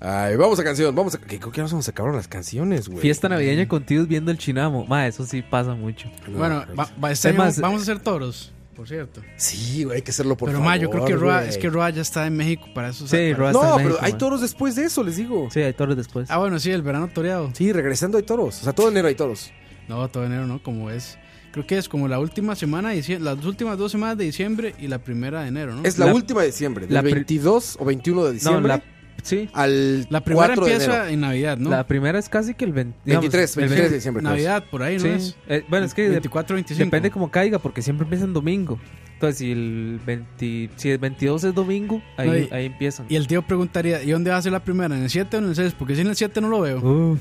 Ay, vamos a canción, vamos a... ¿Qué, qué hora se nos acabaron las canciones, güey?
Fiesta navideña con tíos viendo el chinamo. Madre, eso sí pasa mucho.
No,
bueno,
pero-
va- va- este año
Además-
vamos a hacer toros, por cierto.
Sí, güey, hay que hacerlo por
pero
favor.
ma, yo creo que Roa,
güey.
es que Roa ya está en México para eso.
Sí, Roa está
No,
en
pero
México,
hay
mae.
toros después de eso, les digo.
Sí, hay toros después.
Ah, bueno, sí, el verano toreado.
Sí, regresando hay toros. O sea, todo enero hay toros.
No, todo enero no, como es. Creo que es como la última semana de diciembre, las últimas dos semanas de diciembre y la primera de enero, ¿no?
Es la,
La-
última de diciembre, del
la pri-
22 o 21 de
no,
diciembre
la... Sí.
al
la primera
4 de
empieza
enero.
en Navidad, ¿no?
La primera es casi que el 20, digamos,
23,
el
23 de diciembre. pues. creo.
Navidad, por ahí, ¿no?
Sí.
Es?
Eh, bueno, es que de-
24, 25.
Depende cómo caiga, porque siempre empieza en domingo. Entonces, si el, 20 si el 22 es domingo, ahí,
No, y-
ahí empiezan.
Y el tío preguntaría, ¿y dónde va a ser la primera? ¿En el 7 o en el 6? Porque si en el 7 no lo veo.
Uf,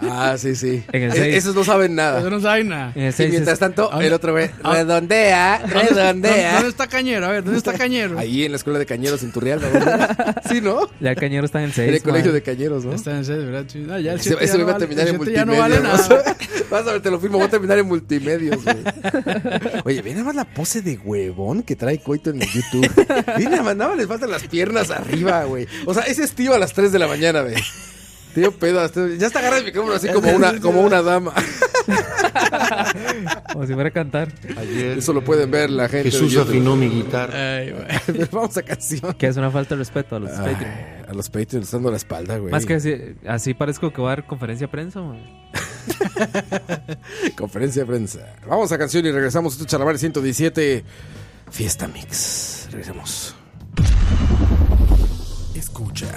Ah, sí, sí.
En el
Es-
seis.
Esos no saben nada.
Eso no sabe nada.
en el
Y
seis
mientras
es- Ah,
tanto, el otro ve redondea,
¿Dónde, dónde
redondea.
está Cañero? A ver, ¿dónde está Cañero?
Ahí en la escuela de cañeros en Turrial. ¿no? Sí, ¿no?
Ya el cañero está en el 6.
En el colegio de cañeros, ¿no?
Está en el 6, ¿verdad? Sí. No, ya el
Ese,
7
ese
ya, no
va a
vale,
terminar
el
en multimedia.
7 ya no vale
vas, a,
nada.
vas a ver, te lo firmo, va a terminar en multimedios, güey. Oye, ve nada más la pose de huevón que trae Coito en el YouTube. Ve nada más, nada más les faltan las piernas arriba, güey. O sea, ese es tío a las 3 de la mañana, güey. Tío pedo, a las 3. ya está agarra el micrófono así como una, como una dama.
Como si fuera a cantar.
Eso lo pueden ver la gente. de
Jesús
YouTube.
afinó mi guitarra.
Ay, güey.
Pero Vamos a canción.
Que es una falta de respeto a los
Ay,
Patreon.
a los Patreons están dando la espalda, güey.
Más que así, así parezco que va a dar conferencia de prensa. man.
Conferencia de prensa. Vamos a canción y regresamos. Esto es Chalabar 117. Fiesta Mix. Regresamos. Escucha.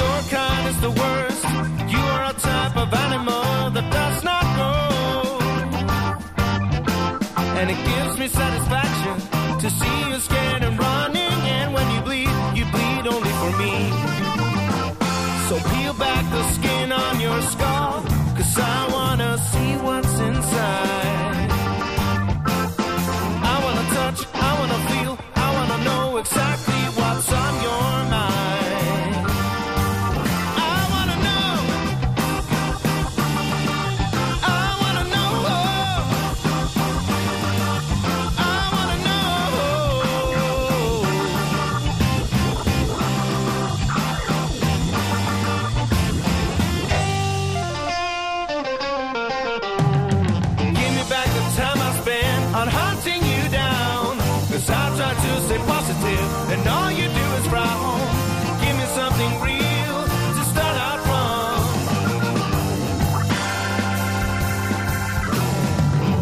Your kind is the worst. You are a type of animal that does not grow. And it gives me satisfaction to see you scared and running. And when you bleed, you bleed only for me. So peel back the skin on your skull, cause I wanna see what's inside. I wanna touch, I wanna feel, I wanna know exactly what's on your mind. I wanna know. I wanna know. I wanna know. on hunting you down. Cause I try to stay positive, and all you do is frown. Give me something real to start out from.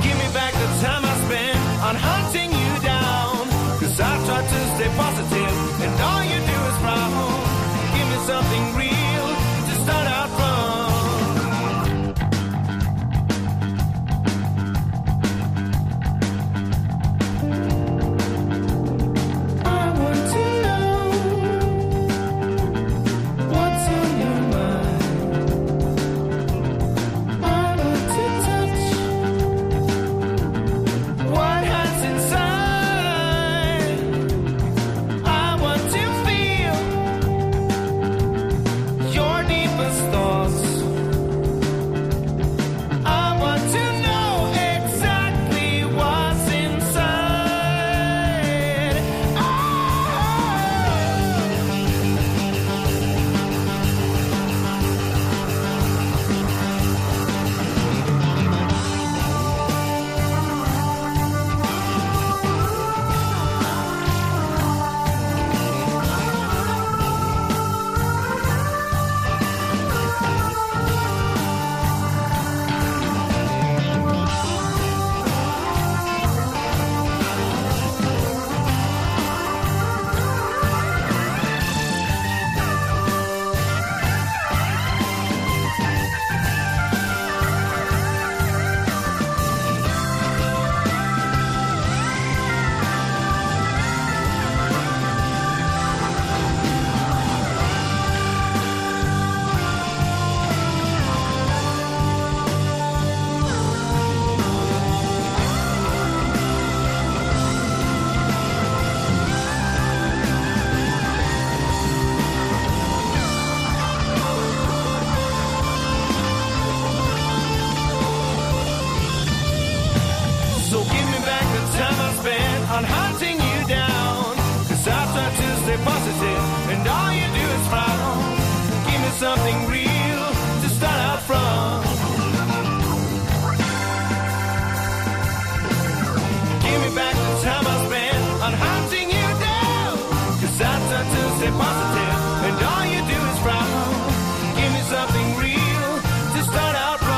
Give me back the time I spent on hunting you down. Cause I try to stay positive, and all you do is frown. Give me something real to start out from. I want to know what's on your mind. I want to touch what hurts inside. I want to feel your deepest thoughts. I want to know exactly what's inside. Ah. So give me back the time I spent on hunting you down. Cause I try to stay positive, and all you do is frown. Give me something real to start out from. Give me back the time I spent on hunting you down. Cause I try to stay positive, and all you do is frown. Give me something real to start out from.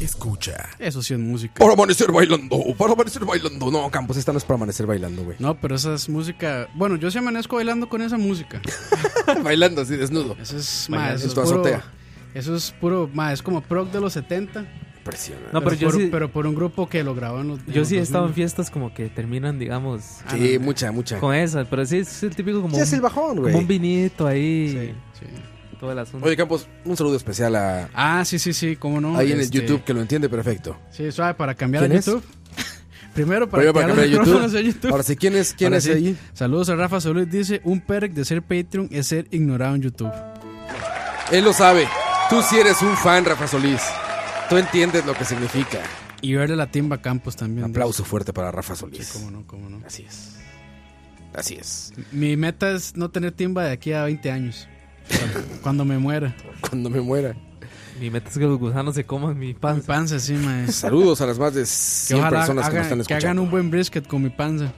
Escucha.
Eso sí es música.
Para amanecer bailando, para amanecer bailando. No, Campos, esta no es para amanecer bailando, güey.
No, pero esa es música. Bueno, yo sí amanezco bailando con esa música.
bailando así, desnudo.
Eso es
Mañana
más.
en
Eso es
tu
puro.
azotea.
Eso es puro. Más, es como prog de los 70.
Impresionante.
No, pero, yo,
por,
sí,
pero por un grupo que lo grabó en los. en
yo
los
sí he estado en
2000.
fiestas como que terminan, digamos,
sí, mucha, mucha.
con esas. Pero sí, es el típico como,
Sí, es
un,
el bajón,
como un
güey.
vinito ahí.
Sí, sí.
Todo el asunto.
Oye, Campos, un saludo especial a.
Ah, sí, sí, sí, cómo no.
Ahí en el
Este,
YouTube que lo entiende perfecto.
Sí, suave, para cambiar a
¿Quién es?
YouTube. Primero para,
Primero para
cambiar
cambiar
los
a
micrófonos a
YouTube.
YouTube.
Ahora sí, ¿quién es, quién
Ahora
es
sí.
ahí?
Saludos a Rafa Solís. Dice: Un perk de ser Patreon es ser ignorado en YouTube.
Él lo sabe. Tú sí eres un fan, Rafa Solís. Tú entiendes lo que significa.
Y verle la timba a Campos también.
Un
dice.
aplauso fuerte para Rafa
Sí,
Solís.
cómo no, cómo no.
Así es. Así es.
Mi meta es no tener timba de aquí a 20 años. Cuando, cuando me muera.
Cuando me muera.
Mi meta es que los gusanos se coman mi
Mi
panza.
panza, sí, maestro.
Saludos a las más de 100 personas que nos están
que hagan
escuchando.
un buen brisket con mi panza.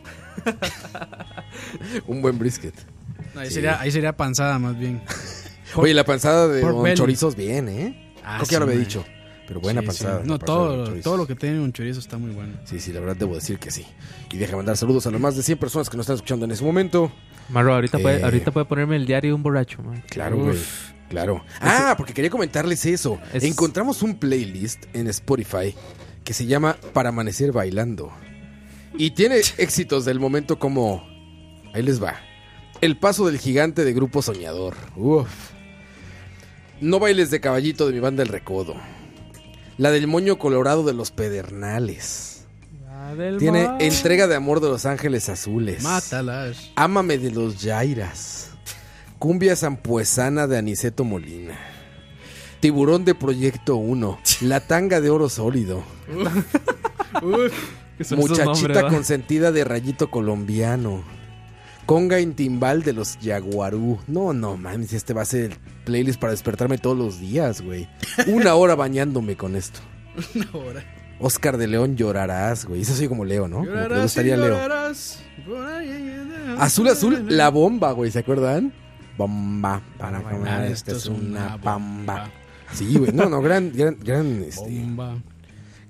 un... buen brisket.
No, ahí,
Sí.
sería, ahí sería panzada más bien. Pork-
Oye, la panzada de
pork
Don
belly.
Chorizos, bien, ¿eh?
Ah,
Creo que
sí,
ya lo había
mae.
dicho. Pero buena
Sí, sí.
panzada. la panzada
No,
de Don
todo,
Chorizos.
todo lo que tiene un chorizo está muy bueno.
Sí, sí, la verdad debo decir que sí. Y deja mandar saludos a las más de 100 personas que nos están escuchando en ese momento.
Marro, ahorita,
Eh.
puede, ahorita puede ponerme el diario de un borracho, man.
Claro, güey. Claro. Ah, porque quería comentarles eso.
Es-
Encontramos un playlist en Spotify que se llama Para Amanecer Bailando. Y tiene éxitos del momento como. Ahí les va. El paso del gigante de Grupo Soñador. Uf. No bailes de caballito de mi banda El Recodo. La del moño colorado de los Pedernales. Tiene entrega de amor de los Ángeles Azules.
Mátalas.
Ámame de los Yairas. Cumbia Sampuesana de Aniceto Molina. Tiburón de Proyecto 1. La tanga de oro sólido.
Esos nombres,
Muchachita
¿va?
consentida de Rayito Colombiano. Conga en timbal de los Jaguarú. No, no, mames, este va a ser el playlist para despertarme todos los días, güey. Una hora bañándome con esto.
Ahora.
Oscar de León llorarás, güey. Eso soy como Leo, ¿no? Como que le gustaría Leo. Ah, Azul Azul, la bomba, güey, ¿se acuerdan? Bomba, para
Para
comer, esta es una bomba. Sí, güey, no, no, gran, gran, gran, este,
Bomba.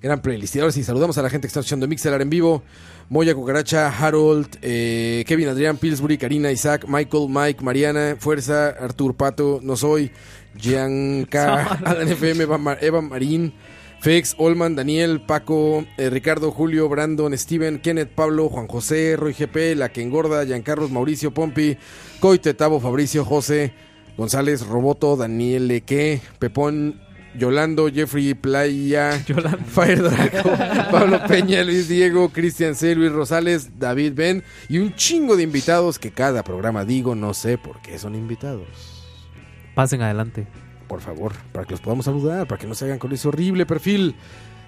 Gran playlist. Y ahora sí, saludamos a la gente que está escuchando Mixelar en vivo. Moya Cucaracha, Harold, eh, Kevin Adrián, Pillsbury, Karina, Isaac, Michael, Mike, Mariana, Fuerza, Artur Pato, No Soy, Gianca, Alan FM, Eva, Mar- Eva Marín, Fex, Olman, Daniel, Paco, eh, Ricardo, Julio, Brandon, Steven, Kenneth, Pablo, Juan José, Roy GP, La Que Engorda, Giancarlos, Mauricio, Pompi, Coite, Tavo, Fabricio, José, González, Roboto, Daniel Leque, Pepón, Yolando, Jeffrey Playa, Fire Draco, Pablo Peña, Luis Diego, Cristian C, Luis Rosales, David Ben y un chingo de invitados que cada programa digo, no sé por qué son invitados.
Pasen adelante.
Por favor, para que los podamos saludar, para que no se hagan con ese horrible perfil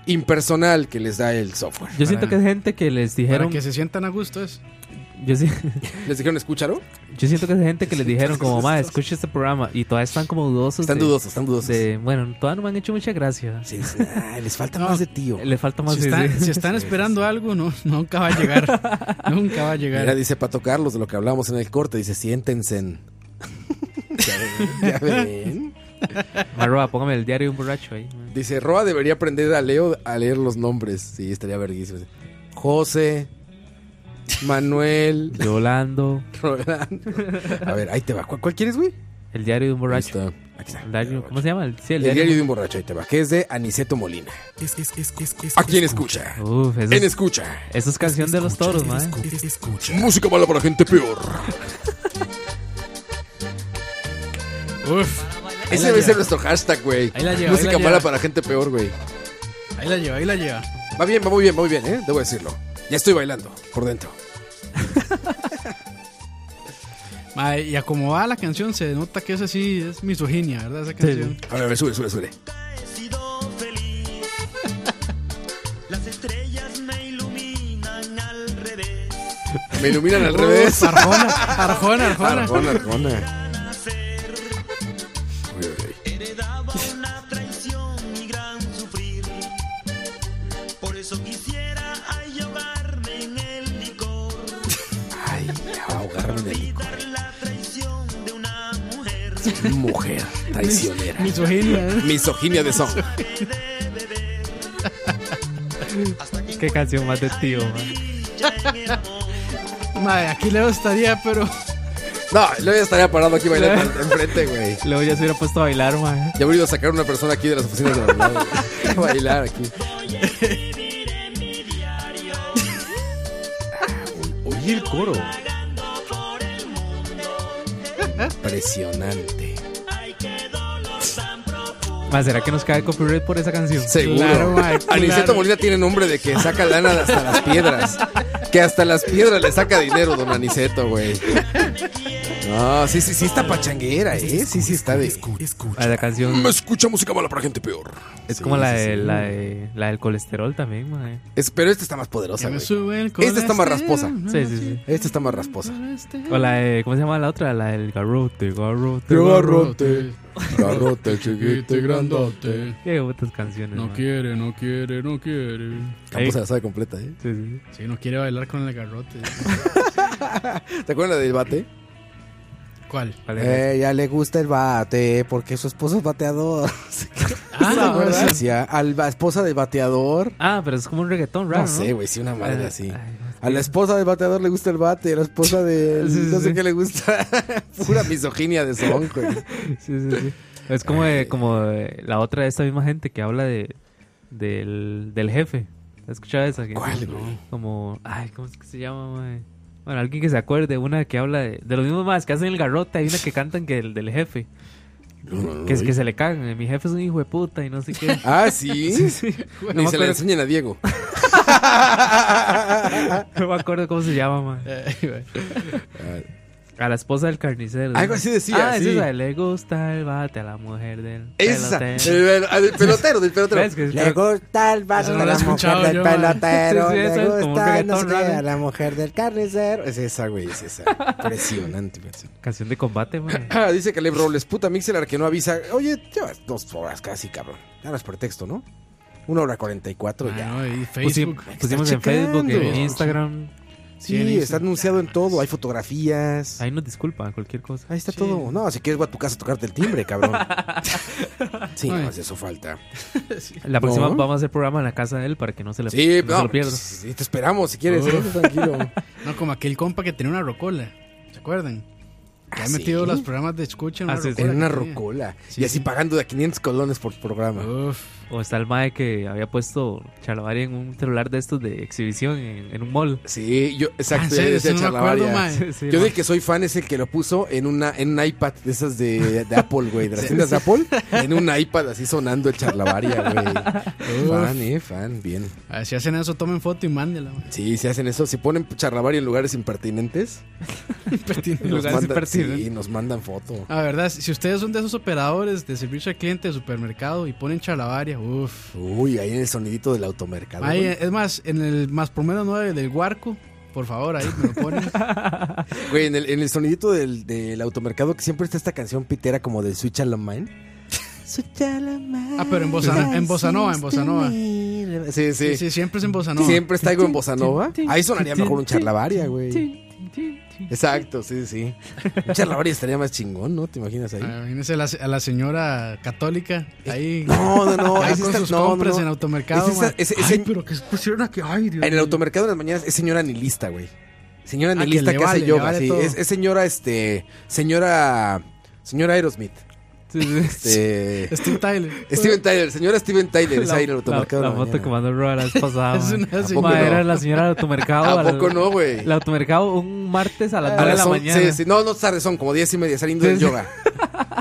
impersonal que les da el software.
Yo siento que es gente que les
Para
dijeron.
que se sientan a gusto es.
Yo, si-
¿Les dijeron escúchalo?
yo siento que es gente que les dijeron, como, ma, escucha este programa. Y todavía están como dudosos.
Están
de-
dudosos, están dudosos.
de- bueno, todavía no me han hecho mucha gracia. Eh,
Sí, sí, ay, les falta
No.
más de tío.
Le falta más.
Si
sí,
están,
sí.
si están esperando algo, no, nunca va a llegar. nunca va a llegar.
Mira, dice Pato Carlos de lo que hablamos en el corte, dice, siéntense. en-". ¿Ya ven? ¿Ya ven?
Marroa, póngame el diario de un borracho ahí. ma.
Dice, Roa debería aprender a Leo a leer los nombres. Sí, estaría verguísimo. José, Manuel,
Yolando,
Rolando. A ver, ahí te va. ¿Cuál, cuál quieres, güey?
el diario de un
Ahí
borracho.
está. Aquí está.
El diario- ¿Cómo se llama? El- Sí, el
El
diario.
diario de un borracho, ahí te va. Que es de Aniceto Molina.
Es, es, es, es, es,
¿A quién escucha?
Uf, eso
En
es,
escucha.
eso es canción de los toros, ma. eh.
es- escucha.
Música mala para gente peor.
Uf,
Ese debe ser nuestro hashtag, güey.
Ahí la lleva, ahí
Música
la lleva.
mala para gente peor, güey.
ahí la lleva, ahí la lleva.
Va bien, va muy bien, va muy bien, ¿eh? Debo decirlo. Ya estoy bailando, por dentro.
Ma, y a como va la canción, se nota que es así, es misoginia, ¿verdad? Esa canción.
A ver, a ver, sube, sube, sube.
he sido feliz. Las estrellas me iluminan al revés.
Me iluminan al revés.
Arjona, Arjona, Arjona.
Arjona, Arjona. Uy, uy, uy.
Heredaba una traición y gran sufrir. Por eso quisiera ahogarme en el licor.
Ay, ya va a ahogarme en el licor.
Dar la traición de una mujer
Mujer traicionera.
Misoginia, ¿eh?
Misoginia de son.
de beber. Hasta que
Qué canción más de tío, ma.
ya en el amor.
Ma, aquí Leo estaría, pero.
No, yo ya estaría parado aquí bailando enfrente, güey.
Luego ya se hubiera puesto a bailar, ma.
Ya hubiera ido a sacar una persona aquí de las oficinas de verdad. güey. A bailar aquí. Oye el coro. Impresionante.
Ma, ¿será que nos cae copyright por esa canción?
Seguro.
Claro, ma, claro.
Aniceto Molina tiene nombre de que saca lana de hasta las piedras. Que hasta las piedras le saca dinero, don Aniceto, güey. No, sí, sí, sí está pachanguera, ¿eh? Sí, sí está de...
Ma, la canción
Me escucha música mala para gente peor.
es
Sí,
como la,
sí,
de,
sí.
la, de- la del colesterol también, ma. eh.
Es- pero esta está más poderosa,
Se me
güey.
sube el
Esta está más rasposa.
colesterol,
Sí, sí, sí.
Esta está más rasposa.
O la de, ¿cómo se llama la otra? La del garrote, garrote.
Garrote, garrote, chiquito y grandote.
Qué bonitas canciones, ma.
quiere, no quiere, no quiere.
Campos se la sabe completa, ¿eh?
Sí, sí.
Sí, no quiere bailar con el garrote.
¿Te acuerdas del bate?
¿Cuál?
¿Cuál era?
Eh, ya le gusta el bate, porque su esposo es bateador.
Ah,
¿Se acuerdan? Decía, a la esposa del bateador.
Ah, pero es como un reggaetón raro,
No
¿no?
sé, güey, sí, una madre
Eh,
así.
ay,
A la esposa del bateador le gusta el bate, a la esposa de...
Sí, sí,
no sé
sí.
qué le gusta. Pura misoginia de son, güey.
Sí, sí, sí. Es como, de- como de la otra de esta misma gente que habla de del, del jefe. ¿Has escuchado esa? Que-
¿Cuál, güey?
Como, ay, ¿cómo es que se llama, mae? Bueno, alguien que se acuerde, una que habla de, de los mismos más que hacen el garrote, hay una que cantan que el del jefe, que, es- que se le cagan, eh, mi jefe es un hijo de puta y no sé qué.
Ah, sí.
No
Ni
me
se le
acuerdo.
enseñan a Diego.
No me acuerdo cómo se llama, mae.
Eh, güey.
A la esposa del carnicero.
Algo así decía,
Ah, es
sí.
esa de, le gusta el bate a la mujer del
Esa,
pelotero".
del, ah, del pelotero, del pelotero.
¿Ves que es-
Le gusta el vaso
Eso no
de
lo he
la mujer
escuchado
del
yo, man.
pelotero.
Sí, sí, eso
le
es como un
gusta no sé
reggaetón
qué,
raro.
a la mujer del carnicero.
Es esa, güey, es esa. Impresionante, güey.
Canción de combate, man.
Ah, dice Caleb Robles, puta Mixelar que no avisa. Oye, llevas dos horas casi, cabrón. Ya no es pretexto, ¿no? Una hora cuarenta y cuatro
Ah,
ya. Pues
no, y
Pusi-
Facebook.
pusimos en
Está
Facebook, en
checando.
Instagram.
Sí,
en
está
Instagram.
anunciado
Ah,
en todo. Hay fotografías.
Ahí nos disculpa cualquier cosa.
Ahí está
Sí.
todo. No, si quieres voy a tu casa a tocarte el timbre, cabrón. sí, no
Ay.
hace eso falta.
La próxima
No.
vamos a hacer programa en la casa de él para que no se le,
Sí,
no se
no, pues,
lo pierda.
sí, sí, te esperamos si quieres.
Uf.
¿eh? Tranquilo.
No, como aquel compa que tenía una rocola. ¿Se acuerdan? Que
¿Ah,
ha
sí?
metido los programas de escucha en
Ah,
una
sí, sí.
rocola.
En una
que tenía.
rocola.
Sí,
y así
sí.
pagando de 500 colones por programa.
Uf. Ah,
O está el mae que había puesto Charlavaria en un celular de estos de exhibición en, en un mall.
Sí, yo,
Ah, ¿en
exacto, ya
serio?
decía
Eso no me acuerdo,
Charlavaria.
mae.
Sí, sí,
Yo
mae.
del que soy fan es el que lo puso en una en un iPad de esas de, de Apple, güey, de las tiendas de Apple, en un iPad así sonando el charlavaria, güey. Fan, eh, fan, bien.
A ver, si hacen eso, tomen foto y mándela. man.
Sí, si hacen eso, si ponen charlavaria en lugares impertinentes,
En
nos
lugares
mandan,
impertinentes.
sí, nos mandan foto.
La verdad, si ustedes son de esos operadores de servicio al cliente de supermercado y ponen chalabaria, uff.
Uy, ahí en el sonidito del automercado.
Ahí,
güey.
es más, en el más promedio 9 del Huarco, por favor, ahí me lo ponen.
Güey, en el, en el sonidito del, del automercado que siempre está esta canción pitera como del Switch Alaman.
Ah, pero en Bossa, en Bossa Nova, en Bossa Nova. Sí,
Sí, sí.
sí, siempre es en Bossa Nova.
Siempre está algo en Bossa Nova. Ahí sonaría mejor un charlavaria, güey.
Exacto.
Exacto, sí, sí. Un charlavaria estaría más chingón, ¿no? ¿Te imaginas ahí?
Ah, Imagínense a la, a la señora católica ahí.
Eh, No, no, no.
que va
ahí sí
con
está-
sus
no, no,
compras
no.
en automercado.
Ese está-
man.
ese- ese-
Ay, pero que se pusieron aquí. Ay, Dios
En el
mío.
automercado en las mañanas es señora nihilista, güey. Señora
Ah, que
nihilista
le
que,
vale,
hace
le
yoga,
vale
sí.
todo.
Es, es señora, este. Señora. Señora Aerosmith. Este.
Steven Tyler.
Steven Tyler, señora Steven Tyler, es ahí en el automercado.
Pues, la,
en la
foto
mañana.
que mandó Roa la vez pasada.
Es
man.
una
¿A poco
señora.
no? Era la señora del automercado.
¿A
la-
poco no, güey?
El automercado un martes a las
A
9 de la
las on-
mañana.
sí, sí. No, no tarde, son como 10 y media saliendo del
Sí, sí.
yoga.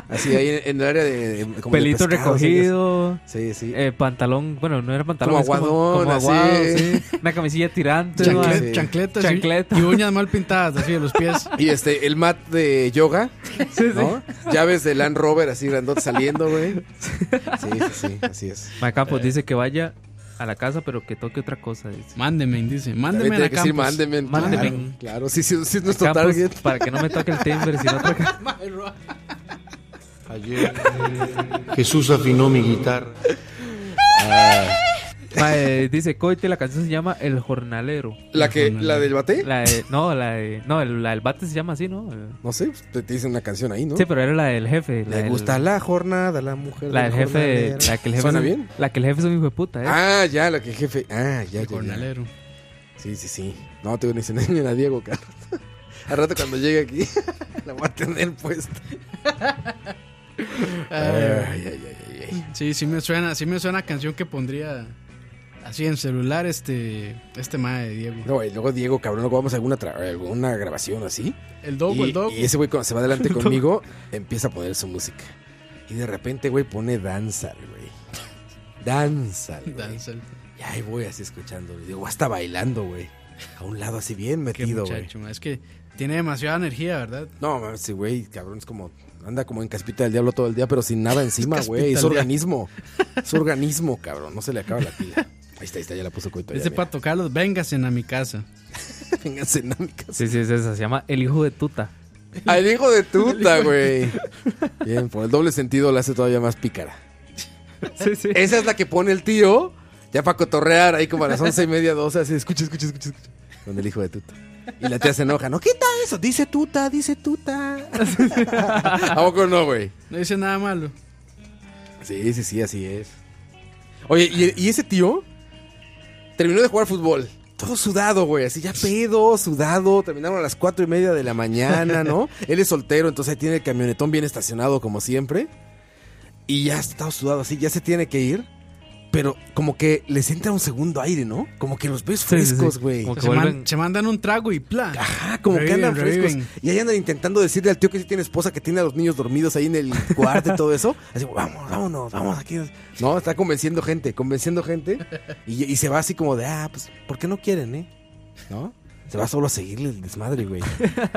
Así ahí en, en el área de. de- como de
Pelito
pescado,
recogido.
Sí, sí.
eh, pantalón, bueno, no era pantalón.
Como
es
aguadón,
como
así.
aguado, sí. Una camisilla tirante.
Chanclet-
man.
Chancle-
sí.
Chancletas
Chancleta.
Y, y uñas mal pintadas, así de los pies.
Y este, el mat de yoga,
Sí, sí.
¿no? Llaves de Land Rover así grandote saliendo, güey. Sí, sí, sí, así es.
Ma Campos pues, dice que vaya a la casa, pero que toque otra cosa. dice.
Mándeme, dice.
También
Mándeme a
tiene
la
que decir,
Campos.
mándeme.
Mándeme.
Claro, claro, sí, sí, sí es nuestro
Campos,
target.
Para que no me toque el timbre, sino otra ca-
Ayer Jesús afinó mi guitarra.
Ah. Ma, eh, dice Coite, la canción se llama El Jornalero.
¿La que, la del bate?
La de- no, la de, no, el, la del bate se llama así, ¿no? El-
No sé, pues, te, te dicen una canción ahí, ¿no?
Sí, pero era la del jefe. La
Le
del-
gusta la jornada, la mujer.
La del jefe,
jornalero.
la que el jefe
¿Suena
es un-
bien?
La que el jefe es un hijo de puta, ¿eh?
Ah, ya, la que el jefe. Ah, ya,
El
ya, ya.
jornalero.
Sí, sí, sí. No, te voy a decir ni a Diego, Carlos. Al rato cuando llegue aquí, la voy a tener puesta. Ay, ay, ay, ay.
Sí, sí me suena, sí me suena a canción que pondría así en celular este este mae de Diego.
No, y luego Diego, cabrón, luego vamos a alguna, tra- alguna grabación así.
El dogo,
y,
el dogo.
y ese güey cuando se va adelante conmigo, empieza a poner su música. Y de repente, güey, pone danza, güey. Danza, güey.
Danza, el-
Y ahí voy así escuchando. Y digo, hasta bailando, güey. A un lado así bien
Qué
metido, güey.
muchacho, mae, es que tiene demasiada energía, ¿verdad?
No, mames, ese güey, cabrón, es como... Anda como en caspita del diablo todo el día, pero sin nada encima,
Caspita
güey. Es
del
organismo. Es organismo, cabrón. No se le acaba la pila. Ahí está, ahí está, ya la puso coito.
Dice Pato Carlos, véngase a mi casa.
Vengan cenámicas.
Sí, sí, es esa. Se llama El Hijo de Tuta.
Al hijo de tuta, güey. Bien, por el doble sentido la hace todavía más pícara.
Sí, sí.
Esa es la que pone el tío, ya para cotorrear, ahí como a las once y media, doce, así, escucha, escucha, escucha, escucha. Con el hijo de tuta. Y la tía se enoja, no, quita eso, dice tuta, dice tuta. ¿A poco no, güey?
No dice nada malo.
Sí, sí, sí, así es. Oye, ¿y, y ese tío terminó de jugar fútbol. Todo sudado, güey, así ya pedo, sudado. Terminaron a las cuatro y media de la mañana, ¿no? Él es soltero, entonces ahí tiene el camionetón bien estacionado, como siempre. Y ya está sudado, así, ya se tiene que ir. Pero como que les entra un segundo aire, ¿no? Como que los ves
Sí, sí, sí.
frescos, güey.
Como que
Se, man-
vuelven-
se mandan un trago y pla.
Ajá, como que
Reviven,
andan frescos.
reviven.
Y ahí andan intentando decirle al tío que sí tiene esposa, que tiene a los niños dormidos ahí en el cuarto y todo eso. Así, vamos, vámonos, vamos aquí. No, está convenciendo gente, convenciendo gente. Y, y se va así como de, ah, pues, ¿por qué no quieren, eh? ¿No? Se va solo a seguirle el desmadre, güey.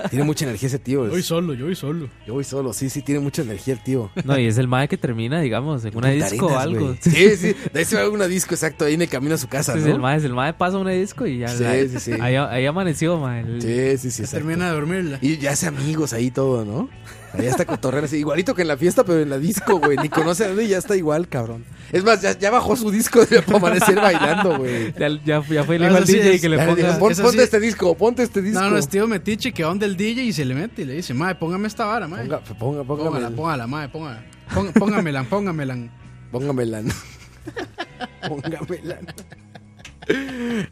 Tiene mucha energía ese tío.
Yo voy solo, yo voy solo.
Yo voy solo, sí, sí, tiene mucha energía el tío.
No, y es el mae que termina, digamos, en una disco o
Puntarenas,
algo.
güey. Sí, sí, de ahí se va a una disco, exacto, ahí en el camino a su casa,
Entonces
¿no?
Pues el mae, el mae pasa una disco y ya.
Sí,
la-
sí, sí.
Ahí, ahí amaneció, mae. el-
Sí, sí, sí. exacto.
Termina de dormirla.
Y ya hace amigos ahí todo, ¿no? Ahí está cotorreando así, igualito que en la fiesta, pero en la disco, güey. Ni conoce a nadie y ya está igual, cabrón. Es más, ya, ya bajó su disco de para amanecer bailando, güey.
Ya, ya, ya fue el
No,
hijo
eso
al
sí
DJ
es-
que le
Ya le dije,
ponga.
"Pon-
eso
ponte
sí-
este disco, ponte este disco.
No, no, es tío metiche que va donde el DJ y se le mete y le dice, mae, póngame esta vara, mae.
Ponga, ponga,
Póngala,
póngamela.
póngala, mae, póngala. Pong- Póngamela, póngamela.
Póngamela. Póngamela.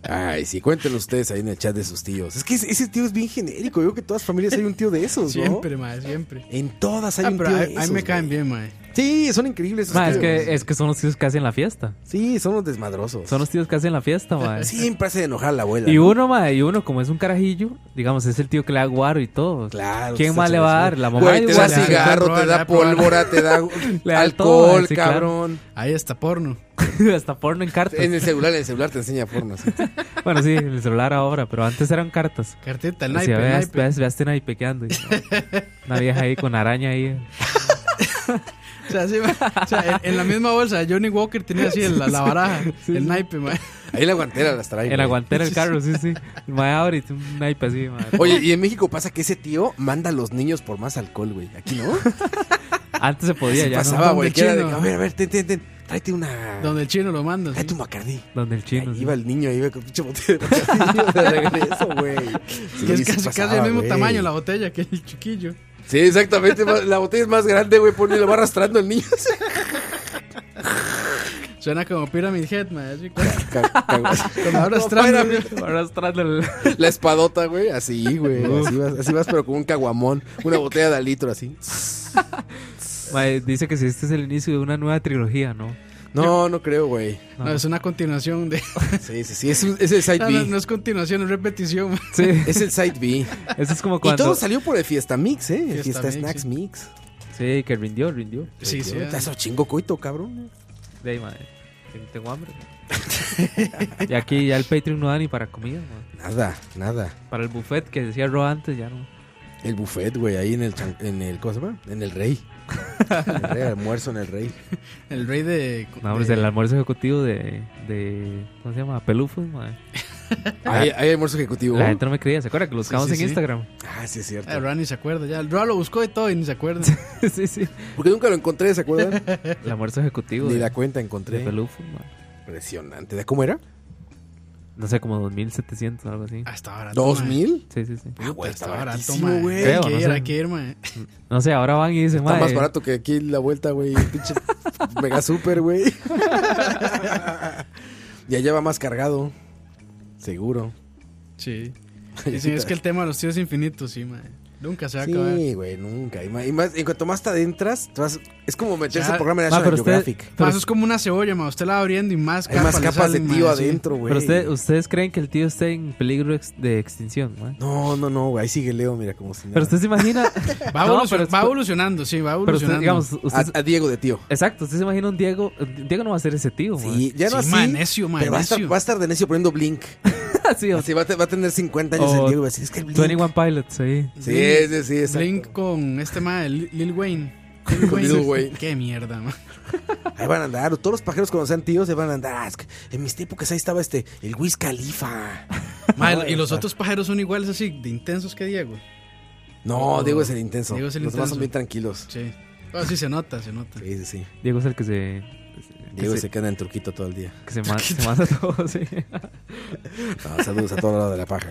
Ay, sí, cuéntenlo ustedes ahí en el chat de sus tíos. Es que ese, ese tío es bien genérico. Yo creo que en todas las familias hay un tío de esos, ¿no?
Siempre, mae, siempre.
En todas hay
Ah,
un tío
pero
de
ahí, ahí
esos,
me caen
güey.
bien, mae.
Sí, son increíbles esos
Mae, es,
tíos.
que, es que son los tíos que hacen la fiesta.
Sí, son los desmadrosos.
Son los tíos que hacen la fiesta, mae.
Siempre hace enojar a la abuela.
Y
¿no?
uno, mae, y uno, como es un carajillo, digamos, es el tío que le da guaro y todo.
Claro.
¿Quién
está
más le va a dar? La mamá
Güey,
de
te da
igual.
cigarro, te da
Probarla,
pólvora, te da
Le da todo,
alcohol,
sí, claro.
cabrón.
Ahí está porno.
Hasta porno en cartas.
En el celular, en el celular te enseña porno. sí.
Bueno, sí, el celular ahora, pero antes eran cartas.
Cartita, el naipe,
Decía,
el
veas,
naipe.
veas, veas este naipe que ando. Y, Una vieja ahí con araña ahí.
O sea, sí, mae. O sea, en, en la misma bolsa, Johnny Walker tenía así el- la, la baraja, el naipe, mae.
Ahí la guantera las trae.
En la
güey.
guantera del carro, sí, sí. El mae abre y tiene un naipe así, mae.
Oye, y en México pasa que ese tío manda a los niños por más alcohol, güey. Aquí no.
Antes se podía
Así
ya, ¿no?
pasaba, güey. que
Donde
era de que,
chino.
a ver, a ver, ten, ten, ten. Tráete una.
Donde el chino lo manda. sí.
Tráete un Bacardí.
Donde el chino.
Ahí
sí.
Iba el niño, ahí iba con pinche botella de Bacardí de regreso, güey.
Que es
Sí, sí
casi,
pasaba,
casi el mismo
güey.
tamaño la botella que el chiquillo.
Sí, exactamente. La botella es más grande, güey. Pone y la va arrastrando el niño.
Suena como Pyramid Head, mae. así como-
Ca- cagó.
Como ahora
No,
Strand,
espérame.
güey.
Arrastrando el-
La espadota, güey, así, güey. Así vas, así vas, pero con un caguamón, una botella de al litro, así.
Mae, dice que si este es el inicio de una nueva trilogía, ¿no?
No, no creo, güey.
No, es una continuación de.
Sí, sí, sí. Es, un- es el side
No, no,
B.
no es continuación, es repetición. mae.
Sí,
Es el side B.
eso es como cuando.
Y todo salió por el Fiesta Mix, ¿eh? El
Fiesta
Fiesta,
Mix,
Snacks
sí.
Mix.
Sí, que rindió, rindió.
Sí, sí.
Te haces chingo coito, cabrón.
De ahí, mae. Tengo- Tengo hambre. y aquí ya el Patreon no da ni para comida, mae.
Nada, nada.
Para el buffet que decía Ro antes, ya no.
El buffet, güey, ahí en el, chan- en el, ¿cómo se llama? En el Rey. En el Rey, almuerzo en el Rey.
El rey de.
No, hombre, es
de-
el almuerzo ejecutivo de, de. ¿Cómo se llama? Pelufo, mae.
Ah.
Ahí hay almuerzo ejecutivo.
La gente no me creía, ¿se acuerda? Que lo buscamos
sí,
en
sí.
Instagram.
Ah, sí, es cierto.
Ah, El Ra ni se acuerda ya. El Ra lo buscó y todo y ni se acuerda.
sí, sí.
Porque nunca lo encontré, ¿se acuerdan?
El almuerzo ejecutivo
Ni
de,
la cuenta
de
encontré.
Pelufo, mae.
Impresionante. ¿De cómo era?
No sé, como 2700 o algo así.
Ah.
Hasta ahora.
¿Dos mil?
Sí, sí, sí.
Ah, güey, está
Hasta ahora,
baratísimo, güey.
Hay
Creo,
que
no
ir,
sé.
hay que ir, mae.
No sé, ahora van y dicen,
Está
mae.
más barato que aquí la vuelta, güey. Pinche mega super, güey. y allá va más cargado. Seguro.
Sí. Dicen, es que el tema de los tíos infinitos, sí, mae. Nunca se va a acabar.
Sí, güey, nunca. Y más, y más- en cuanto más te adentras, te vas- es como meterse
Ya.
al programa de
Ah,
National
pero usted-
Geographic.
pero
Más es como una cebolla, mae. Usted la va abriendo y más
Hay más
le
capas de
salen,
tío
mae, sí.
adentro, güey.
Pero usted, ustedes creen que el tío esté en peligro ex- de extinción, mae.
No, no, no, güey. Ahí sigue Leo, mira, como si
Pero
nada.
usted se imagina.
Va,
No,
evolucion-
pero-
va evolucionando, sí, va
Pero usted,
evolucionando.
digamos, usted,
A, a Diego de tío.
Exacto, usted se imagina un Diego. Diego no va a ser ese tío,
Sí, ya no
Sí,
así.
ma, necio, ma,
pero va a,
necio.
estar, va a estar de necio poniendo Blink.
man. Sí, o
Así va a, te- va a tener 50
Oh,
años
O
el Diego y va a decir, es que el Blink.
21 Pilots, sí.
Sí, sí, sí, exacto.
Blink con este mae, Lil Lil Wayne. Lil
Con Lil Wayne.
Qué mierda, mae.
Ahí van a andar, todos los pajeros cuando sean tíos se van a andar. Ah, es que En mis tiempos ahí estaba este, el Wiz Khalifa.
Mae,
No,
Ah, y los
está-
otros pajeros son iguales así, de intensos que Diego.
No,
Oh.
Diego es el intenso.
Diego es el
los demás son
intenso.
bien tranquilos.
Sí. Ah, sí, se nota, se nota.
Sí, sí, sí.
Diego es el que se. Que
Diego
se,
se queda en Turquito todo el día.
que se ma- se mata todo, sí.
Pues
No, saludos a todo lado de la paja.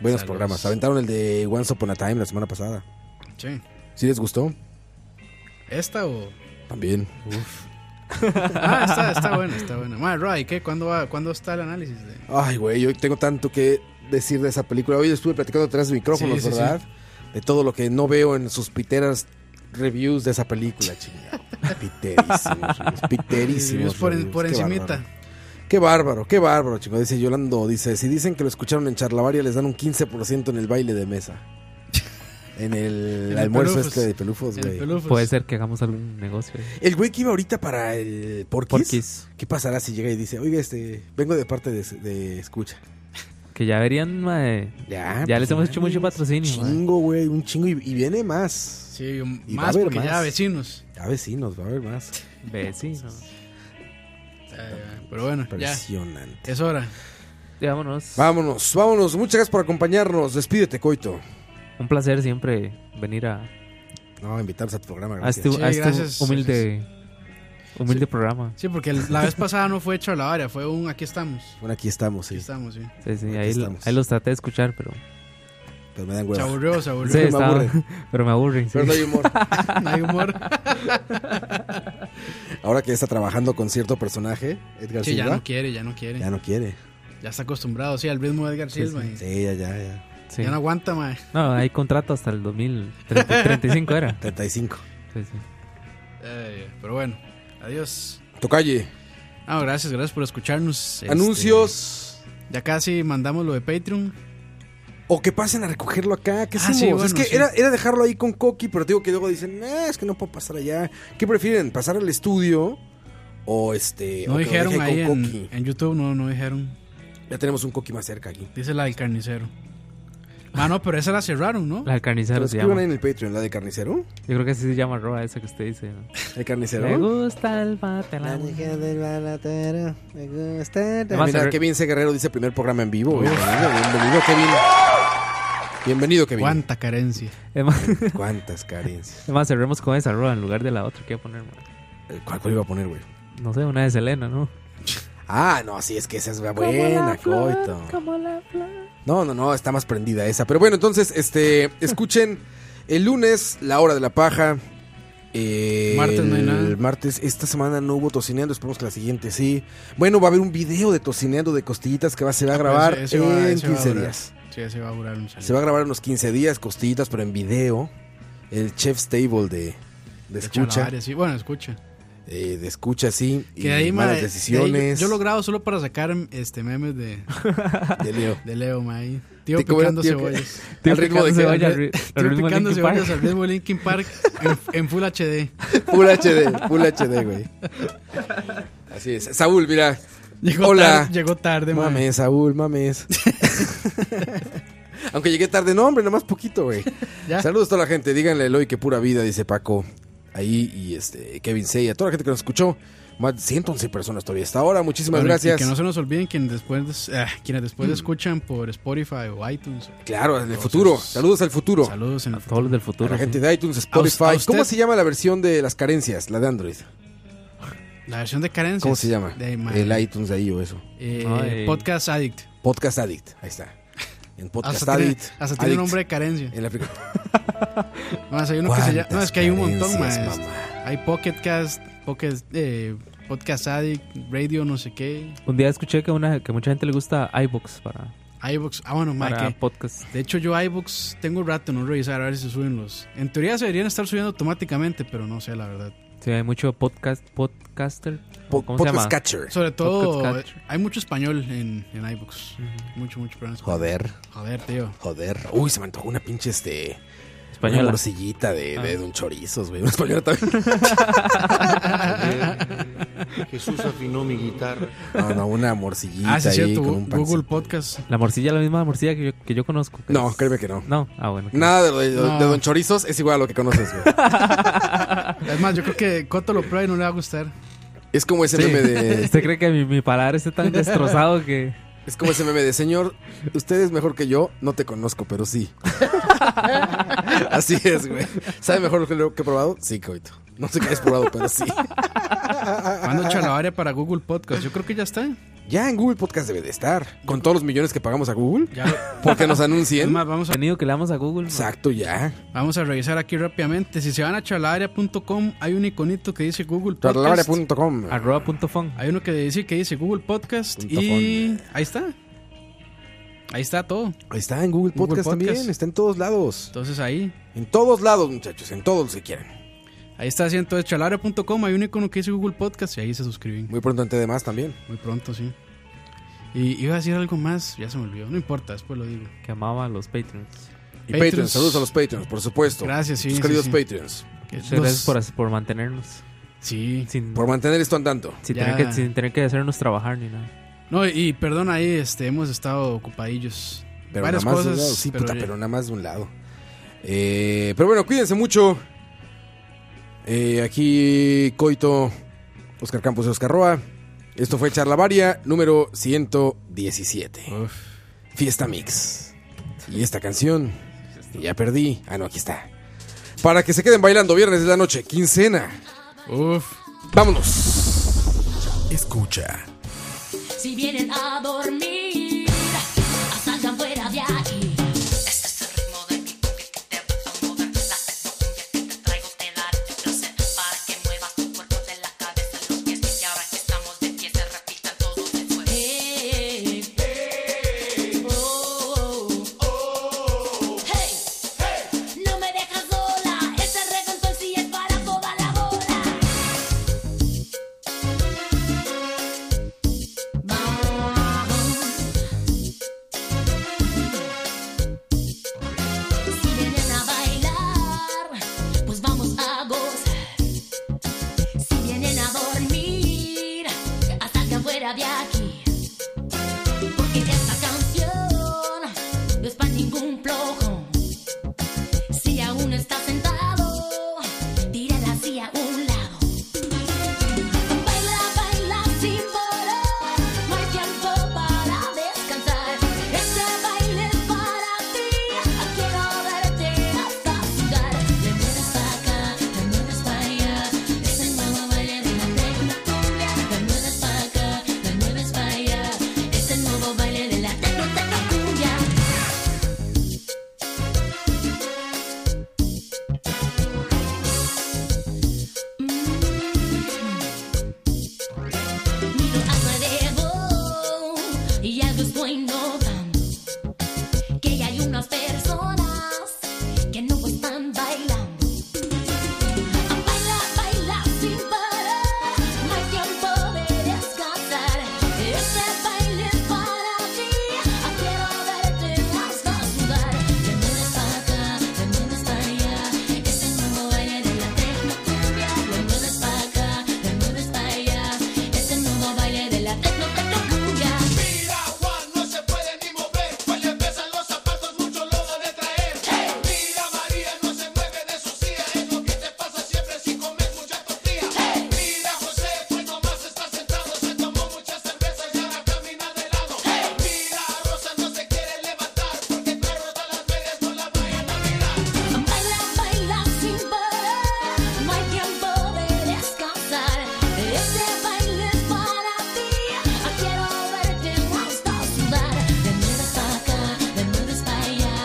Buenos
Saludos.
programas. Aventaron el de Once Upon a Time la semana pasada.
Sí.
¿Sí les gustó?
¿Esta o...?
También.
Ah, está, está buena, está buena. Mae, Roy, ¿qué? ¿Cuándo, va, ¿Cuándo está el análisis? De...
Ay, güey, yo tengo tanto que decir de esa película. Hoy estuve platicando detrás de micrófonos,
Sí, sí,
¿verdad? De todo lo que no veo en sus piteras reviews de esa película, chingado. Piterísimos, reviews, piterísimos.
Reviews por, en-
reviews.
por
Qué
encimita.
bárbaro. Qué bárbaro, qué bárbaro, chico. Dice Yolando, dice, si dicen que lo escucharon en Charlavaria, les dan un 15% en el baile de mesa. En el
el
almuerzo
Pelufos.
este de pelufos,
El
güey.
Pelufos.
Puede ser que hagamos algún negocio. ahí.
El güey que iba ahorita para el Porquis,
Porquis.
¿qué pasará si llega y dice, oiga, este, vengo de parte de, de escucha?
que ya verían, mae.
Ya,
ya
pues
les hemos hecho mucho patrocinio. mae.
Chingo, güey, un chingo y, y viene más. Sí,
Y va a haber más.
vecinos.
Ya vecinos, va a haber más.
Vecinos.
Eh, Pero bueno, ya.
Impresionante.
Es hora.
Ya, vámonos.
Vámonos, vámonos. Muchas gracias por acompañarnos. Despídete, Coito.
Un placer siempre venir a,
No, invitarnos a tu
Ah,
programa.
a este,
Sí,
a este
gracias.
humilde, humilde programa.
Sí, porque la vez pasada no fue charlavaria, fue un aquí estamos.
Bueno, aquí estamos, sí.
Aquí estamos, sí.
Sí, sí,
Aquí
ahí, lo-
estamos.
ahí los traté de escuchar, pero.
Pero me dan
Se
hueva.
aburrió, se aburrió.
Sí, estaba- pero me aburren. sí.
Pero no hay humor.
No hay humor.
Ahora que está trabajando con cierto personaje, Edgar
Sí, ya
Silva.
no quiere, ya no quiere.
Ya no quiere.
Ya está acostumbrado, sí, al ritmo de Edgar Silva. y-
Sí, ya, ya, ya.
Sí.
Ya no aguanta, mae.
No, hay contrato hasta el 2035 era.
35.
Sí, sí.
Eh, pero bueno, adiós.
Tocalle.
Ah, gracias, gracias por escucharnos. Este,
Anuncios.
ya casi mandamos lo de Patreon.
O que pasen a recogerlo acá. ¿Qué
Ah,
hacemos?
sí, bueno,
es que
sí.
era, era dejarlo ahí con Coqui, pero te digo que luego dicen, "Nah, es que no puedo pasar allá. ¿Qué prefieren? ¿Pasar al estudio? O este.
No
o que lo
dijeron
deje
ahí
con
en,
Coqui?
en YouTube, no, no dijeron.
Ya tenemos un Coqui más cerca aquí.
Dice la del carnicero. Ah, no, pero esa la cerraron, ¿no?
La del
Pero
carnicero se
escriban
llama.
ahí en el Patreon, la de carnicero.
Yo creo que así se llama Roa, esa que usted dice. ¿no?
El
Me
carnicero. Eh,
gusta el patelán.
Me gusta.
Además,
Mira,
se-
Kevin C. Guerrero dice primer programa en vivo. Bienvenido, bienvenido, Kevin. Bienvenido, Kevin.
Cuánta carencia.
Además,
¿Cuántas carencias?
además, cerremos con esa Roa en lugar de la otra que iba a poner. man.
Eh, ¿Cuál, cuál iba a poner, güey?
No sé, una de Selena, ¿no?
Ah, no, sí, es que esa es la buena, coito. No, no, no, está más prendida esa. Pero bueno, entonces, este, escuchen el lunes, la hora de la paja. Eh,
Martes no hay nada.
El martes, esta semana no hubo tocineando, esperemos que la siguiente sí. Bueno, va a haber un video de tocineando de costillitas que va, se va a
Ah,
grabar
Ese- ese pues va-
en
ese va a
15
durar.
días.
Sí, ese va a durar un saludo.
Se va a grabar en unos 15 días, costillitas, pero en video. El chef's table de, de
De charlavaria,
escucha.
Sí, bueno, escucha.
eh, de escucha, sí.
Que
y
ahí, mae,
malas
de ahí
decisiones.
yo, yo lo grabo solo para sacar este memes de,
de Leo.
de Leo, mae. Tío
Te cobran,
picando
tío,
cebollas.
Tío
Al ritmo de que-
picando cebolla, al ri- al
Tío
ritmo de
picando
Linkin Park.
cebollas al ritmo de Linkin Park en, en Full HD.
Full HD, Full HD, güey. Así es. Saúl, mira.
Llegó
Hola.
tarde, llegó tarde, mae.
Mames, Saúl, mames. Aunque llegué tarde, no, hombre, nomás poquito, güey.
Ya.
Saludos a toda la gente. Díganle a Eloy que pura vida, dice Paco. Ahí y este Kevin Sey, a toda la gente que nos escuchó. Más de 111 personas todavía hasta ahora. Muchísimas
Bueno, y-
gracias. Mm.
Y que no se nos olviden quienes después, ah, quienes después escuchan por Spotify o iTunes.
Claro, en el
Entonces,
futuro. Saludos al futuro.
Saludos en el futuro.
Todos los del
a
futuro.
la gente
sí.
de iTunes, Spotify.
a usted-
¿Cómo se llama la versión de las carencias? La de Android.
La versión de carencias.
¿Cómo se llama?
De, mae,
el iTunes de ahí o eso.
eh,
Ay.
Podcast Addict.
Podcast Addict. Ahí está. En Podcast
hasta
Addict.
tiene, hasta tiene
Addict.
nombre de carencia.
En la aplicación.
Más, hay uno que se llama- no, es que hay un montón,
más.
más. Hay Pocket Cast, Pocket, eh, Podcast Addict, Radio, no sé qué,
Un día escuché que, una, que mucha gente le gusta iBox para,
iBooks. Ah, bueno, mae,
para
que-
podcast.
De hecho, yo iBooks tengo rato no revisar a ver si se suben los. En teoría se deberían estar subiendo automáticamente, pero no sé, la verdad.
Sí, hay mucho podcast, podcaster.
Po-
¿Cómo
podcast
se llama?
Catcher.
Sobre todo,
Podcast Catcher.
eh, hay mucho español en, en iBooks. Mucho, mucho pero no es-
Joder,
Joder, tío.
joder. Uy, se me antojó una pinche este. Una
Española.
morcillita de,
Ah.
de, de un chorizos, güey. Una española también.
Ah,
Jesús afinó mi guitarra.
No, no, una morcillita
Ah, sí, es
ahí
cierto.
con un
Google
pancito.
Podcast.
La morcilla, la misma morcilla que yo, que yo conozco. que
No,
es-
créeme que no.
No, ah, bueno.
Nada de, lo de-
No.
de Don Chorizos es igual a lo que conoces, güey.
Es más, yo creo que Coto lo prueba y no le va a gustar.
Es como ese meme de.
¿Usted cree que mi, mi paladar esté tan destrozado que.?
Es como ese meme de señor, usted es mejor que yo, no te conozco, pero sí. Así es, güey. ¿Sabe mejor que lo que he probado? Sí, coito. No sé qué has probado, pero sí.
Mando chalabaria para Google Podcast. Yo creo que ya está.
Ya en Google Podcast debe de estar. Con todos los millones que pagamos a Google.
Ya.
Porque nos
Es
anuncien.
más, vamos a,
Sonido que le damos a Google. man.
Exacto, ya.
vamos a revisar aquí rápidamente. Si se van a chalabaria.com, hay un iconito que dice Google Podcast.
Charlavaria.com.
Arroba punto fun.
Hay uno que dice que dice Google Podcast
Punto
y ahí está. Ahí está todo.
Ahí Está en Google
Google
Podcast, también.
Podcast.
Está en todos lados.
Entonces ahí.
En todos lados, muchachos. En todos los que quieran.
Ahí está así, entonces chalabaria.com, hay un icono que dice Google Podcast y ahí se suscriben.
Muy pronto en TDMás también.
Muy pronto, sí. Y iba a decir algo más, ya se me olvidó. No importa, después lo digo.
Que amaba a los Patreons.
Y
Patreons.
Patreons. Saludos a los Patreons, por supuesto.
Gracias, sí,
Tus
sí,
queridos
sí.
Patreons.
Que
Muchas
los-
gracias por, por mantenernos.
Sí.
Sin,
Por mantener esto andando.
sin
Ya.
tener que, sin tener que hacernos trabajar ni nada.
No, y perdón ahí, este, hemos estado ocupadillos.
Pero
Varias
nada más
cosas.
de un lado. Sí, puta,
ya.
pero nada más de un lado. Eh, pero bueno, cuídense mucho. Eh, aquí Coito, Oscar Campos y Oscar Roa. Esto fue Charla Varia número 117. Fiesta Mix. Y esta canción, que ya perdí. Ah, no, aquí está. Para que se queden bailando viernes de la noche, quincena.
Uf.
Vámonos. Escucha.
Si vienen a dormir, salgan fuera de allí. Este es el ritmo de mi cumbia que te va a mover. La tecnocumbia que te traigo te la haré de placer. Para que muevas tu cuerpo de la cabeza a los pies. Y ahora que estamos de pie, se repitan todos el juego. Hey, hey, oh, oh. Hey, hey, no me dejas sola. Este reggaetón sí es para toda la bola. Si vienen a bailar, pues vamos a gozar. Si vienen a dormir, hasta que afuera de aquí. Porque esta canción no es para ningún flojo. Si aún está sentado, tírala así a un lado. Baila, baila sin volar, no hay tiempo para descansar. Este baile es para ti, quiero verte hasta sudar. Le mueves para acá, le mueves para allá, es el nuevo baile de la tecnocumbia. Le mueves para acá, le mueves para allá, es el nuevo baile de la tecno, tecnocumbia. Miro alrededor y algo estoy notando Que hay unas personas que no están bailando Baila, baila sin parar, no hay tiempo de descansar Este baile es para ti, quiero verte hasta sudar De mueves para acá, de mueves para allá, es el nuevo baile de la tecnocumbia De mueves para acá, de mueves para allá es el nuevo baile de la tecno, tecnocumbia.
Mira, Juan, no se puede ni mover, pues le pesan los zapatos, mucho lo van a traer. Mira, María, no se mueve de su silla, es lo que te pasa siempre si comes mucha tortilla. Mira, José, pues nomás está sentado, se tomó muchas cervezas y ahora camina de lado. Mira, Rosa, no se quiere levantar, porque claro, todas las medias no la vayan a mirar.
Baila, baila sin parar, no hay tiempo de descansar. Este baile es para ti, Ah, quiero verte hasta sudar. De mueves para acá, de mueves para allá,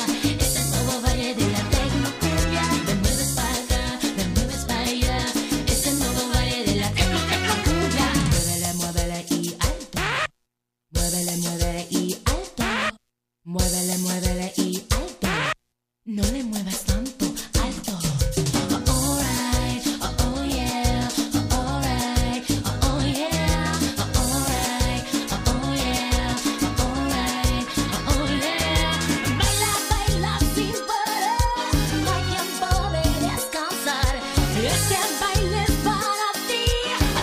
es el nuevo baile de la tecnocumbia. De mueves para acá, de mueves para allá, es el nuevo baile de la tecno, tecnocumbia. Muévele, muévele y alto. Muévele, muévele y alto. Muévele, muévele y alto. No le muevas tanto, alto. Oh, alright, oh, oh yeah, oh, alright, oh, oh yeah, oh, alright, oh, oh yeah, oh, alright, oh, oh yeah. Baila, baila sin parar, no hay tiempo de descansar. Este baile es para ti,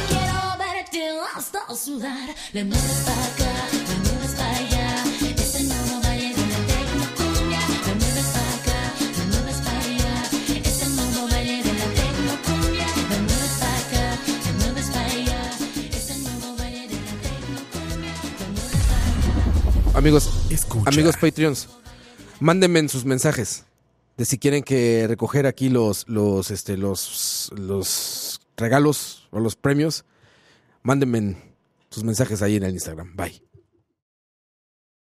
quiero verte hasta sudar. Le mueves para acá, le mueves para allá, es el nuevo baile de la tecnocumbia. Le mueves para acá, le mueves para allá, es el nuevo baile de la tecnocumbia. Le mueves para acá, le mueves para allá, es el nuevo baile de la tecnocumbia. Le mueves para
Amigos, amigos Patreons, mándenme sus mensajes de si quieren que recoger aquí los, los, este, los, los regalos o los premios. Mándenme sus mensajes ahí en el Instagram. Bye.